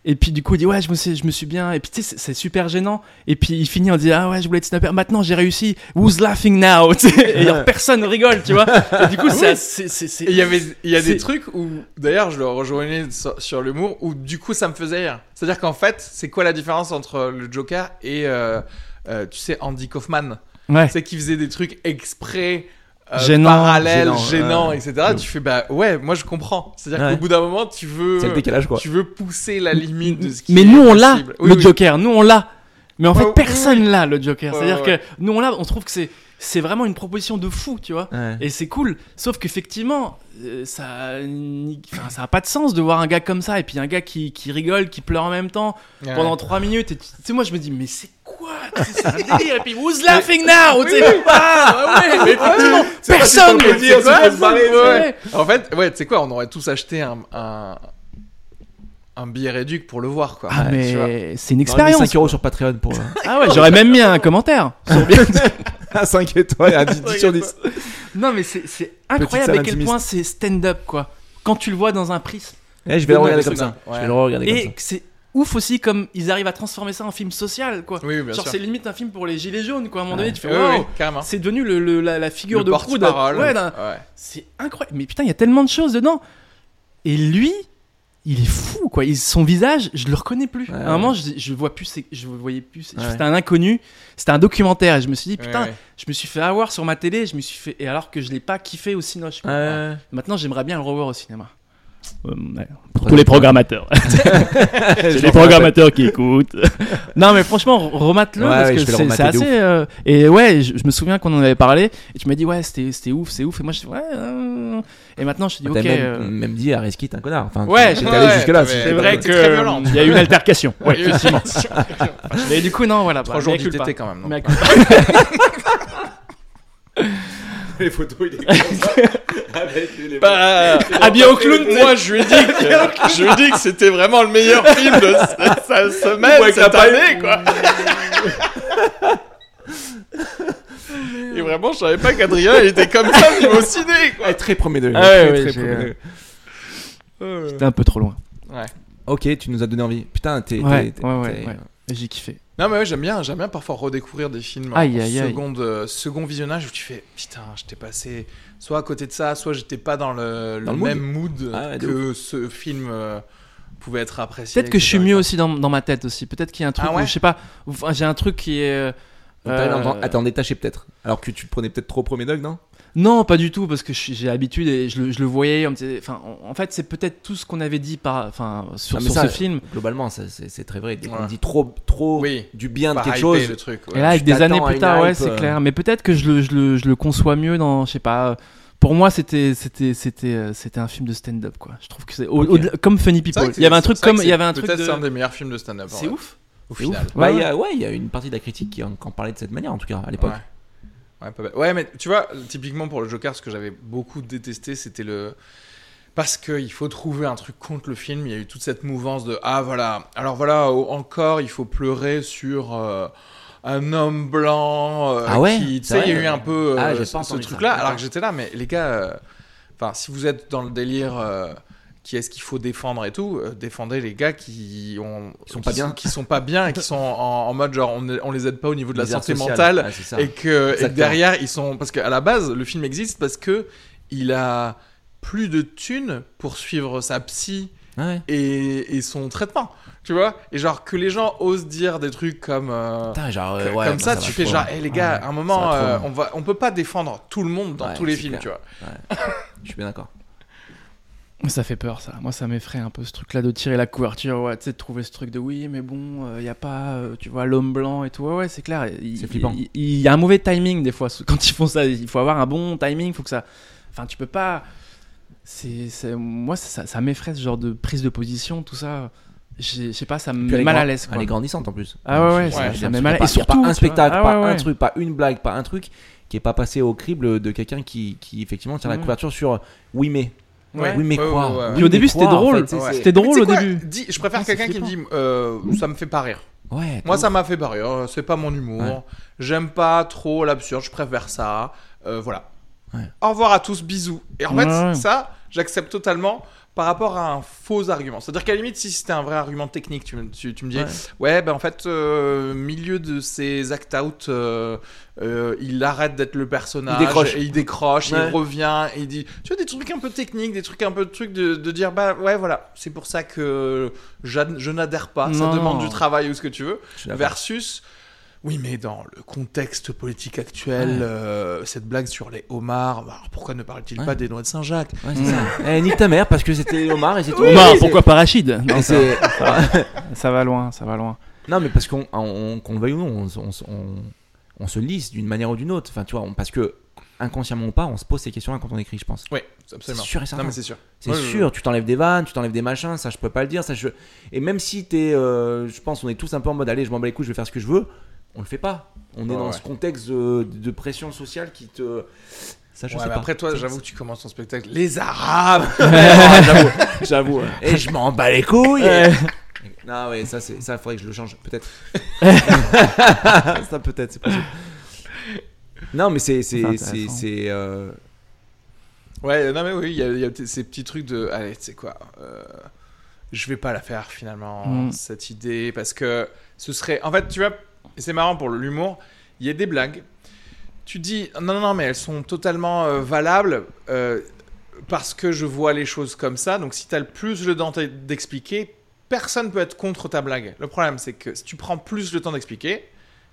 D: et puis du coup, il dit, ouais, je me suis, je me suis bien. Et puis, tu sais, c'est- c'est super gênant. Et puis, il finit en disant, ah ouais, je voulais être stand-upper. Maintenant, j'ai réussi. Who's laughing now? Tu sais, et alors, personne rigole, tu vois. Et du coup, c'est. c'est- c'est- c'est-
B: Et Il y avait, il y a des
D: C'est-
B: trucs où, d'ailleurs, je le rejoignais sur, sur l'humour, où du coup, ça me faisait rire. C'est-à-dire qu'en fait, c'est quoi la différence entre le Joker et, euh, euh, tu sais, Andy Kaufman
D: Ouais.
B: C'est qu'il faisait des trucs exprès, euh,
D: Gênant,
B: parallèles,
C: gênant,
B: gênants,
C: ouais.
B: etc. Tu fais, bah ouais, moi je comprends. C'est-à-dire
C: Ouais.
B: qu'au bout d'un moment, tu veux,
C: c'est le décalage quoi.
B: tu veux pousser la limite de ce qui
D: Mais
B: est
D: nous, on l'a,
B: possible. Oui,
D: le
B: oui.
D: Joker. Nous, on l'a. Mais en
B: Ouais,
D: fait,
B: ouais,
D: personne l'a, le Joker.
B: Ouais,
D: C'est-à-dire
B: ouais.
D: que nous, on l'a, on trouve que c'est, c'est vraiment une proposition de fou, tu vois.
C: Ouais.
D: Et c'est cool. Sauf qu'effectivement, euh, ça, ni- enfin, ça a pas de sens de voir un gars comme ça. Et puis un gars qui, qui rigole, qui pleure en même temps
B: Ouais.
D: pendant 3 minutes. Et tu tu sais, moi, je me dis, mais c'est quoi Tu sais, C'est un délire. Et puis, who's laughing now Tu sais,
B: Ah ouais, mais effectivement, c'est pas si
D: personne
B: faut le
D: ne
B: dire, c'est
D: sait pas,
B: pas se
D: c'est
B: barrer,
D: vrai.
B: ouais. En fait, ouais, tu sais quoi, on aurait tous acheté un, un, un billet réduc pour le voir, quoi.
D: Ah,
B: Ouais, tu vois.
D: mais c'est
C: On aurait mis
D: une expérience.
C: 5 euros sur Patreon pour euh,
D: Ah ouais, j'aurais même mis un commentaire. sur bien-
C: à 5 étoiles, à 10, 10 sur 10.
D: Non, mais c'est c'est incroyable
C: salle
D: à quel
C: intimiste.
D: point c'est stand-up, quoi. Quand tu le vois dans un prisme.
C: Eh, je vais la regarder
B: Donna
C: comme
B: Donna.
C: ça.
B: Ouais.
C: Je vais le regarder comme
D: Et
C: ça.
D: que c'est ouf aussi comme ils arrivent à transformer ça en film social, quoi.
B: Oui, oui, bien
D: Genre,
B: sûr.
D: c'est limite un film pour les gilets jaunes, quoi. À un moment donné, tu fais
B: Oui,
D: waouh,
B: oui, carrément.
D: c'est devenu le, le- la, la figure
B: Le
D: de proue d'un-
B: porte-parole.
D: ouais, d'un-
B: Ouais.
D: C'est incroyable. Mais putain, il y a tellement de choses dedans. Et lui, il est fou, quoi. Il- son visage, je le reconnais plus.
C: Ouais,
D: à
C: ouais.
D: un moment, je, je vois plus, ses- je voyais plus. ses-
C: Ouais.
D: C'était un inconnu. C'était un documentaire. Et je me suis dit, putain,
B: Ouais, ouais.
D: je me suis fait avoir sur ma télé. Je me suis fait, et alors que je l'ai pas kiffé au cinoche. quoi.
C: Ouais.
D: Maintenant, j'aimerais bien le revoir au cinéma.
C: Pour les
D: programmateurs.
C: Je
D: C'est
C: vais
D: les
C: le regarder.
D: programmateurs qui écoutent. non, mais franchement, remate-le
C: Ouais,
D: parce
C: ouais,
D: que
C: je vais le
D: c'est c'est
C: remater de
D: assez. euh, et ouais, je, je me souviens qu'on en avait parlé et tu m'as dit, ouais, c'était c'était ouf, c'est ouf. Et moi, je dis, ouais. euh, Et maintenant, je dis,
C: Ah, T'as
D: ok.
C: même,
D: euh,
C: même dit Areski, t'es un connard. Enfin,
D: Ouais,
C: j'étais allé
B: ouais,
C: jusque là.
B: mais-
D: C'est vrai
B: C'est très violent.
D: qu'il y a eu une altercation. Ouais,
B: Oui,
D: effectivement.
B: oui.
D: Mais du coup, non, voilà.
B: Trois
D: bah,
B: jours
D: mea culpa.
B: d'ITT quand même. non
D: Mea culpa.
C: les photos, il est
D: euh,
B: Bah, habillé au clown, moi je lui ai dit que, je lui ai dit que c'était vraiment le meilleur film de sa, sa semaine,
C: Ouais, que
B: cette
C: t'as pas
B: année, quoi. Et vraiment, je savais pas qu'Adrien il était comme ça au niveau ciné, quoi.
C: Très premier degré.
D: Ah ouais,
C: Très,
D: ouais,
C: très
D: j'ai- euh,
C: premier degré.
D: C'était un peu trop loin.
C: Ok, tu nous as donné envie. Putain, t'es.
D: Ouais,
C: t'es-
D: ouais, ouais.
C: t'es-
D: ouais. Et J'ai kiffé.
B: Non, mais ouais, j'aime bien, j'aime bien parfois redécouvrir des films
D: Aïe,
B: en
D: aïe, aïe.
B: seconde, euh, second visionnage où tu fais putain, j'étais passé soit à côté de ça, soit j'étais pas dans le, le
C: Dans le mood.
B: même mood
C: Ah ouais, de
B: que ce film euh, pouvait être apprécié.
D: Peut-être que je suis
B: etc.,
D: mieux
B: quoi.
D: aussi dans, dans ma tête aussi. Peut-être qu'il y a un truc
B: Ah ouais
D: où je sais pas. où- enfin, j'ai un truc qui est. euh,
C: Donc, t'arrives à t'en-
D: euh,
C: à t'en détacher peut-être. Alors que tu le prenais peut-être trop premier dog, non
D: Non, pas du tout, parce que je suis- j'ai l'habitude et je le, je le voyais. on me disait- Enfin, en en fait, c'est peut-être tout ce qu'on avait dit par, enfin, sur,
C: Ah, mais
D: sur
C: ça,
D: ce film.
C: Globalement, ça, c'est c'est très vrai. Dès qu'on
B: Ouais.
C: dit trop, trop
B: Oui.
C: du bien de
B: Pas
C: quelque
B: hypé,
C: chose,
B: le truc.
D: et
B: ouais.
D: là, avec des
C: t'attends
D: années
C: à
D: plus
C: une
D: tard, ouais,
C: hype,
D: c'est
C: euh.
D: clair. Mais peut-être que je le, je, le, je le conçois mieux dans, je sais pas. euh, Pour moi, c'était c'était c'était euh, c'était un film de stand-up quoi. Je trouve que c'est au-
C: Ok.
D: au-delà- comme Funny
B: C'est vrai
D: People.
B: que
D: Il y avait un
B: c'est-
D: truc
B: c'est vrai
D: comme
B: que
D: il y
B: c'est
D: avait un truc
B: Peut-être c'est un
D: de.
B: des meilleurs films de stand-up. en
D: C'est
B: vrai,
D: ouf.
B: Au
D: C'est
B: final.
D: ouf.
C: Bah,
D: Ouais,
C: il y
D: ouais.
C: a- ouais, il y a une partie de la critique qui en, qui en parlait de cette manière, en tout cas, à
B: Ouais.
C: l'époque.
B: Ouais, pas bête. Ouais, mais tu vois, typiquement pour le Joker, ce que j'avais beaucoup détesté, c'était le. Parce qu'il faut trouver un truc contre le film. Il y a eu toute cette mouvance de Ah voilà, alors voilà, au- encore il faut pleurer sur euh, un homme blanc. euh,
C: Ah ouais
B: qui- Tu
C: C'est
B: sais, il y a
C: vrai,
B: eu un
C: ouais.
B: peu euh,
C: Ah, j'ai pas
B: ce- ce
C: entendu ça.
B: truc-là. Alors
C: D'accord.
B: que j'étais là, mais les gars, euh, enfin, si vous êtes dans le délire. euh, qui est-ce qu'il faut défendre et tout euh, défendez les gars qui ont
C: Qui sont pas bien.
B: qui sont pas bien et qui sont en, en mode genre on, ne- on les aide pas au niveau de la
C: Misère
B: santé
C: sociale.
B: mentale
C: Ah, c'est ça.
B: et que et que
C: Exactement.
B: derrière ils sont parce qu'à la base le film existe parce que il a plus de thunes pour suivre sa psy
C: Ouais.
B: et, et son traitement tu vois et genre que les gens osent dire des trucs comme euh,
C: Putain, genre,
B: que-
C: euh, ouais,
B: comme
C: non,
B: ça,
C: va
B: tu fais
C: trop
B: genre
C: loin.
B: eh les gars
C: Ouais,
B: à un moment
C: ça va trop
B: euh,
C: loin.
B: on va on peut pas défendre tout le monde dans
C: Ouais,
B: tous les
C: c'est
B: films
C: clair.
B: tu vois
D: Ça fait peur, ça. Moi, ça m'effraie un peu ce truc-là de tirer la couverture, ouais, tu sais, de trouver ce truc de oui, mais bon, il y a pas, euh, tu vois, l'homme blanc et tout. Ouais, ouais, c'est clair. Il-
C: C'est flippant.
D: Il il y a un mauvais timing des fois. Quand ils font ça, il faut avoir un bon timing, faut que ça. Enfin, tu peux pas. C'est, c'est- moi, ça, ça m'effraie ce genre de prise de position, tout ça. J'ai- Je sais pas, ça me
C: Puis elle
D: met
C: est
D: mal
C: grand-
D: à l'aise.
C: Elle
D: Quoi.
C: est grandissante en plus.
D: Ah ouais, ouais,
C: Je-
B: ça-
C: je-
B: ça
C: je-
D: met
C: je- pas-
D: mal- et
C: il y a
D: surtout,
C: pas
D: tu
C: un spectacle,
D: vois, ah
C: pas
D: ouais,
C: un
D: ouais.
C: truc, pas une blague, pas un truc qui est pas passé au crible de quelqu'un qui, qui effectivement tire la
D: Mm.
C: couverture sur oui mais
B: Ouais.
C: oui mais
B: Ouais,
C: quoi
B: ouais, ouais, ouais.
C: Oui,
D: Puis au
C: mais
D: début, c'était
C: quoi, en
D: drôle.
C: fait, c'est-
B: Ouais.
D: C'était
B: Mais tu
D: drôle
B: sais
D: au
B: quoi,
D: début.
B: dis- je préfère
D: Ah, c'est
B: quelqu'un qui me dit euh, ça me fait pas rire
C: c'est- ouais
B: Moi,
C: t'as-
B: ça m'a fait pas rire. C'est pas mon humour.
C: Ouais.
B: J'aime pas trop l'absurde. Je préfère ça. Euh, voilà.
C: Ouais.
B: Au revoir à tous. Bisous. Et en
D: Ouais,
B: fait,
D: ouais.
B: ça, j'accepte totalement par rapport à un faux argument. C'est-à-dire qu'à la limite, si c'était un vrai argument technique, tu, me- tu, tu me dis, ouais,
C: Ouais.
B: ben en fait, euh, milieu de ces act-out, euh, euh, il arrête d'être le personnage,
C: Il décroche.
B: et il décroche,
C: Ouais.
B: il revient, et il dit, tu vois, des trucs un peu techniques, des trucs un peu de trucs de, de dire, bah ouais, voilà, c'est pour ça que j'ad- je n'adhère pas, ça
D: Non.
B: demande du travail ou ce que tu veux.
C: je suis d'accord.
B: Versus, oui, mais dans le contexte politique actuel,
C: Ouais.
B: euh, cette blague sur les homards, bah, alors pourquoi ne parle-t-il
C: Ouais.
B: pas des noix de Saint-Jacques
C: Ouais, c'est ça. Eh, nique ta mère parce que c'était Omar et c'est tout.
D: Omar,
C: C'est-
D: pourquoi pas Rachid Non,
C: et
D: ça,
C: c'est-
D: ça va loin, ça va loin.
C: Non, mais parce qu'on on, qu'on le veuille ou non, on, on- on- on se lisse d'une manière ou d'une autre. Enfin, tu vois, on- parce que inconsciemment ou pas, on se pose ces questions-là quand on écrit, je pense.
B: Oui,
C: C'est
B: absolument.
C: sûr et certain.
B: Non, mais c'est sûr.
C: C'est
B: Ouais, je-
C: sûr, tu t'enlèves des vannes, tu t'enlèves des machins, ça je peux pas le dire. Ça, je... Et même si t'es, euh, je pense, on est tous un peu en mode allez, je m'en bats les couilles, je vais faire ce que je veux, on le fait pas. On est
B: Ouais,
C: dans
B: ouais.
C: ce contexte de, de pression sociale qui te. Ça, je
B: Ouais,
C: sais
B: mais
C: pas.
B: après, toi, j'avoue que
C: que.
B: tu commences ton spectacle. Les Arabes
C: Ah, j'avoue, j'avoue. hein. Et je m'en bats les couilles.
D: Ouais.
C: Non, ouais, ça, c'est... ça, faudrait que je le change, peut-être. ça, peut-être, c'est possible. Non, mais c'est.
D: C'est
C: c'est, c'est,
D: intéressant.
C: c'est, euh,
B: Ouais, non, mais oui, il y a, il y a t- ces petits trucs de. Allez, tu sais quoi euh, je vais pas la faire finalement
D: Mm.
B: cette idée parce que ce serait en fait tu vois c'est marrant pour l'humour il y a des blagues tu dis non non non mais elles sont totalement euh, valables euh, parce que je vois les choses comme ça donc si tu as le plus le temps d'expliquer personne peut être contre ta blague le problème c'est que si tu prends plus le temps d'expliquer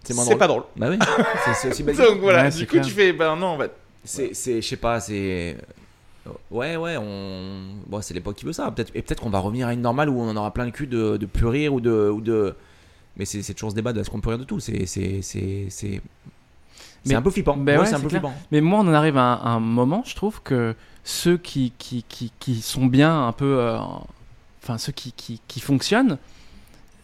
C: C'est moins
B: c'est
C: drôle.
B: pas drôle
C: Bah oui. C'est- C'est aussi basique.
B: donc voilà
D: Ouais,
B: du
D: c'est
B: coup
D: clair.
B: tu fais ben non en fait
C: C'est, c'est- je sais pas, c'est. Ouais, ouais, on. Bon, c'est l'époque qui veut ça. Peut-être, et peut-être qu'on va revenir à une normale où on en aura plein le cul de, de plus rire ou de. Ou de... Mais c'est, c'est toujours ce débat de est-ce qu'on peut rire de tout. C'est. C'est, c'est, c'est... c'est
D: Mais-
C: un peu flippant.
D: ben
C: Ouais,
D: ouais,
C: c'est un
D: c'est
C: peu
D: clair.
C: flippant.
D: Mais moi, on en arrive à un, à un moment, je trouve que ceux qui, qui, qui, qui sont bien, un peu. euh, en- Enfin, ceux qui, qui, qui fonctionnent,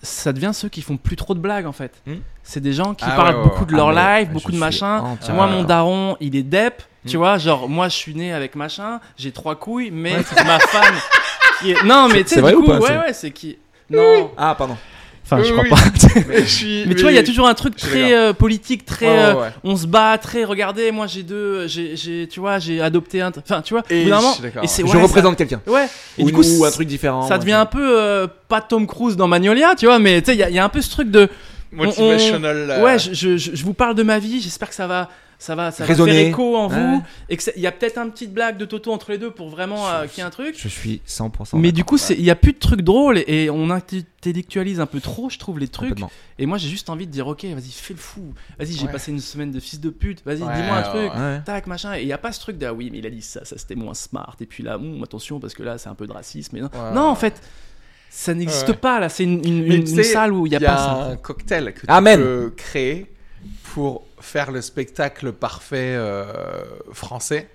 D: ça devient ceux qui font plus trop de blagues, en fait.
C: Hmm.
D: C'est des gens qui
B: Ah
D: parlent
B: ouais, ouais,
D: beaucoup de
C: ouais.
D: leur
C: Ah, mais
D: life,
C: je
D: beaucoup de
C: suis
D: machin.
C: entièrement
B: Ah.
D: Moi, mon
C: d'accord.
D: daron, il est dep, tu
C: Hmm.
D: vois. Genre, moi, je suis né avec machin, j'ai trois couilles, mais ma femme. qui est- Non, mais tu sais,
C: C'est
D: du
C: vrai ou
D: coup,
C: pas,
D: ouais,
C: ça
D: ouais, c'est qui. Non.
C: Ah, pardon.
D: Enfin, je
B: Oui,
D: crois
B: oui.
D: pas.
B: mais, je suis-
D: Mais tu vois, il y a
B: mais-
D: toujours un truc
B: Je suis
D: très
B: d'accord.
D: euh, politique, très.
B: Ouais, ouais,
D: euh,
B: ouais.
D: on se bat très regardez moi j'ai deux j'ai j'ai- tu vois j'ai adopté un enfin tu vois
B: Et
D: au bout d'un
B: je
D: moment,
B: suis d'accord.
D: et c'est
C: Je
D: ouais, ça-
C: représente quelqu'un.
D: ouais et
C: ou,
D: du coup
C: ou un
D: c-
C: truc différent.
D: ça
C: ouais.
D: devient un peu euh, pas Tom Cruise dans Magnolia tu vois mais tu sais il y, a- il y a un peu ce truc de
B: Motivational.
C: Bah,
B: euh,
D: ouais je, je, je- je vous parle de ma vie j'espère que ça va ça va ça va
C: Raisonner.
D: faire écho en vous
C: Ouais.
D: et que ça- il y a peut-être un petite blague de Toto entre les deux pour vraiment euh, qu'il y ait un truc
C: Je suis 100%.
D: mais
C: d'accord.
D: du coup c'est- il y a plus de trucs drôles et, et on intellectualise un peu trop je trouve les trucs
C: Complètement.
D: et moi j'ai juste envie de dire ok vas-y fais le fou vas-y j'ai
B: Ouais.
D: passé une semaine de fils de pute vas-y
B: Ouais,
D: dis-moi un
B: ouais,
D: truc
B: ouais.
C: Ouais.
D: tac machin et il y a pas ce truc de ah oui mais il a dit ça ça c'était moins smart et puis là hum, attention parce que là c'est un peu de racisme et non.
B: Ouais.
D: non en fait ça n'existe
B: Ouais.
D: pas là c'est une, une-
B: Mais
D: une-
B: tu
D: une
B: sais,
D: salle où il y a,
B: Il y
D: pas
B: a
D: ça
B: un cocktail que
C: Amen.
B: tu peux créer pour faire le spectacle parfait euh, français.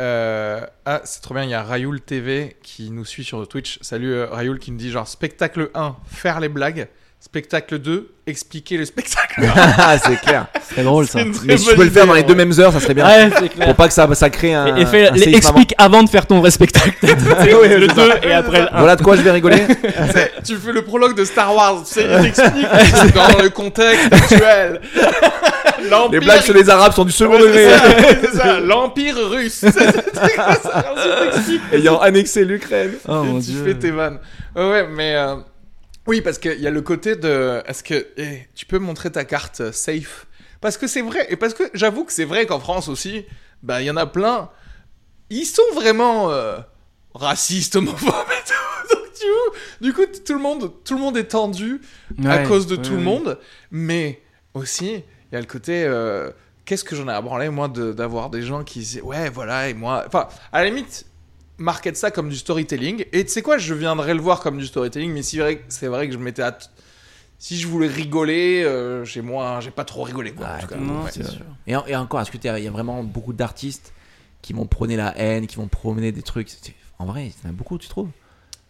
B: Euh, ah, c'est trop bien, il y a Rayoul TV qui nous suit sur Twitch. Salut euh, Rayoul qui nous dit genre spectacle 1, faire les blagues. Spectacle 2, expliquer le spectacle.
C: Ah, c'est clair.
D: c'est drôle ça
B: C'est une très
C: Mais si tu
B: bonne
C: peux le faire dans les
B: idée,
C: deux mêmes heures, ça serait bien.
D: hein. ouais c'est clair
C: Pour pas que ça, ça crée un.
D: et, et fais-
C: un
D: les-
C: séisme avant.
D: explique Euh, avant. de faire ton vrai spectacle le 2 et après le 1
C: Voilà de quoi je vais rigoler.
B: en vrai. Tu sais, tu fais le prologue de Star Wars, tu sais, il t'explique dans le contexte actuel.
C: Les
B: L'Empire
C: blagues sur les Arabes sont du second
B: Ouais, c'est
C: degré.
B: ça, c'est ça, l'Empire russe. C'est- c'est- c'est- ensuite, t'expliques.
C: Ayant annexé l'Ukraine.
D: oh
B: Et
D: mon
B: tu
D: dieu
B: fais tes vannes. Ouais, ouais, mais euh, oui, parce qu'il y a le côté de est-ce que eh, tu peux montrer ta carte euh, safe Parce que c'est vrai, et parce que j'avoue que c'est vrai qu'en France aussi, bah, il y en a plein. Ils sont vraiment euh, racistes, homophobes et tout. Donc, tu vois, du coup, tout le, monde, tout le monde est tendu à
D: Ouais,
B: cause de
D: ouais,
B: tout le
D: ouais.
B: monde, mais aussi il y a le côté euh, qu'est-ce que j'en ai à branler moi de- d'avoir des gens qui disent ouais voilà et moi enfin à la limite market ça comme du storytelling et tu sais quoi je viendrai le voir comme du storytelling mais c'est vrai que- c'est vrai que je m'étais att- si je voulais rigoler euh, j'ai moins j'ai pas trop rigolé quoi, en
C: Ouais,
B: tout cas.
D: non
B: Ouais.
D: c'est sûr
C: Et, en- et encore, est-ce que t'es- il y a vraiment beaucoup d'artistes qui vont prôner la haine, qui vont promener des trucs C'est- En vrai, il y en a beaucoup, tu trouves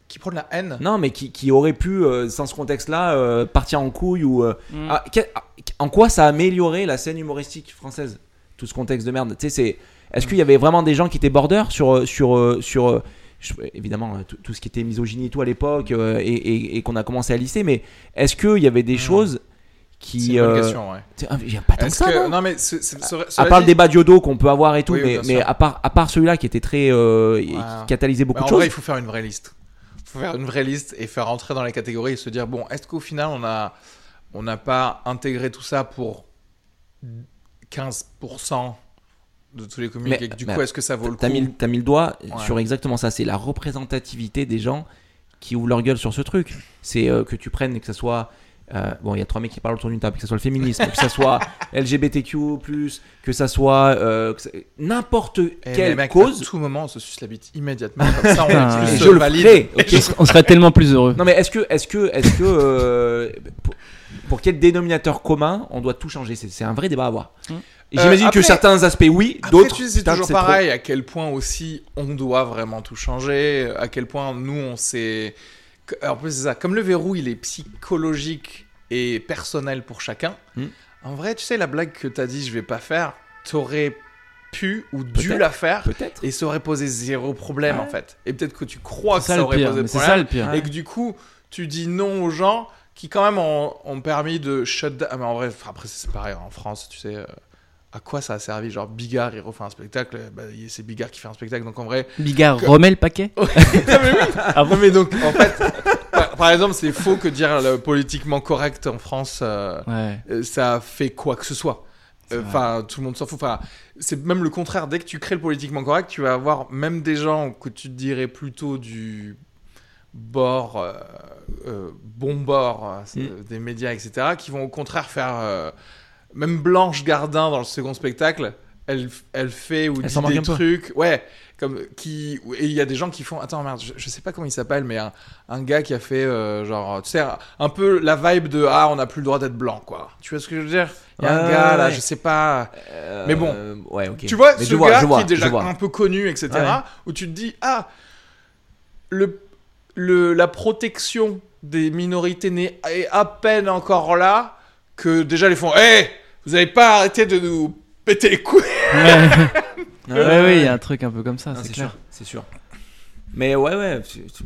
B: qui prend de la haine
C: Non, mais qui, qui auraient pu, euh, sans ce contexte-là, euh, partir en couille ou. euh,
D: Mm.
C: ah, que- ah, en quoi ça a amélioré la scène humoristique française Tout ce contexte de merde. Tu sais, c'est. Est-ce qu'il y avait vraiment des gens qui étaient border sur. euh, sur, euh, sur euh, je- évidemment, euh, tout, tout ce qui était misogynie et tout à l'époque euh, et, et- et qu'on a commencé à lisser, mais est-ce qu'il y avait des
B: Mm.
C: choses
B: c'est
C: qui.
B: une bonne
C: euh,
B: question ouais.
C: tu sais, ah, Il y a pas tant que
B: Est-ce
C: ça,
B: que
C: non
B: non mais ce- ce- ce-
C: à
B: cela
C: part le
B: dit-
C: débat Diodo qu'on peut avoir et tout,
B: Oui, oui,
C: mais,
B: bien
C: mais
B: sûr.
C: à part, à part celui-là qui était très. euh, qui
B: Ouais.
C: catalysait beaucoup
B: Mais
C: de
B: en
C: choses.
B: vrai, il faut faire une vraie liste. Il faut faire une vraie liste et faire rentrer dans les catégories et se dire bon, est-ce qu'au final on a on n'a pas intégré tout ça pour 15% de tous les communes
C: Mais-
B: et que du
C: mais-
B: coup est-ce que ça vaut le coup
C: T'as mis, le- t'as mis le doigt
B: Ouais.
C: sur exactement ça. C'est la représentativité des gens qui ouvrent leur gueule sur ce truc. C'est euh, que tu prennes, que ça soit. euh, bon, il y a trois mecs qui parlent autour d'une table, que ça soit le féminisme, que ça soit LGBTQ, que ça soit. euh, que ça- N'importe
B: Eh, mais
C: quelle
B: mec, à
C: cause.
B: tout moment on se suce la bite immédiatement comme ça on
D: Ah,
B: est
D: mais
B: plus
C: je le
B: valide.
C: ferai, ok
D: on s- on serait tellement plus heureux
C: Non mais est-ce que, est-ce que, est-ce que, euh, pour, pour quel dénominateur commun on doit tout changer C'est c'est un vrai débat à avoir.
D: Mm.
C: Et J'imagine
B: Euh,
C: que
B: après-
C: certains aspects oui,
B: Après,
C: d'autres
B: tu sais, c'est
C: putain,
B: toujours
C: trop.
B: pareil à quel point aussi on doit vraiment tout changer, à quel point nous on s'est. que- En plus, c'est ça, comme le verrou il est psychologique et personnel pour chacun,
C: Hmm.
B: en vrai, tu sais, la blague que t'as dit je vais pas faire, t'aurais pu ou dû
C: Peut-être.
B: la faire
C: Peut-être.
B: et ça aurait posé zéro problème en fait. Et peut-être que tu crois que
D: c'est ça
B: ça,
D: le
B: aurait
D: pire
B: posé
D: mais c'est
B: problème
D: ça le pire
B: et que du coup, tu dis non aux gens qui quand même ont, ont permis de shut down. Ah, mais en vrai, enfin, après c'est pareil en France, tu sais, euh, à quoi ça a servi Genre Bigard, il refait un spectacle, bah, il- c'est Bigard qui fait un spectacle. Donc en vrai,
D: Bigard
B: Que-
D: remet le paquet
B: Non, mais donc en fait, par, par exemple, c'est faux que dire le politiquement correct en France, euh,
D: Ouais.
B: euh, ça fait quoi que ce soit. Euh,
D: C'est vrai.
B: Enfin, tout le monde s'en fout. Enfin, c'est même le contraire. Dès que tu crées le politiquement correct, tu vas avoir même des gens que tu dirais plutôt du bord, euh, euh, bon bord
D: Mm.
B: euh, c'est- des médias, etc., qui vont au contraire faire. euh, même Blanche Gardin dans le second spectacle, elle, elle fait ou
D: Elle
B: dit
D: s'en moque
B: des
D: un peu.
B: trucs. Ouais, comme qui. Et il y a des gens qui font. Attends, merde, je, je sais pas comment il s'appelle, mais un, un gars qui a fait euh, genre. Tu sais, un- un peu la vibe de Ah, on n'a plus le droit d'être blanc, quoi. Tu vois ce que je veux dire Il y a un
C: Ouais,
B: gars
C: ouais,
B: là,
C: ouais.
B: je sais pas.
C: Euh,
B: Mais bon.
C: ouais, ok.
B: Tu vois,
C: Mais
B: ce
C: je vois,
B: gars
C: je vois,
B: qui est déjà
C: je vois.
B: un peu connu, etc.,
C: Ouais.
B: où tu te dis, ah, le, le, la protection des minorités n'est est à peine encore là, que déjà les font, hé, vous avez pas arrêté de nous péter les couilles.
D: Ouais,
C: Ouais, ouais,
D: ouais, ouais, il y
C: ouais.
D: a un truc un peu comme ça,
C: Non,
D: c'est
C: c'est
D: clair.
C: sûr, c'est sûr. Mais ouais, ouais. tu- tu- de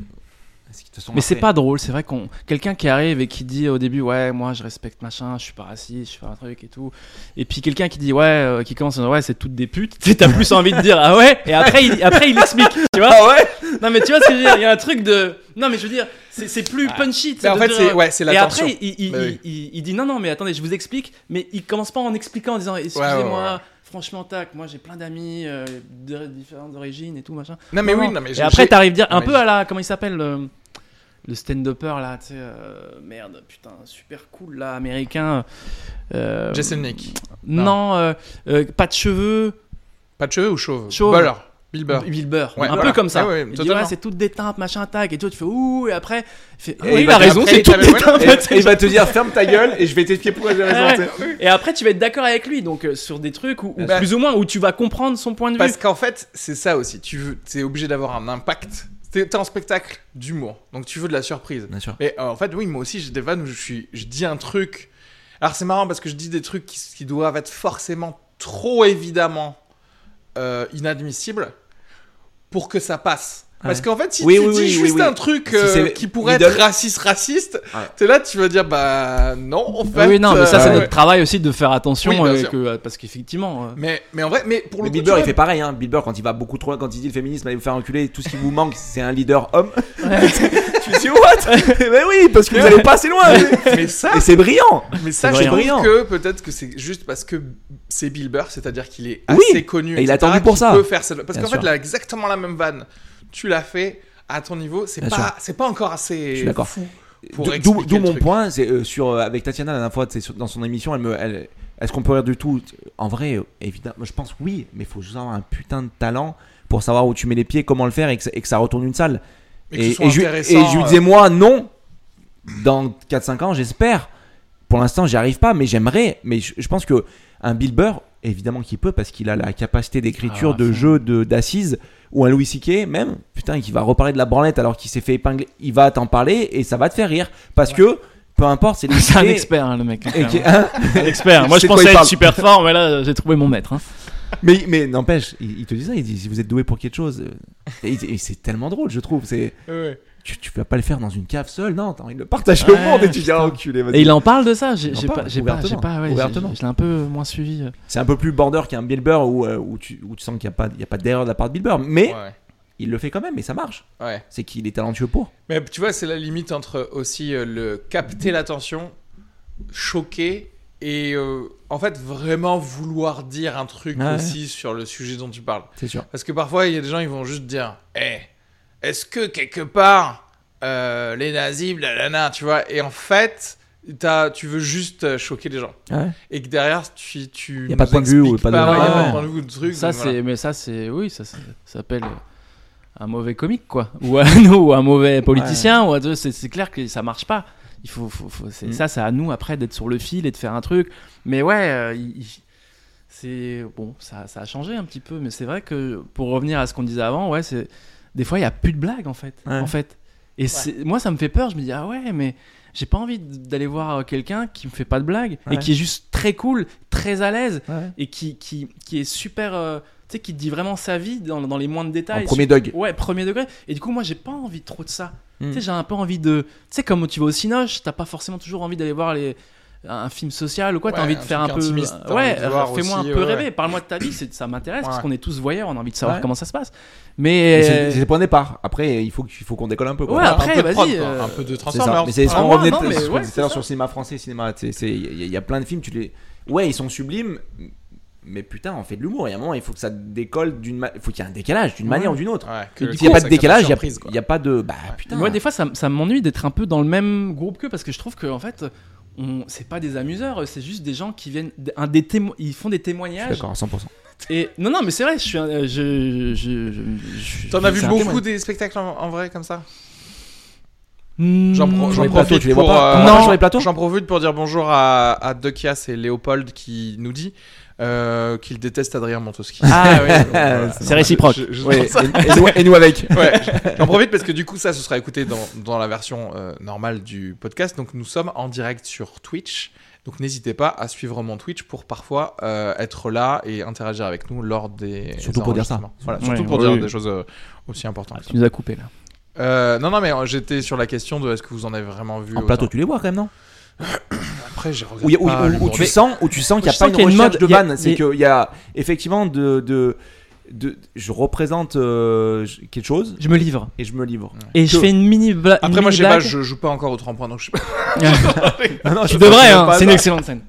C: toute façon,
D: Mais c'est
C: après-
D: pas drôle, c'est vrai qu'on quelqu'un qui arrive et qui dit au début ouais moi je respecte machin, je suis pas raciste, je fais un truc et tout. Et puis quelqu'un qui dit ouais euh, qui commence à dire ouais c'est toutes des putes, Tu sais, t'as plus envie de dire ah ouais et après il après il explique, tu vois
C: Ah ouais
D: Non mais tu vois ce que je veux dire, il y a un truc de non mais je veux dire c'est c'est plus punchy. tu sais,
B: Mais en
D: de
B: fait,
D: dire- euh,
B: c'est ouais, c'est la
D: et
B: tension.
D: après, il, il-
B: Bah oui.
D: il- il- il dit non, non, mais attendez, je vous explique, mais il commence pas en expliquant en disant excusez-moi,
B: ouais, ouais.
D: franchement, tac, moi j'ai plein d'amis euh, de différentes origines et tout machin.
B: Non, Ah, mais
D: Non,
B: oui,
D: non.
B: non, mais
D: Et
B: j'ai-
D: après,
B: j'ai-
D: t'arrives dire un
B: mais
D: peu
B: j'ai-
D: à la. Comment il s'appelle Le, le stand-upper là, tu sais. euh, merde, putain, super cool là, américain. euh,
B: Jason Nick.
D: Non, euh, euh, pas de cheveux,
B: Pas de cheveux ou chauve
D: Chauve.
B: Buller. Bill Burr.
D: Bill Burr.
B: Ouais,
D: un
B: voilà.
D: peu comme ça.
B: Ah ouais,
D: il dit,
B: totalement.
D: ouais, c'est toutes des teintes, machin, tac. Et toi, tu fais ouh, et après. Il fait, ah
C: Et
D: oui,
C: il
D: il
C: va
D: a
B: dire,
D: raison,
B: après,
D: c'est
B: il t'a
D: toutes
B: même-
D: des teintes.
B: ouais,
D: tu
C: Et
D: sais,
C: il va te dire ferme ta gueule et je vais t'expliquer pourquoi j'ai raison.
D: Ouais.
C: tu sais.
D: Et après, tu vas être d'accord avec lui, donc euh, sur des trucs où, où
B: Bah-
D: plus ou moins où tu vas comprendre son point de vue.
B: Parce qu'en fait, c'est ça aussi. Tu veux, t'es obligé d'avoir un impact. T'es t'es en spectacle d'humour, donc tu veux de la surprise.
C: Bien sûr.
B: Mais euh, en fait, oui, moi aussi, j'ai des vannes où je, suis, je dis un truc. Alors, c'est marrant parce que je dis des trucs qui, qui doivent être forcément trop évidemment euh, inadmissibles pour que ça passe. Parce
C: Ouais.
B: qu'en fait, si
C: Oui,
B: tu
C: oui,
B: dis
C: oui,
B: juste
C: oui, oui.
B: un truc
C: Si
B: euh,
C: c'est
B: qui pourrait
C: middle.
B: être raciste, raciste,
C: Ouais.
B: t'es là, tu vas dire, bah non, en fait.
D: oui, non, mais ça, c'est
B: euh,
D: notre travail aussi de faire attention,
B: Oui, bien
D: euh,
B: sûr.
D: que, euh, parce qu'effectivement. euh,
B: Mais, mais en vrai, mais pour
C: Mais
B: le
C: Bill
B: coup,
C: Burr,
B: tu
C: il
B: vois,
C: fait pareil, hein. Bill Burr, quand il va beaucoup trop loin, quand il dit le féminisme, allez vous faire enculer, tout ce qui vous manque, c'est un leader homme. tu dis what Mais oui, parce que vous allez pas assez loin.
B: mais ça,
C: Et c'est hein. brillant.
B: mais ça,
D: c'est
B: je trouve
C: brillant.
B: que peut-être que c'est juste parce que c'est Bill Burr, c'est-à-dire qu'il est assez
C: Oui,
B: connu.
C: et il
B: etc.,
C: est attendu pour
B: qu'il
C: ça.
B: peut faire cette- Parce
C: Bien
B: qu'en fait,
C: sûr.
B: là, exactement la même vanne, tu l'as fait à ton niveau, c'est
C: Bien
B: pas,
C: sûr.
B: c'est pas encore assez.
C: Je suis d'accord.
B: fou pour
C: D'où- D'où
B: expliquer
C: d'où
B: le
C: mon
B: truc.
C: point, c'est euh, sur euh, avec Tatiana la dernière fois, c'est sur- dans son émission, elle me, elle- est-ce qu'on peut rire du tout En vrai, euh, évidemment, je pense oui, mais il faut juste avoir un putain de talent pour savoir où tu mets les pieds, comment le faire et que, ça- et que ça retourne une salle.
B: Mais que ce soit
C: je,
B: intéressant, euh,
C: et je lui disais moi non. Dans 4-5 ans, j'espère. Pour l'instant, j'y arrive pas, mais j'aimerais. Mais je, je pense que un Bill Burr, évidemment qu'il peut parce qu'il a la capacité d'écriture,
D: Ah, à
C: de
D: fond.
C: jeu, de d'assises. Ou un Louis C.K. même, putain, qui va reparler de la branlette alors qu'il s'est fait épingler, il va t'en parler et ça va te faire rire parce que peu importe, c'est Louis
D: C'est un
C: C.K.
D: expert, hein, le mec.
C: et qui-
D: clairement.
C: hein
D: Un expert.
C: Je sais de quoi il parle.
D: super fort, mais là, j'ai trouvé mon maître. hein.
C: mais mais n'empêche, il, il te dit ça, il dit si vous êtes doué pour quelque chose, euh, et, et c'est tellement drôle, je trouve. C'est
B: Ouais.
C: tu, tu vas pas le faire dans une cave seule, non T'as envie de le partager au
D: Ouais,
C: monde et tu dis
D: putain.
C: ah enculé. vas-y.
D: Et il en parle de ça. J'ai
C: Il en
D: j'ai
C: parle,
D: pas, j'ai pas, j'ai
C: ouvertement.
D: pas, ouais, j'ai-
C: Ouvertement.
D: je l'ai un peu moins suivi. euh.
C: C'est un peu plus border qu'un Bill Burr où, euh, où, tu, où tu sens qu'il n'y a pas, il y a pas d'erreur de la part de Bill Burr. Mais
B: Ouais.
C: il le fait quand même et ça marche.
B: ouais.
C: C'est qu'il est talentueux pour.
B: Mais tu vois, c'est la limite entre aussi euh, le capter l'attention, choquer et euh, en fait vraiment vouloir dire un truc
C: Ah Ouais.
B: aussi sur le sujet dont tu parles.
C: C'est sûr.
B: Parce que parfois, il y a des gens, ils vont juste dire Eh, est-ce que quelque part, euh, les nazis, blablabla, tu vois Et en fait, t'as- tu veux juste euh, choquer les gens. Et que derrière, tu. tu
C: Y a pas de
B: nous
C: point de vue ou
B: expliques
C: pas de-
B: ouais, y a pas
D: Ouais.
B: de point de vue ou de truc.
D: Ça,
B: donc voilà.
D: c'est, mais ça, c'est, oui, ça, ça s'appelle euh, un mauvais comique, quoi. Ou un, ou un mauvais politicien, ou un truc. c'est, c'est clair que ça marche pas. Il faut, faut- faut- c'est,
C: Mm.
D: ça, c'est à nous après d'être sur le fil et de faire un truc. Mais ouais, euh, il- il- c'est bon, ça, ça a changé un petit peu, mais c'est vrai que pour revenir à ce qu'on disait avant, ouais, c'est des fois il y a plus de blagues en fait,
C: Ouais.
D: en fait. Et c'est- moi, ça me fait peur. Je me dis ah ouais, mais j'ai pas envie d'aller voir euh, quelqu'un qui me fait pas de blagues et
C: Ouais.
D: qui est juste très cool, très à l'aise
C: Ouais.
D: et qui, qui, qui est super. euh, tu sais, qui dit vraiment sa vie dans, dans les moindres
C: En
D: détails.
C: premier dog.
D: Sur- Ouais, premier degré. Et du coup, moi, j'ai pas envie trop de ça.
C: Mm.
B: Hmm.
D: Tu sais, j'ai un peu envie de. Tu sais, comme tu vas au Cinoche, t'as pas forcément toujours envie d'aller voir les. un film social ou quoi, t'as
B: Ouais,
D: envie de
B: un
D: faire un
B: truc
D: peu.
B: intimiste, t'as envie
D: ouais,
B: de voir
D: fais-moi un
B: aussi,
D: peu
B: ouais,
D: rêver,
B: ouais.
D: parle-moi de ta vie, c'est- ça m'intéresse parce
B: Ouais.
D: qu'on est tous voyeurs, on a envie de savoir
C: Ouais.
D: comment ça se passe.
C: Mais C'est
D: Mais.
C: c'est le point de départ. Après, il faut, qu'il faut qu'on décolle un peu. quoi.
D: Ouais,
B: Voilà,
D: après,
B: un peu de
D: vas-y,
B: prod, quoi.
D: euh,
B: Un peu de
C: C'est ça.
B: Transformers.
C: Mais c'est ce
D: Ah,
C: qu'on
D: ouais,
C: revenait
D: non,
C: tout
D: mais
C: ce qu'on
D: ouais,
C: disait tout
D: c'est
C: à l'heure
D: ça.
C: sur le cinéma français, cinéma. tu sais, c'est- Il y, a- il y a plein de films, tu les. Ouais, ils sont sublimes, mais putain, on fait de l'humour. Il y a un moment, il faut que ça décolle d'une. ma- Il faut qu'il y ait un décalage d'une manière ou d'une autre.
B: Ouais,
C: Et
B: le
C: S'il n'y a pas
B: contexte, ça
C: de décalage, il y a-
B: surprise, quoi.
C: il n'y a, pas de. Bah
B: Ouais.
C: putain.
D: Moi, des fois, ça, ça m'ennuie d'être un peu dans le même groupe qu'eux parce que je trouve que, en fait, on... c'est pas des amuseurs, c'est juste des gens qui viennent. Un, des témo- Ils font des
C: Je suis
D: témoignages.
C: d'accord, à 100%.
D: Et... Non, non, mais c'est vrai, je suis. un- euh, je, je, je, je-
B: T'en as
D: c'est
B: vu
D: un
B: beaucoup
D: témoignage.
B: des spectacles en, en vrai comme ça J'en pro-
D: Hmm,
B: j'en
C: Mmh. les plateaux,
B: profite
C: tu les vois
B: pour,
C: pas T'en
B: euh,
C: as pas sur les plateaux
B: J'en profite pour dire bonjour à, à Dokias et Léopold qui nous dit euh, qu'il déteste Adrien Montoski.
D: Ah oui.
B: Donc, voilà.
D: C'est réciproque.
B: Je- je-
C: Ouais, et, et nous, et nous avec.
B: Ouais, j'en profite parce que du coup, ça, ce sera écouté dans, dans la version euh, normale du podcast. Donc, nous sommes en direct sur Twitch. Donc, n'hésitez pas à suivre mon Twitch pour parfois euh, être là et interagir avec nous lors des.
C: Surtout pour dire ça.
B: enregistrements. Voilà, surtout
D: Ouais, Ah,
B: pour
D: oui,
B: dire
D: oui.
B: des choses euh, aussi importantes.
D: Tu nous as coupé là.
B: Euh, non, non, mais euh, j'étais sur la question de est-ce que vous en avez vraiment vu
C: En
B: autant.
C: plateau, tu les vois quand même, non
B: Après, j'ai regardé.
C: où, y a- où-
B: pas
C: où-
B: le
C: où
B: monde.
C: tu sens où tu sens qu'il n'y
D: Je
C: a pas
D: sens
C: une
D: qu'il y a une
C: recherche
D: mode,
C: de
D: il y a-
C: vanne c'est
D: mais-
C: qu'il y a effectivement de, de, de- je représente euh, je- quelque chose
D: Je me livre.
C: et je me livre
D: Et je
C: Que-
D: fais une mini blague.
B: Après, moi, j'ai pas, je joue pas encore au 30 points, donc je
C: Ah non,
D: Tu
C: je-
D: devrais,
C: je-
D: hein,
C: pas
D: c'est une
C: ça.
D: excellente scène.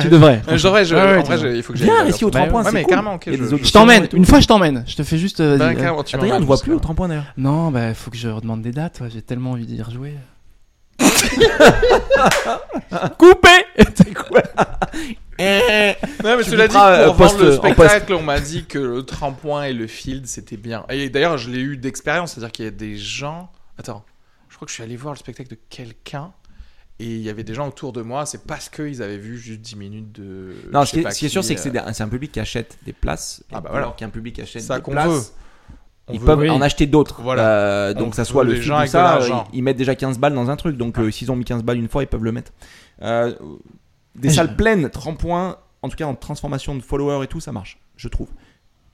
D: tu devrais.
B: Euh, J'aurais, je-
D: Ouais, ouais,
B: en vrai,
D: tu
B: j'ai- il faut que j'aille.
C: Viens,
B: d'ailleurs.
C: risquer au 3
D: Ouais,
C: points,
B: ouais,
C: c'est
B: mais
C: cool.
B: carrément, ok,
C: Il y a
B: je- je-
C: des
D: Je
C: auditions
D: t'emmène,
C: et tout.
D: une fois je t'emmène. Je te fais juste. euh,
B: Ben,
D: vas-y, euh,
B: carrément, tu
C: Attends,
B: m'emmènes,
C: on ne voit plus au
B: parce que-
C: 3 points d'ailleurs.
D: Non, bah faut que je redemande des dates, ouais, j'ai tellement envie d'y rejouer. Coupé Eh,
B: Non, mais
C: Tu
B: cela dit, pour
C: couperas, euh,
B: vendre
C: post-
B: le
C: en
B: spectacle, on m'a dit que le tremplin et le field, c'était bien. Et d'ailleurs, je l'ai eu d'expérience, c'est-à-dire qu'il y a des gens... Attends, je crois que je suis allé voir le spectacle de quelqu'un, et il y avait des gens autour de moi, c'est parce qu'ils avaient vu juste 10 minutes de...
C: Non,
B: je
C: ce
B: sais
C: qui est,
B: pas
C: ce qui est
B: qui,
C: sûr, c'est que
B: euh,
C: c'est des- c'est un public qui achète des places.
B: Ah,
C: Et
B: bah voilà.
C: Alors qu'un public qui achète
B: Ça
C: des
B: qu'on
C: places,
B: veut. on
C: ils
B: veut-
C: peuvent
B: oui.
C: en acheter d'autres.
B: Voilà.
C: Euh,
B: On
C: donc ça soit
B: veut
C: le
B: des
C: film
B: gens
C: ou
B: avec de
C: ça,
B: l'argent. Ah.
C: ils, ils mettent déjà 15 balles dans un truc. Donc euh, s'ils ont mis 15 balles une fois, ils peuvent le mettre. Euh, des
D: Ah,
C: salles
D: je-
C: pleines, 30 points, en tout cas en transformation de followers et tout, ça marche, je trouve.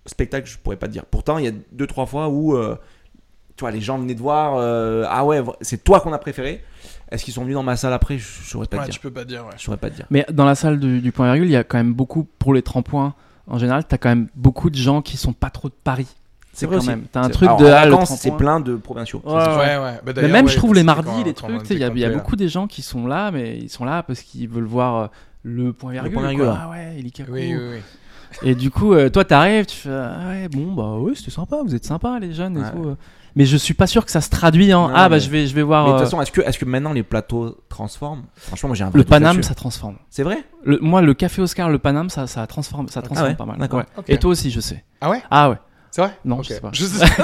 C: Spectacle, je pourrais pas te dire. Pourtant, il y a deux trois fois où euh, tu vois, les gens venaient de voir. euh, ah ouais, c'est toi qu'on a préféré. Est-ce qu'ils sont venus dans ma salle après Je je saurais pas
B: Ouais,
C: te
B: tu
C: dire.
B: peux pas dire, ouais.
C: Je saurais pas te dire.
D: Mais dans la salle du, du point virgule, il y a quand même beaucoup, pour les 30 points en général, t'as quand même beaucoup de gens qui sont pas trop de Paris.
C: C'est
D: quand
C: aussi.
D: même. T'as un
C: C'est-
D: truc
C: alors,
D: de.
C: en
D: ah, le
C: vacances,
D: 30
C: c'est
D: points.
C: plein de provinciaux.
D: Ouais, ouais.
B: ouais. Bah,
D: Mais
B: d'ailleurs,
D: même,
B: ouais,
D: je trouve
B: parce
D: les
B: que
D: mardis,
B: quand-
D: les
B: quand
D: trucs,
B: on
D: tu sais, il y, a- il y a
B: était
D: beaucoup des gens qui sont là, mais ils sont là parce qu'ils veulent voir euh, le point virgule.
C: point virgule,
D: quoi.
C: ouais.
D: Ah ouais, il est
B: Oui, oui, oui.
D: Et du coup, euh, toi, t'arrives, tu fais ah ouais, bon, bah ouais, c'était sympa, vous êtes sympas, les jeunes
C: Ouais.
D: et tout. euh. Mais je suis pas sûr que ça se traduit en
C: Non,
D: ah, bah
C: mais-
D: je vais, je vais voir.
C: Mais de toute
D: euh,
C: façon, est-ce que, est-ce que maintenant les plateaux transforment Franchement, moi j'ai un vrai
D: le
C: doute
D: Paname,
C: là-dessus.
D: ça transforme.
C: C'est vrai
D: Le, moi, le café Oscar, le Paname, ça, ça transforme, ça transforme
C: ouais,
D: pas mal.
C: d'accord.
D: ouais.
B: Ah Ok.
D: Et toi aussi, je sais.
B: Ah ouais
D: Ah ouais.
B: C'est vrai
D: Non,
B: Ok.
D: je sais pas.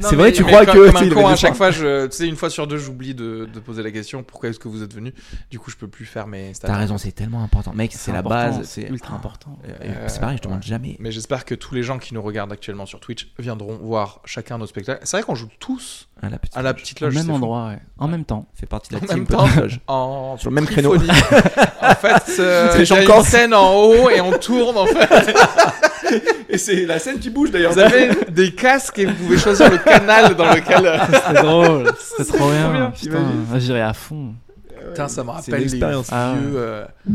B: Je sais
C: C'est vrai, tu
B: Mais
C: crois
B: comme-
C: que.
B: comme un
C: tu sais, il
B: con,
C: avait
B: à
C: des
B: chaque
C: fois-
B: fois, je, tu sais, une fois sur deux, j'oublie de, de poser la question. Pourquoi est-ce que vous êtes venu Du coup, je peux plus faire mes. stats.
C: T'as raison, c'est tellement important. Mec, c'est la
D: important,
C: base.
D: C'est ultra important.
C: Euh, euh, C'est pareil, je te demande jamais.
B: Mais j'espère que tous les gens qui nous regardent actuellement sur Twitch viendront voir chacun nos spectacles. C'est vrai qu'on joue tous
C: À la petite.
B: à la petite
D: Au
B: loge.
D: même
B: c'est fou.
D: endroit, ouais. en même temps.
C: Fait partie de la
B: En
C: team.
B: même
C: petite
B: temps.
C: loge.
B: En...
C: Sur le même créneau.
B: triphonie. en fait, euh,
C: C'est
B: il y a une
C: encore-
B: scène en haut et on tourne. En fait,
C: Et c'est la scène qui bouge d'ailleurs.
B: vous avez des casques et vous pouvez choisir le canal dans lequel. euh,
D: C'était drôle. C'était trop bien.
B: bien,
D: Putain,
B: t'imagines
D: ah, j'irais à fond.
B: Putain, ça me
C: Euh, C'est
B: rappelle les vieux.
C: l'expérience.
D: Ah ouais.
B: euh, Tu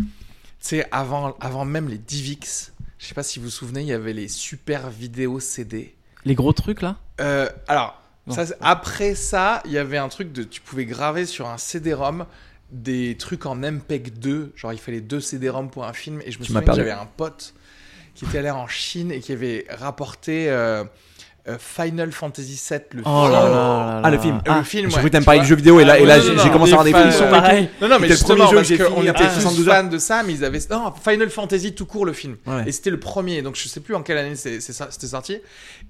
B: sais, avant, avant même les Divix, je sais pas si vous vous souvenez, il y avait les super vidéos CD.
D: Les gros trucs là.
B: Euh, alors,
D: Non.
B: ça, c'est- après ça, il y avait un truc de. Tu pouvais graver sur un CD-ROM des trucs en MPEG 2. Genre, il fallait deux CD-ROM pour un film. Et je me
C: Tu m'as
B: souviens que
C: perdu.
B: j'avais un pote qui était allé en Chine et qui avait rapporté euh, euh, Final Fantasy VII, le
D: Oh
B: film.
D: là là là.
C: Ah,
D: là.
C: le film.
B: Euh, le film,
C: J'ai
B: ouais,
C: cru que t'aimes
B: tu
C: parler
B: vois.
C: de jeux vidéo et là, et là
B: Ah, non,
C: j'ai
B: non,
C: j'ai
B: non,
C: commencé à avoir des
B: fans,
C: frissons.
B: euh,
D: Pareil.
B: Non, non, mais
C: C'était le
B: justement,
C: premier jeu
B: parce
C: que j'ai
B: qu'on
C: fini
B: était
C: après
B: tous
C: 72 heures.
B: fans de ça, mais ils avaient. Non, Final Fantasy tout court, le film.
C: Ouais.
B: Et c'était le premier, donc je sais plus en quelle année c'est- c'est ça- c'était sorti.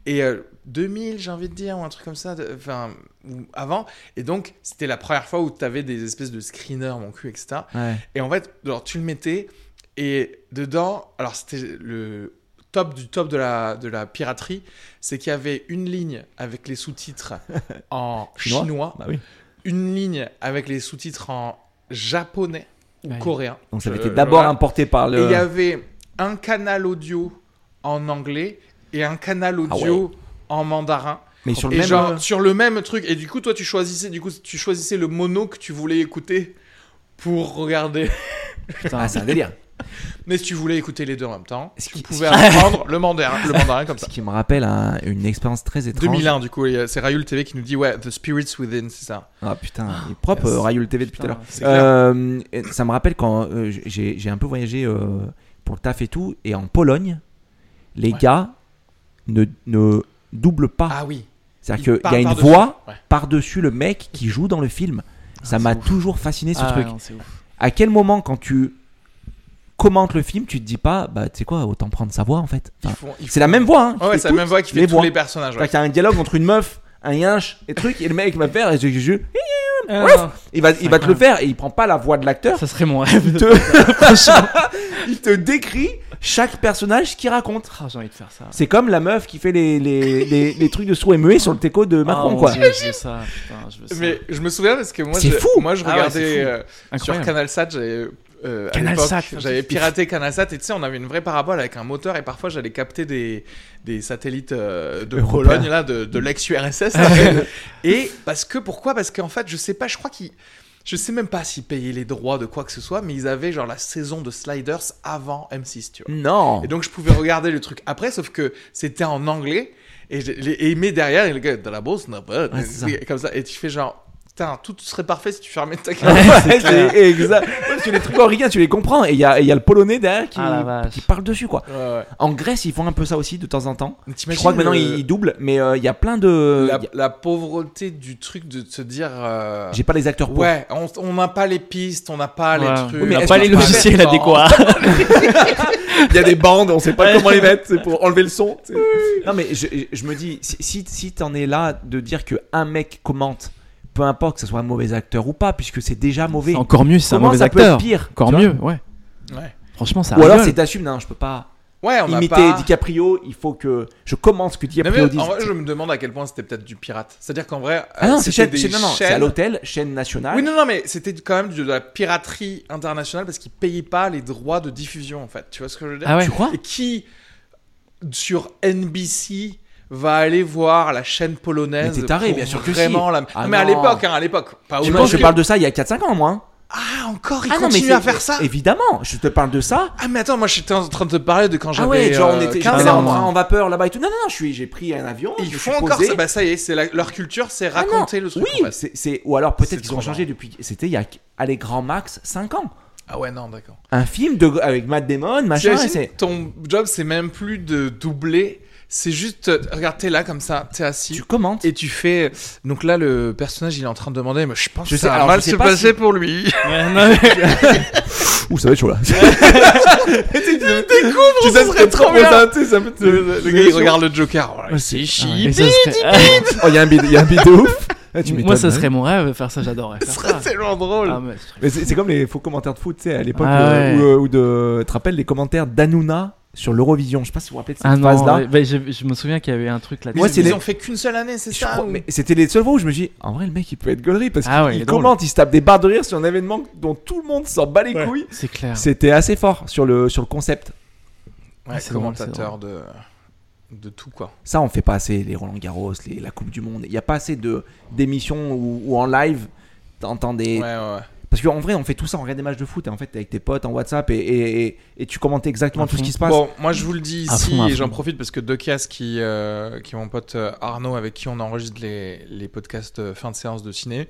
B: Et euh, 2000, j'ai envie de dire, ou un truc comme ça, de- enfin, ou avant. Et donc, c'était la première fois où tu avais des espèces de screeners, mon cul, etc.
C: Ouais.
B: Et en fait, alors, tu le mettais, et dedans, alors c'était le top du top de la, de la piraterie, c'est qu'il y avait une ligne avec les sous-titres en
C: Chinois
B: chinois,
C: Bah oui.
B: une ligne avec les sous-titres en japonais ou
D: Ouais.
B: coréen.
C: Donc ça avait
B: Je-
C: été d'abord
B: voilà.
C: importé par
B: Et il y
C: le.
B: avait un canal audio en anglais et un canal
C: Ah ouais.
B: audio en mandarin.
C: Mais sur le
B: Et
C: même.
B: genre sur le même truc. Et du coup, toi, tu choisissais, du coup, tu choisissais le mono que tu voulais écouter pour regarder.
D: Putain.
C: Ah, c'est un délire.
B: Mais si tu voulais écouter les deux en même temps,
C: Ce
B: tu
C: qui-
B: pouvais apprendre le mandarin, le mandarin comme
C: Ce
B: ça.
C: qui me rappelle un- une expérience très étrange.
B: 2001, du coup, et euh, c'est Rayul TV qui nous dit Ouais, The Spirits Within, c'est ça.
C: Ah putain, il est propre,
B: yes.
C: euh, Rayul TV depuis tout à
D: Putain,
C: l'heure.
B: c'est clair.
C: Euh, et ça me rappelle quand euh, j'ai j'ai un peu voyagé euh, pour le taf et tout, et en Pologne, les
B: Ouais.
C: gars ne, ne doublent pas.
B: Ah oui.
C: C'est-à-dire
B: il
C: qu'il y a
B: parle
C: une
B: par-dessus. Ah,
C: voix
B: Ouais.
C: par-dessus le mec qui joue dans le film. Ça
D: c'est
C: m'a
D: ouf.
C: toujours fasciné ce
D: Ah,
C: truc.
D: non, c'est ouf.
C: À quel moment, quand tu commentes le film, tu te dis pas, bah tu sais quoi, autant prendre sa voix en fait.
B: Ils
C: Enfin,
B: font- ils
C: Ah. c'est la même voix. Hein,
B: font- Ouais,
C: tu
B: c'est la même
C: l'écoutes,
B: voix qui fait
C: les
B: tous
C: voix.
B: les personnages. ouais.
C: C'est-à-dire qu'il y a un dialogue entre une meuf, un yinche et truc, et le mec va faire, et je, je- je-
D: Ah, non,
C: il va, il va te le faire, et il prend pas la voix de l'acteur.
D: ça serait mon rêve. Ah,
C: Il
D: de-
C: te,
D: Franchement.
C: il te décrit chaque personnage qu'il raconte.
D: Ah, J'ai envie de faire ça.
C: C'est comme la meuf qui fait les, les, les, les trucs de sourd et muet sur le teco de
D: Ah,
C: Macron,
D: mon
C: quoi.
D: Dieu, je veux ça, putain, je veux ça.
B: Mais je me souviens parce que moi,
C: C'est
B: je,
C: fou.
B: moi, je
D: Ah ouais, c'est
B: regardais
D: fou.
B: euh, sur
D: Incroyable.
B: CanalSat, j'avais euh, à
D: Canal
B: l'époque,
D: Sat,
B: j'avais
D: putain,
B: piraté CanalSat et tu sais, on avait une vraie parabole avec un moteur et parfois j'allais capter des, des satellites euh, de
C: Européens.
B: Pologne là, de, de l'ex-URSS. après. et parce que pourquoi Parce qu'en fait, je sais pas, je crois qu'ils je sais même pas s'ils payaient les droits de quoi que ce soit, mais ils avaient genre la saison de Sliders avant M6, tu vois.
C: Non.
B: Et donc je pouvais regarder le truc après, sauf que c'était en anglais. Et, j'ai- les- et il met derrière, et le gars, dans la bourse, n'a pas.
C: Ouais, c'est ça.
B: comme ça. Et tu fais genre, putain, tout serait parfait si tu fermais ta
C: Ouais,
B: gueule.
C: c'est exact. Ouais, Parce que les trucs originaux, tu les comprends. Et il y a, et il y a le polonais derrière qui,
D: Ah, la vache.
C: qui parle dessus, quoi.
B: Ouais, ouais.
C: En Grèce, ils font un peu ça aussi de temps en temps.
B: Mais
C: Je crois que maintenant,
B: le-
C: ils ils doublent, mais euh, il y a plein de.
B: La,
C: il y a-
B: la pauvreté du truc de se dire. euh,
C: J'ai pas les acteurs pour.
B: Ouais, on on n'a pas les pistes, on n'a pas
D: Ouais.
B: les trucs.
C: Oui, mais
D: on n'a
C: est-ce
D: pas
C: que
D: les
C: tu peux
D: logiciels
B: faire-
D: adéquats.
C: Il y a des bandes, on sait pas
D: comment les
C: mettre, c'est pour enlever le son. Non mais je, je me dis, si, si, si t'en es là de dire que un mec commente, peu importe que ce soit un mauvais acteur ou pas, puisque c'est déjà mauvais.
D: C'est encore mieux si c'est un
C: Comment
D: mauvais
C: ça peut
D: acteur.
C: être pire
D: Encore
C: tu vois
D: mieux, ouais.
B: Ouais,
D: Franchement, ça
C: Ou alors
D: rigole.
C: c'est t'assumes, non, je peux pas
B: ouais on n'a
C: imiter
B: pas.
C: DiCaprio, il faut que je commente ce que
B: Non,
C: DiCaprio
B: mais
C: dit.
B: en vrai, je me demande à quel point c'était peut-être du pirate. C'est-à-dire qu'en vrai,
C: Ah
B: euh,
C: non, c'est
B: c'était
C: chaîne,
B: des
C: chaîne- non, non, c'est à
B: chaînes-
C: l'hôtel, chaîne nationale.
B: Oui, non, non, mais c'était quand même de la piraterie internationale parce qu'ils payaient pas les droits de diffusion, en fait. Tu vois ce que je veux dire
D: Ah ouais.
C: Tu crois
B: Et qui, sur NBC, va aller voir la chaîne polonaise
C: Mais t'es taré,
B: pour
C: bien sûr que
B: vraiment
C: si.
B: la...
C: Ah
B: Non, mais à
C: non.
B: l'époque, hein, à l'époque. Pas
C: Je,
B: aujourd'hui.
C: je parle de ça il y a 4-5 ans, moi. hein.
B: Ah, encore, ils
C: Ah non, mais
B: continuent
C: c'est-
B: à faire ça
C: Évidemment, je te parle de ça.
B: Ah, mais attends, moi, j'étais en train de te parler de quand
C: Ah
B: j'avais
C: ouais, genre on
B: euh,
C: était,
B: 15
C: j'étais là
B: ans.
C: en,
B: moi.
C: en vapeur là-bas et tout. Non, non, non, je suis, j'ai pris un avion.
B: Ils
C: Ah, je me suis
B: font encore
C: posé.
B: ça. Bah, ça y est, c'est la- leur culture, c'est
C: Ah non,
B: raconter le truc.
C: Oui,
B: en fait.
C: c'est, c'est- ou alors
B: C'est
C: peut-être qu'ils
B: trop
C: ont changé depuis. C'était il y a, allez, grand max, 5 ans.
B: Ah ouais, non, d'accord.
C: Un film de, avec Matt Damon, machin. et
B: T'imagines,
C: Bah, c'est...
B: Ton job, c'est même plus de doubler. C'est juste, euh, regarde, t'es là comme ça, t'es assis.
C: Tu commentes.
B: Et tu fais. Donc là, le personnage, il est en train de demander, mais je pense
C: Je
B: que
C: sais-
B: ça va
C: alors,
B: mal
C: je sais
B: se
C: pas
B: passer
C: si-
B: pour lui.
D: Ouais, non, mais-
C: Ouh, ça va être chaud là. tu découvres,
B: ça serait trop bien.
C: C'est un peu
B: Le, le gars, il regarde le Joker. voilà,
C: Ouais,
B: c'est
C: c'est-
B: chi.
D: Et ça serait-
C: Oh, il y a un bide, il y a un bide de ouf. Ah, tu
D: Moi,
C: m'étonnes,
D: ça
C: hein.
D: serait mon rêve, faire ça, j'adorerais.
B: Ce
D: faire
B: serait
D: ça.
B: tellement drôle.
D: Ah, mais ce truc-
C: Mais c'est, c'est comme les faux commentaires de foot, tu sais, à l'époque,
D: Ah
C: euh,
D: ouais.
C: ou, euh, ou de. Tu te rappelles les commentaires d'Anouna sur l'Eurovision Je sais pas si vous vous rappelez de cette
D: Ah non,
C: phase-là.
D: ouais, bah, je, je me souviens qu'il y avait un truc là-dessus.
C: Moi,
B: ils,
C: c'est
B: ils
C: les-
B: ont fait qu'une seule année, c'est
C: Je
B: ça
C: crois-
B: ou-
C: mais c'était les seuls fois où je me dis, en vrai, le mec, il peut être gaulerie parce
D: Ah ouais, il
C: qu'il
D: est
C: commente, il se tape des barres de rire sur un événement dont tout le monde s'en bat les
B: Ouais.
C: couilles.
D: C'est clair.
C: C'était assez fort sur le, sur le concept.
B: Ouais,
D: c'est drôle,
B: commentateur de. De tout quoi.
C: Ça, on fait pas assez les Roland Garros, les, la Coupe du Monde. Il n'y a pas assez de d'émissions ou, ou en live. T'entends des.
B: Ouais, ouais, ouais.
C: Parce qu'en vrai, on fait tout ça, on regarde des matchs de foot et en fait, t'es avec tes potes en WhatsApp et, et, et- et tu commentes exactement
D: À
C: tout ce
D: fond.
C: qui se passe.
B: Bon, moi je vous le dis
D: À
B: ici
D: fond, à
B: et
D: fond.
B: j'en profite parce que Dokias, qui, euh, qui est mon pote euh, Arnaud, avec qui on enregistre les, les podcasts euh, fin de séance de ciné,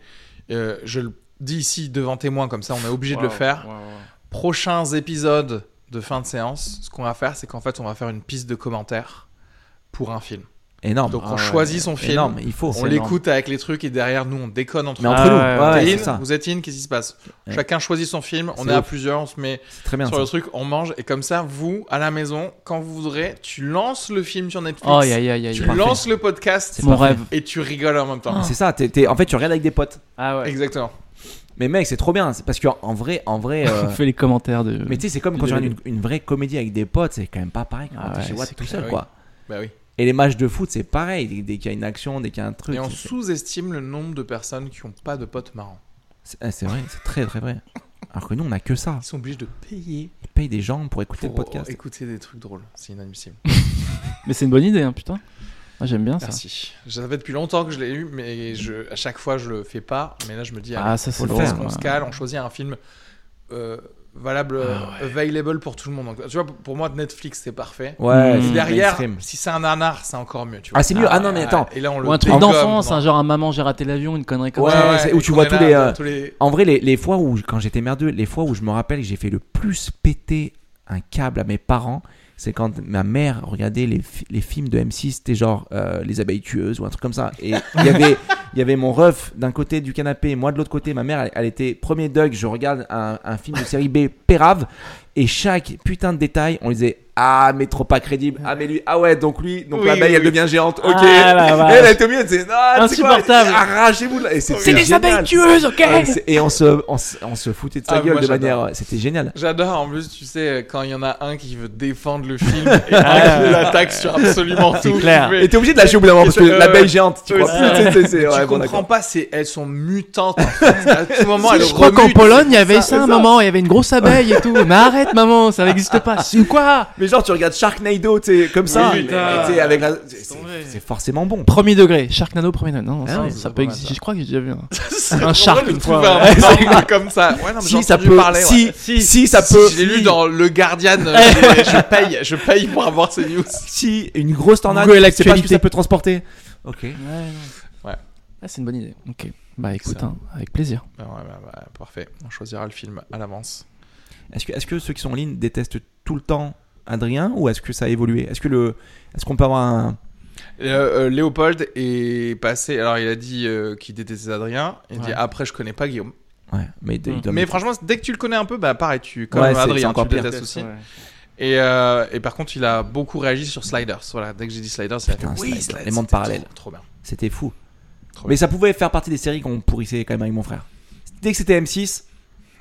B: euh, je le dis ici devant témoin, comme ça on est obligé de le faire. Prochains épisodes de fin de séance, ce qu'on va faire, c'est qu'en fait on va faire une piste de commentaires pour un film.
C: Énorme.
B: Donc
D: Ah
B: on
D: ouais,
B: choisit son film,
C: Énorme, il faut.
D: c'est
B: on
D: énorme.
B: l'écoute avec les trucs et derrière nous on déconne entre
C: Mais
B: nous.
C: entre
D: Ah
C: nous,
D: ouais,
C: ouais,
B: T'es
C: c'est
B: in
C: ça.
B: Vous êtes in, qu'est-ce qui se passe
C: Ouais.
B: Chacun choisit son film, on
C: C'est
B: est à
C: ouf.
B: plusieurs, on se met
C: C'est très bien.
B: sur
C: ça.
B: le truc, on mange et comme ça, vous, à la maison, quand vous voudrez, tu lances le film sur Netflix,
D: Oh, aïe, aïe, aïe, aïe.
B: tu
C: parfait.
B: lances le podcast
D: C'est mon
C: parfait.
D: rêve.
B: et tu rigoles en même temps.
C: Oh, C'est ça, t'es- t'es- en fait, tu regardes avec des potes.
D: Ah ouais.
B: Exactement.
C: Mais mec, c'est trop bien. c'est Parce qu'en en vrai, en vrai. euh,
D: On fait les commentaires de.
C: Mais tu sais, c'est comme quand tu regardes une, une vraie comédie avec des potes, c'est quand même pas pareil quand
D: Ah
C: t'es
D: ouais,
C: chez Watt
D: c'est
C: tout
D: clair,
C: seul,
B: oui.
C: quoi.
B: Bah oui.
C: Et les matchs de foot, c'est pareil. Dès, dès qu'il y a une action, dès qu'il y a un truc.
B: Et on
C: c'est-
B: sous-estime le nombre de personnes qui ont pas de potes marrants.
C: C'est ah, c'est vrai, c'est très très vrai. Alors que nous, on a que ça.
B: Ils sont obligés de payer
C: On paye des gens pour écouter
B: pour
C: le podcast.
B: écouter des trucs drôles. C'est inadmissible.
D: Mais c'est une bonne idée, hein, putain. Moi, j'aime bien ça.
B: Merci. Je savais depuis longtemps que je l'ai eu, mais je, à chaque fois, je le fais pas. Mais là, je me dis, allez,
D: Ah, ça,
C: Faut
D: c'est
C: le
D: drôle.
C: faire, hein.
B: on se
D: ouais.
B: cale, on choisit un film euh, valable, euh,
D: Ah
B: available pour tout le monde. Donc, tu vois, pour- pour moi, Netflix, c'est parfait.
C: Ouais,
D: Mmh.
C: c'est
B: Et derrière,
C: mainstream.
B: si c'est un nanar, c'est encore mieux. Tu vois.
C: Ah, c'est mieux. Ah non, mais attends.
B: Et là, on le
D: Ou un truc
B: dégomme
D: d'enfance,
B: dans-
D: hein, genre un maman j'ai raté l'avion, une connerie comme
C: Ouais,
D: ça.
C: c'est- où
B: et
C: tu
B: qu'on
C: vois
B: est
C: tous
B: là,
C: les, euh,
B: tous les-
C: En vrai, les, les fois où, quand j'étais merdeux, les fois où je me rappelle que j'ai fait le plus péter un câble à mes parents, c'est quand ma mère regardait les, fi- les films de M6, c'était genre euh, Les abeilles tueuses ou un truc comme ça. Et il y avait, il y avait mon ref d'un côté du canapé, moi de l'autre côté, ma mère, elle, elle était premier Doug, je regarde un, un film de série B, Pérave, et chaque putain de détail, on lui disait Ah, mais trop pas crédible, ah, mais lui, ah ouais, donc lui, donc
B: Oui,
C: l'abeille,
B: oui,
C: elle
B: oui.
C: devient géante, ok.
D: Ah, la vache.
C: elle, elle était au milieu, elle disait Non, c'est quoi
D: Insupportable.
C: Arrachez-vous de là. Et c'était
D: C'est des
C: génial.
D: abeilles tueuses, ok
C: Ouais, Ah, c'est- et on se, on, se- on se foutait de sa
B: Ah,
C: gueule
B: moi,
C: de
B: j'adore.
C: manière. euh, C'était génial.
B: J'adore en plus, tu sais, quand il y en a un qui veut défendre le film et qui l'attaque sur absolument tout.
D: C'est clair.
B: tu fais-
C: Et t'es obligé de lâcher au bout d'un moment parce que
B: Et c'est-
C: l'abeille
B: euh,
C: géante, tu
B: ouais,
C: crois plus.
B: c'est-
C: tu sais, c'est- c'est-
B: tu
C: ouais, bon,
B: comprends
C: d'accord.
B: pas, c'est elles sont mutantes. en fait. À tout
C: oh,
B: moment, elles
D: je crois
B: remuent,
D: qu'en
B: tu sais.
D: Pologne, il y avait ça un moment, il y avait une grosse abeille et tout. Mais arrête, maman, ça n'existe pas. C'est quoi
C: Mais genre, tu regardes Sharknado, tu sais, comme ça.
B: Oui,
C: mais-
B: putain.
C: mais tu sais, avec la- c'est-
D: C'est
C: c'est-
D: vrai.
C: C'est forcément bon.
D: Premier degré, Sharknado, premier degré. Non, non,
C: Ah
D: ça,
C: ouais,
D: ça
C: c'est
D: peut
C: pas mal,
D: exister. Je crois que j'ai déjà vu. un.
B: C'est
D: Un
B: drôle
D: shark,
B: de
D: une
B: trouver
D: fois,
B: un
D: ouais.
B: norme comme ça. Ouais, non, mais j'ai
C: Si ça
B: entendu
C: peut,
B: parler, ouais.
C: si,
D: Si.
C: si ça
B: Si,
C: peut,
B: Je l'ai lu dans Le Guardian. euh, je paye, je paye pour avoir ces news.
C: si une grosse tornade,
D: Google
C: tu sais pas ce que
D: Actualité.
C: ça peut transporter. Ok.
D: Ouais, non.
B: Ouais.
D: Ah, c'est une bonne idée. Ok. Bah écoute,
B: Ça.
D: hein, avec plaisir.
B: Ah ouais, bah, bah, parfait. On choisira le film à l'avance.
C: Est-ce que, est-ce que ceux qui sont en ligne détestent tout le temps Adrien ou est-ce que ça a évolué Est-ce que le, est-ce qu'on peut avoir un
B: Euh, euh, Léopold est passé. Alors, il a dit euh, qu'il détestait Adrien. Il dit
D: Ouais.
B: après, je connais pas Guillaume.
C: Ouais, mais, il
D: Mm.
C: doit-
B: Hmm. Mais franchement, dès que tu le connais un peu, bah pareil, tu comme
C: Ouais, c'est- c'est
B: Adrien, tu
C: encore
B: le
C: pire.
B: détestes aussi. Et, euh, et par contre, il a beaucoup réagi sur Sliders. Voilà, dès que j'ai dit Sliders, il a fait
C: Putain,
B: oui,
C: Sliders,
B: Sliders,
C: les mondes
B: c'était
C: parallèles.
B: Trop, trop bien.
C: C'était fou.
B: Trop
C: Mais ça pouvait faire partie des séries qu'on pourrissait quand même avec mon frère. Dès que c'était M6,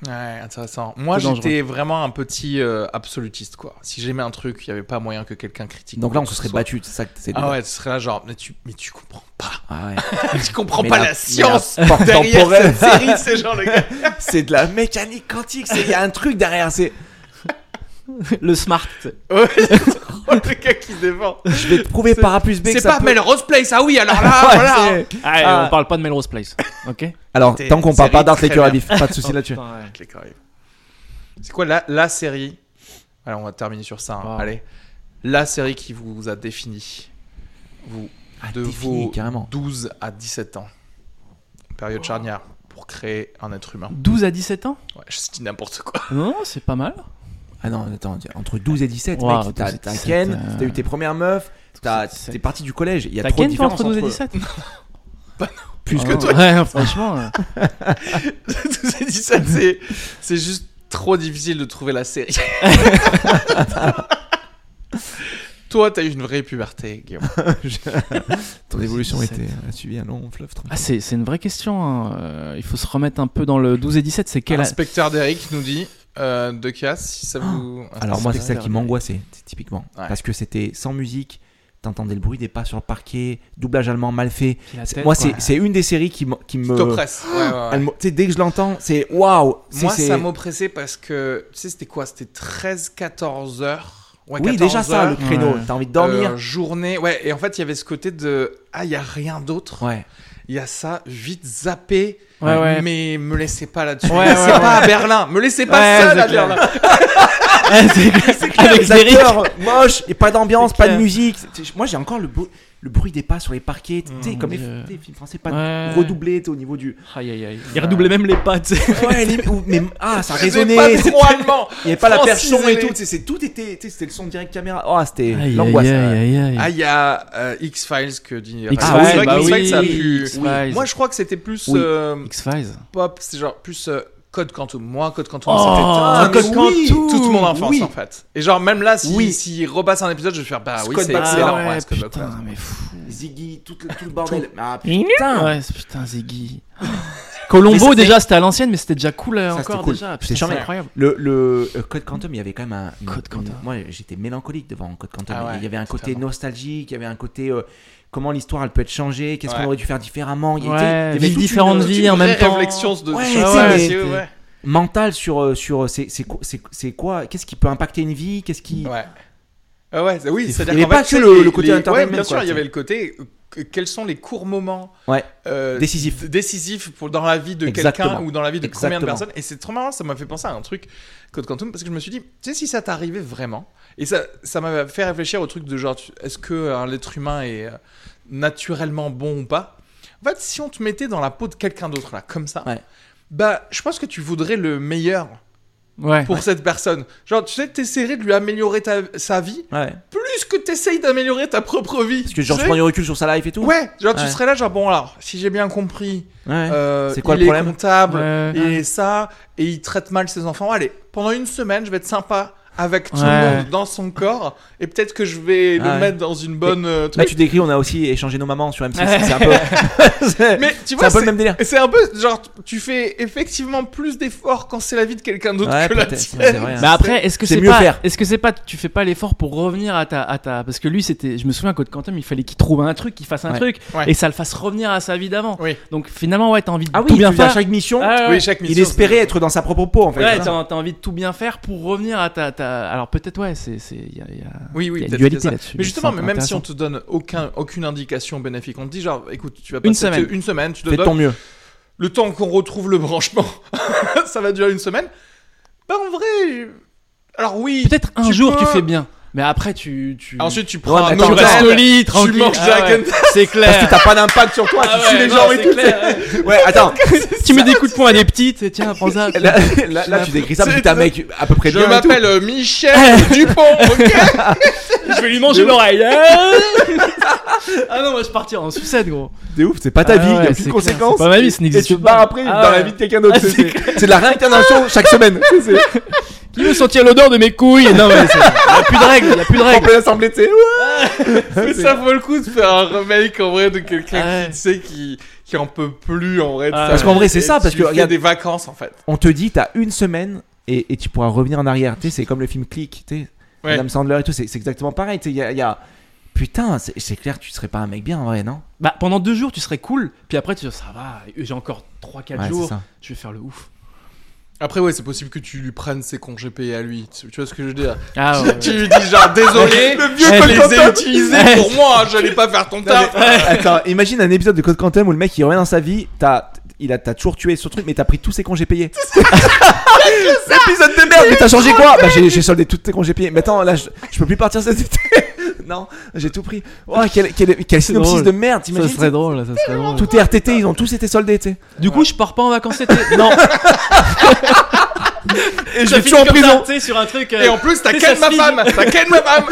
B: Ouais, intéressant. Moi,
D: dangereux.
B: j'étais vraiment un petit euh, absolutiste, quoi. Si j'aimais un truc, il y avait pas moyen que quelqu'un critique.
C: donc là on
B: quoi
C: se
B: que
C: serait
B: ce soit.
C: battu, c'est ça que c'est
B: Ah ouais, ce serait là genre, mais tu, mais tu comprends pas.
C: Ah ouais.
B: tu comprends
C: Mais
B: pas
C: la-
B: la,
C: mais la
B: science
C: porte
B: derrière
C: temporelle.
B: cette série, c'est genre le gars.
C: c'est de la mécanique quantique, c'est- il y a un truc derrière, c'est
D: Le smart.
B: Ouais, c'est trop Oh, le gars qui se défend.
C: je vais te prouver par A plus B que
B: C'est
C: ça
B: pas
C: peut-
B: Melrose Place, ah oui, alors là,
C: Ouais,
B: voilà.
C: c'est-
D: Ah, et
C: Ah.
D: on parle pas de Melrose Place. Ok
C: Alors
B: T'es-
C: tant qu'on
B: une
C: parle pas
B: série
C: d'Art
B: très
C: Laker à
B: bien.
C: vif, pas de souci là-dessus.
D: Putain, ouais.
B: Click arrive. C'est quoi la, la série Alors on va terminer sur ça. hein.
D: Wow.
B: Allez, la série qui vous a défini, vous
C: Ah,
B: de
C: défini,
B: vos
C: carrément.
B: 12 à 17 ans, période charnière pour créer un être humain.
D: 12 à 17 ans
B: Ouais, je dis n'importe quoi.
D: Non, c'est pas mal.
C: Ah non, attends, entre 12 et 17,
D: Wow,
C: mec, t'as
D: 12 et
C: t'as
D: 17,
C: Ken,
D: euh,
C: t'as eu tes premières meufs, t'as-
D: 17.
C: t'es parti du collège, il y a
D: T'as
C: trop de
D: Ken toi,
C: différences
D: entre 12 et
C: eux.
D: 17
C: Plus
D: Ah
C: que
D: non,
C: toi.
D: Ouais, franchement. euh,
B: Tous ces 17, c'est- c'est juste trop difficile de trouver la série. Toi, t'as eu une vraie puberté, Guillaume.
C: Ton évolution
D: 17.
C: était euh, a suivi un long fleuve
D: Ah,
C: tranquille.
D: c'est c'est une vraie question. hein. Euh, Il faut se remettre un peu dans le 12 et 17. C'est quel âge
B: L'inspecteur d'Eric nous dit euh, de Cass, si ça vous.
C: Oh, Alors moi,
D: c'est
C: c'est ça
D: vrai,
C: qui
D: mais-
C: m'angoissait, t- typiquement.
B: Ah, Ouais.
C: Parce que c'était sans musique, t'entendais le bruit des pas sur le parquet, doublage allemand mal fait.
D: Puis la
C: C'est-
D: tête,
C: moi,
D: quoi.
C: c'est c'est une des séries qui, m- qui me...
B: t'oppresse. Ouais, ouais, ouais.
C: elle me- tu sais, dès que je l'entends, c'est waouh c'est-
B: Moi,
C: c'est-
B: ça m'oppressait parce que, tu sais, c'était quoi C'était 13-14 heures. Ouais,
C: Oui,
B: 14
C: déjà ça, le
B: heures.
C: créneau.
D: Ouais.
C: T'as envie de dormir.
B: Euh, journée. Ouais, et en fait, il y avait ce côté de Ah, il n'y a rien d'autre. Il
C: Ouais.
B: y a ça, vite zappé.
D: Ouais, ouais.
B: Mais me laissez pas là-dessus.
D: Ouais,
B: me laissez
D: ouais,
B: pas à Berlin. Me laissez pas
D: Ouais,
B: seul
D: c'est
B: à
D: clair.
B: Berlin.
D: Ah, c'est- Avec
C: les
D: Derrick.
C: acteurs moches et pas d'ambiance,
D: C'est
C: pas de
D: clair.
C: musique. C'est- c'est- Moi, j'ai encore le, beau- le bruit des pas sur les parquets. Tu sais,
D: Mmh.
C: comme les,
D: Dieu.
C: tu sais, les films français, pas
D: Ouais.
C: redoublés t'es au niveau du.
D: Aïe, aïe, aïe. Il redoublait même les pattes.
C: Ouais, les- ou- mais ah, ça
B: J'ai
C: résonnait.
B: pas
C: c'est-
B: trop allemand.
C: Il n'y avait pas la perche
B: francisé.
C: son et tout. tu sais, c'est- Tout était. tu sais, C'était le son direct caméra. Oh, c'était
D: Aïe,
C: l'angoisse.
D: aïe,
C: euh.
D: aïe, aïe,
B: Ah,
D: aïe.
B: il y a euh, X-Files que dit.
D: X-Files,
B: Ah, c'est vrai
D: bah
B: que X-Files, ça a
D: oui.
B: pu.
D: X-Files.
B: Moi, je crois que c'était plus
C: Oui.
B: euh,
D: X-Files.
B: pop, c'est genre plus euh, Code Quantum. Moi, Code Quantum,
D: Oh,
B: c'était
D: Ah,
B: mais
D: Code
B: oui,
D: Quantum,
B: toute mon enfance
D: oui.
B: en fait. Et genre même là, si
C: Oui.
B: s'il repasse un épisode, je vais faire bah oui,
C: Scott
B: c'est
C: Bakula.
B: excellent.
D: Ah
B: ouais,
D: ouais,
B: Scott Bakula.
D: putain, mais fou.
C: Ziggy, tout, le- tout le bordel. Ah,
D: Putain. Ouais, c'est- putain, Ziggy. Colombo, déjà, c'était à l'ancienne, mais c'était déjà cool euh,
C: Ça, c'était
D: encore.
C: cool.
D: déjà.
C: C'était
D: Putain,
C: charmé.
D: C'est incroyable.
C: Le, le euh, Code Quantum, il y avait quand même un. une-
D: Code Quantum.
C: une- moi, j'étais mélancolique devant Code Quantum.
B: Ah ouais,
C: il y avait un côté
B: totalement.
C: nostalgique, il y avait un côté. euh, comment l'histoire elle peut être changée, qu'est-ce
B: Ouais.
C: qu'on aurait dû faire différemment. Il y,
D: Ouais,
C: tu sais, il y avait
D: vivre
C: toute une- euh,
D: différentes
B: Toute
D: vies.
B: une
D: en même
B: vraie
D: temps.
B: réflexion de
C: Ouais,
B: sur-
C: c'est-
B: ouais,
C: c'est-
B: c'est- ouais.
C: mental sur euh, sur euh, c'est c'est quoi c'est- c'est quoi qu'est-ce qui peut impacter une vie qu'est-ce qui
B: Ouais. Ah ouais, c'est- oui,
C: Il
B: c'est-à-dire
C: y avait
B: qu'en
C: pas
B: fait,
C: que le-
B: les-
C: le côté
B: les-
C: internet
B: ouais,
C: même,
B: bien
C: quoi,
B: sûr, il y
C: tu
B: avait
C: sais.
B: le côté euh, que- quels sont les courts moments
C: Ouais.
B: euh,
C: Décisif.
B: d- décisifs pour, dans la vie de
C: Exactement.
B: quelqu'un ou dans la vie de combien de
C: Exactement.
B: personnes. Et c'est trop marrant, ça m'a fait penser à un truc Code Quantum parce que je me suis dit, tu sais, si ça t'arrivait vraiment, et ça ça m'a fait réfléchir au truc de genre, tu- est-ce que euh, l'être humain est euh, naturellement bon ou pas En fait, si on te mettait dans la peau de quelqu'un d'autre là, comme ça,
C: Ouais.
B: bah, je pense que tu voudrais le meilleur
D: Ouais.
B: pour cette personne. Genre, tu sais, t'essaierais de lui améliorer ta- sa vie
C: Ouais.
B: plus que t'essayes d'améliorer ta propre vie.
C: Parce que genre,
B: Tu
C: je
B: sais
C: prends du recul sur sa life et tout.
B: Ouais, genre tu
C: Ouais.
B: serais là, genre bon alors, si j'ai bien compris,
C: Ouais.
B: euh,
C: C'est quoi
B: il
C: le problème
B: est comptable
D: Ouais.
B: et ça, et il traite mal ses enfants. Allez, pendant une semaine, je vais être sympa avec tout le
D: Ouais.
B: monde dans son corps et peut-être que je vais le
C: Ouais.
B: mettre dans une bonne euh,
C: Là,
B: truc.
C: Bah, tu décris, on a aussi échangé nos mamans sur M6.
D: Ouais.
C: C'est un peu. c'est-
B: Mais tu
C: c'est
B: vois,
C: un peu le
B: c'est
C: même délire.
B: c'est un peu genre tu fais effectivement plus d'efforts quand c'est la vie de quelqu'un d'autre
C: Ouais,
B: que la
C: peut-être,
B: tienne.
C: ouais, c'est vrai, hein.
D: Mais après, est-ce que
C: C'est
D: c'est
C: mieux
D: pas,
C: faire.
D: est-ce que c'est pas, tu fais pas l'effort pour revenir à ta, à ta, parce que lui c'était, je me souviens Code Quantum, il fallait qu'il trouve un truc, qu'il fasse un
C: Ouais.
D: truc,
B: Ouais.
D: et ça le fasse revenir à sa vie d'avant.
B: Oui.
D: Donc finalement ouais, t'as envie de
C: Ah oui,
D: tout bien
C: tu veux dire,
D: faire.
C: chaque mission,
D: Ah ouais.
B: Oui, chaque
C: il
B: mission,
C: espérait
B: c'est-
C: être dans sa propre peau en fait.
D: Ouais,
C: C'est ça.
D: t'as t'as envie de tout bien faire pour revenir à ta, ta... alors peut-être ouais, c'est, c'est, il y a, il y a-
B: Oui,
D: il
B: oui,
D: y a
B: peut-être
D: une
B: que
D: dualité
B: ça.
D: là-dessus.
B: Mais justement,
D: c'est
B: mais même si on
D: intéressant.
B: te donne aucun, aucune indication bénéfique, on te dit genre, écoute, tu vas passer
D: Une semaine.
B: une semaine, tu te
C: Fais de
B: donnes
C: ton mieux.
B: le temps qu'on retrouve le branchement, ça va durer une semaine. Bah en vrai, je- alors oui.
D: peut-être un
B: tu
D: jour
B: peux-
D: tu fais bien, mais après tu, tu,
B: Ensuite, tu prends
C: mais
B: un
C: attends,
B: Nobel,
C: tu restes
D: au lit,
B: tu
D: tranquille.
B: manges
D: Ah
B: Jack
D: ouais.
B: and-
D: c'est
C: Parce que
D: clair.
C: t'as pas d'impact sur toi,
D: Ah
C: tu suis
D: ouais,
C: les
D: non,
C: gens et
D: c'est
C: tout.
D: clair.
C: Ouais, attends,
D: tu mets des coups de poing à des petites, et tiens, prends ça.
C: là, là, là, tu décris ça parce que t'es un mec à peu près
B: Je
C: bien et tout. Ah
B: m'appelle euh, Michel Dupont. ok
D: Je vais lui manger l'oreille. ah non, moi je partirai en sucette, gros.
C: C'est ouf, c'est pas ta
D: Ah
C: vie, il y
D: ouais,
C: a
D: c'est
C: plus de
D: clair,
C: conséquences.
D: c'est pas ma vie,
C: et-
D: ça n'existe
C: Et tu te
D: pas.
C: barres après
D: Ah
C: dans la
D: ouais.
C: vie de quelqu'un d'autre.
D: Ah,
C: c'est-
D: c'est
C: C'est c'est de la réincarnation chaque semaine. C'est- C'est
D: Qui veut sentir l'odeur de mes couilles Non, mais c'est- y a plus de règles, y a plus de
C: en
D: règles.
C: pleine assemblée, tu sais. Ah ouais. Ah
B: Mais ça vaut le coup de faire un remake en vrai de quelqu'un
D: Ouais.
B: qui tu sais qui qui en peut plus en vrai. de
D: Ah.
B: sa
D: Parce
B: vie.
C: qu'en vrai, c'est
B: Et
C: ça, parce
B: tu
C: que
B: fais
C: regarde-
B: des vacances en fait.
C: On te dit, t'as une semaine et et tu pourras revenir en arrière. Tu sais, c'est comme le film Click, tu sais.
B: Ouais.
C: Adam Sandler et tout, c'est c'est exactement pareil. Tu sais, il y a- il y a. Putain, c'est c'est clair, tu serais pas un mec bien en vrai, non
D: Bah, pendant deux jours, tu serais cool, puis après, tu dis, ça va, j'ai encore 3-4
C: Ouais, c'est
D: jours,
C: ça.
D: je vais faire le ouf.
B: Après ouais, c'est possible que tu lui prennes ses congés payés à lui. Tu tu vois ce que je veux dire
D: Ah ouais.
B: Tu lui dis genre désolé,
C: Le vieux
B: je
D: Code
B: les ai
C: Quantum.
B: utilisés pour moi, hein, j'allais pas faire ton taf.
C: Attends, imagine un épisode de Code Quantum où le mec il revient dans sa vie, t'as, il a, t'as toujours tué ce truc, mais t'as pris tous ses congés payés. Épisode de merde, mais t'as changé quoi Bah j'ai, j'ai soldé tous tes congés payés. Mais attends, là je, je peux plus partir cet été. non, j'ai tout pris. Oh, quel, quel, quel synopsis
D: drôle.
C: de merde,
D: Ça
C: t'imagines
D: serait drôle, ça serait drôle.
C: Tout est RTT, ils ont tous été soldés, tu sais.
D: Du coup, je pars pas en vacances cet été. Non,
C: Et je
D: ça
C: vais
D: finit
C: toujours en
D: comme ça,
C: prison.
D: tu sais, sur un truc.
B: Et en plus, t'as
D: Tu sais, ça
B: ken ma
D: se lit.
B: femme T'as ken ma femme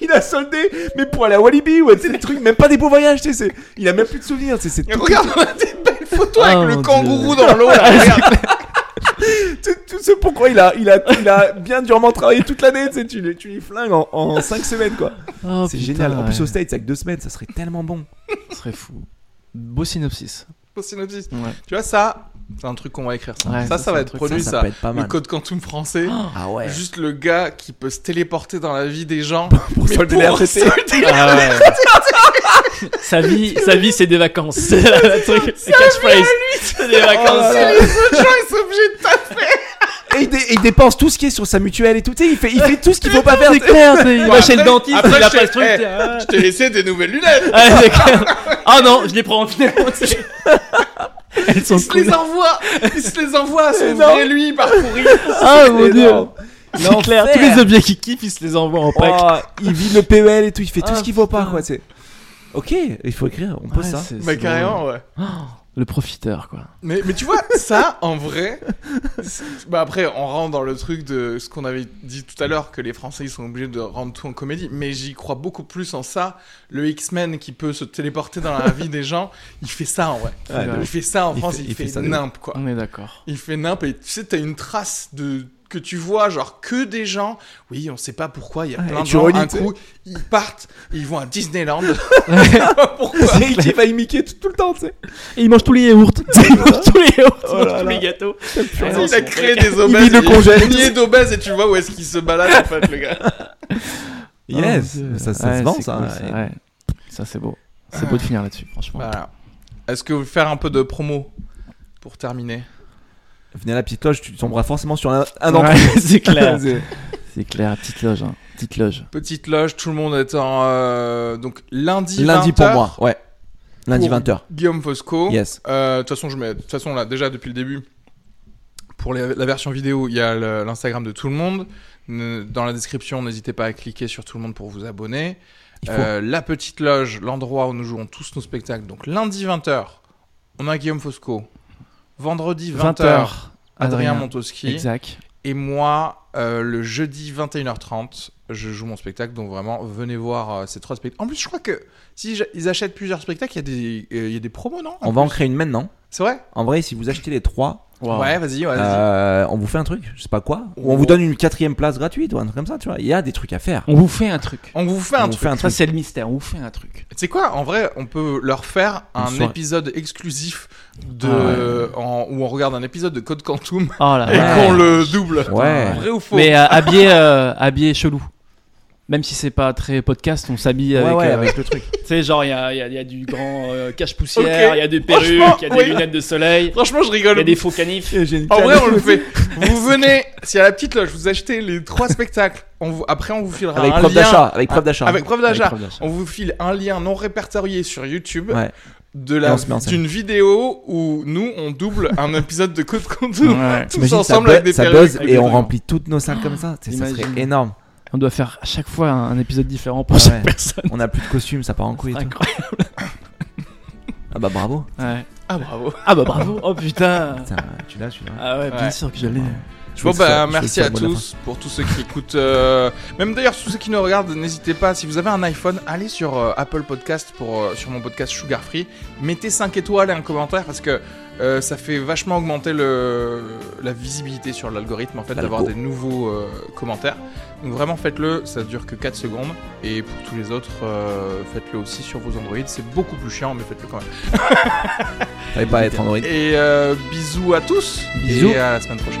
C: Il a soldé, mais pour aller à Walibi, ouais, tu sais, des trucs, même pas des beaux voyages, tu sais. c'est- Il a même plus de souvenirs, tu sais. c'est
B: Et
C: tout-
B: Regarde, on a des belles photos
D: Oh
B: avec le
D: mon
B: kangourou dans l'eau là, regarde.
C: Tout, tout ce pourquoi il a, il, a, il a bien durement travaillé toute l'année, tu sais, tu les, tu les flingues en, en 5 semaines, quoi.
D: Oh,
C: c'est
D: putain,
C: génial. En plus,
D: ouais.
C: au States, avec 2 semaines, ça serait tellement bon.
D: Ce serait fou. Beau synopsis.
B: Au synopsis.
D: Ouais.
B: Tu vois, ça, c'est un truc qu'on va écrire. Ça,
D: Ouais,
B: ça,
D: ça,
B: ça
D: c'est
B: va
D: un
B: être
D: truc,
B: produit, Oh, ça.
C: peut être pas
B: Le code quantum français.
C: Ah ouais.
B: Juste le gars qui peut se téléporter dans la vie des gens.
C: pour
B: mais
C: solder
B: pour
C: l'air RTT.
D: Ah ouais. sa vie, sa vie, c'est des vacances. C'est le truc, c'est catchphrase. C'est des
C: Oh
D: vacances.
C: là là.
B: Les autres gens, ils sont obligés de taper.
C: Et il, dé- il dépense tout ce qui est sur sa mutuelle et tout. Tu sais, il fait, il fait tout ce qu'il faut pas faire.
D: C'est clair, c'est- il
B: Bon,
D: va chez le
B: après-
D: dentiste,
B: après,
D: il a
B: je
D: pas
B: sais-
D: le truc.
B: eh,
D: t'es- ah.
B: Je t'ai laissé des nouvelles lunettes.
D: Ah, c'est clair. Ah non, je les prends finalement. tu sais. Elles sont
B: Il se les
D: cool.
B: envoie. Il se les envoie à son
C: énorme.
B: vrai lui parcourir.
D: Ah mon dieu.
C: énorme.
D: C'est clair, tous les objets qui kiffent, ils se les envoient en pack.
C: Oh, il vide le PEL et tout. Il fait tout
D: Ah,
C: ce qu'il faut pas,
D: putain.
C: quoi. tu sais. Ok, il faut écrire. On pose
D: Ouais,
C: ça.
D: c'est- c'est
B: Bah,
D: drôle.
B: carrément, ouais.
D: Le profiteur, quoi.
B: Mais, mais tu vois, ça, en vrai, c'est- bah après, on rentre dans le truc de ce qu'on avait dit tout à l'heure, que les Français, ils sont obligés de rendre tout en comédie. Mais j'y crois beaucoup plus en ça. Le X-Men qui peut se téléporter dans la vie des gens, il fait ça, en vrai.
C: Ouais, de
B: Il
C: ouf.
B: fait ça en
C: Il
B: France,
C: fait-
B: il,
C: il fait
B: fait,
C: ça de ouf.
B: nimp, quoi.
D: On est d'accord.
B: Il fait nimp et tu sais, t'as une trace de que tu vois, genre que des gens, oui, on sait pas pourquoi, il y a
C: Ouais,
B: plein
C: et
B: de
C: tu
B: gens,
C: relis,
B: un
C: tu sais.
B: coup, ils partent, et ils vont à Disneyland. pourquoi
C: C'est il va imiquer tout, tout le temps, tu sais.
D: Et il mange tous les yaourts. Il mange tous les yaourts,
C: Oh là
D: il mange
C: là.
D: tous les gâteaux.
B: Tu
D: Ah,
B: sais, il a
D: son
B: créé
D: truc.
B: des obèses.
C: vide le
B: il est
C: congèle.
B: Nié d'obèses et tu vois où est-ce qu'il se balade en fait, le gars.
C: Yes.
D: Oh mon Dieu.
C: ça ça se
D: Ouais,
C: vend,
D: c'est
C: ça.
D: cool, ça, ouais. Ça, c'est beau. C'est beau de finir là-dessus, franchement.
C: Bah,
B: Voilà. Est-ce que vous faire un peu de promo pour terminer
C: Venez à la petite loge, tu tomberas forcément sur un, un d'entre
D: Ouais, c'est clair.
C: C'est-
D: Ah C'est clair, petite loge, hein. petite loge.
B: Petite loge, tout le monde est en. euh, donc lundi.
C: Lundi
B: 20
C: pour
B: heures,
C: moi, ouais. Lundi
B: Pour-
C: 20h.
B: Guillaume Fosco.
C: Yes.
B: Euh, De toute façon, je mets. De toute façon, là, déjà depuis le début, pour les- la version vidéo, il y a le- l'Instagram de tout le monde. Ne- Dans la description, n'hésitez pas à cliquer sur tout le monde pour vous abonner.
C: Il faut.
B: Euh, la petite loge, l'endroit où nous jouons tous nos spectacles. Donc lundi 20h, on a Guillaume Fosco. Vendredi 20h,
D: 20h,
B: Adrien Montoski.
D: Exact.
B: Et moi, euh, le jeudi 21h30, je joue mon spectacle. Donc vraiment, venez voir euh, ces trois spectacles. En plus, je crois que si j'a- ils achètent plusieurs spectacles, il y a des, euh, il y a des promos, non
C: On va en créer une maintenant.
B: C'est vrai
C: En vrai, si vous achetez les trois,
D: Wow.
B: Ouais, vas-y, ouais, vas-y.
C: euh, on vous fait un truc, je sais pas quoi. Ou on
B: Oh.
C: vous donne une quatrième place gratuite ou un truc comme ça, tu vois. Il y a des trucs à faire.
D: On vous fait un truc.
B: On vous fait
C: On
B: un
C: vous
B: truc.
C: fait un
D: Ça,
C: truc.
D: c'est le mystère. On vous fait un truc.
B: Tu sais quoi En vrai, on peut leur faire
C: Une
B: un
C: soirée.
B: épisode exclusif de
D: Ah
B: en- où on regarde un épisode de Code Quantum
D: Oh là
B: et
D: là.
C: Ouais.
B: qu'on le double.
C: Ouais.
B: Vrai ou faux
D: Mais euh, habillé, euh, habillé chelou. Même si c'est pas très podcast, on s'habille
C: Ouais,
D: avec.
C: ouais,
D: euh,
C: avec le truc.
D: Tu sais, genre, il y a, il y a- il y a du grand euh, cache-poussière, il
B: Ok.
D: y a des perruques,
B: Franchement,
D: il y a des
B: oui.
D: lunettes de soleil,
B: Franchement, je
D: il
B: rigole.
D: y a des faux canifs.
B: En vrai, on le fait. Vous venez, si à la petite loge, vous achetez les trois spectacles. On vous, après, on vous filera
C: Avec
B: un
C: preuve
B: lien Ah,
C: d'achat. hein. Avec preuve d'achat.
B: Avec preuve
D: Avec
B: d'achat.
D: preuve d'achat.
B: On vous file un lien non répertorié sur YouTube
C: Ouais.
B: de la
C: on se met en scène.
B: d'une vidéo où nous on double un épisode de Code Quantum
D: Ouais.
B: tous
C: T'imagines, ça,
B: ensemble
C: bu-
B: avec des
C: ça
B: perruques. Ah,
C: buzz
D: avec
C: et
D: des
C: on
D: trucs.
C: remplit toutes nos salles comme ça. C'est- Ça
D: Imagine.
C: serait énorme.
D: On doit faire à chaque fois un, un épisode différent pour
C: Ah
D: chaque
C: ouais.
D: personne.
C: On a plus de costumes, ça part en couille. et tout.
D: Incroyable.
C: Ah bah bravo.
D: Ouais.
B: Ah bravo.
D: Ah bah bravo. Oh putain.
C: Putain, tu l'as, tu l'as.
D: Ah ouais, bien
B: Ouais.
D: sûr que j'allais.
C: Je
B: Bon
C: voulais que ce soit-
B: bah
C: je voulais que ce
B: merci
C: soit
B: à
C: le mot de la
B: tous pour tous ceux qui écoutent. euh, Même d'ailleurs tous ceux qui nous regardent, n'hésitez pas. Si vous avez un iPhone, allez sur euh, Apple Podcast pour euh, sur mon podcast Sugar Free. Mettez 5 étoiles et un commentaire parce que euh, ça fait vachement augmenter le la visibilité sur l'algorithme en fait
C: Valco.
B: d'avoir des nouveaux euh, commentaires. Donc vraiment faites-le, ça dure que 4 secondes. Et pour tous les autres, euh, faites-le aussi sur vos Android. C'est beaucoup plus chiant, mais faites-le quand même.
C: fin. Fallait pas être Android.
B: Et euh, bisous à tous.
C: Bisous.
B: Et à la semaine prochaine.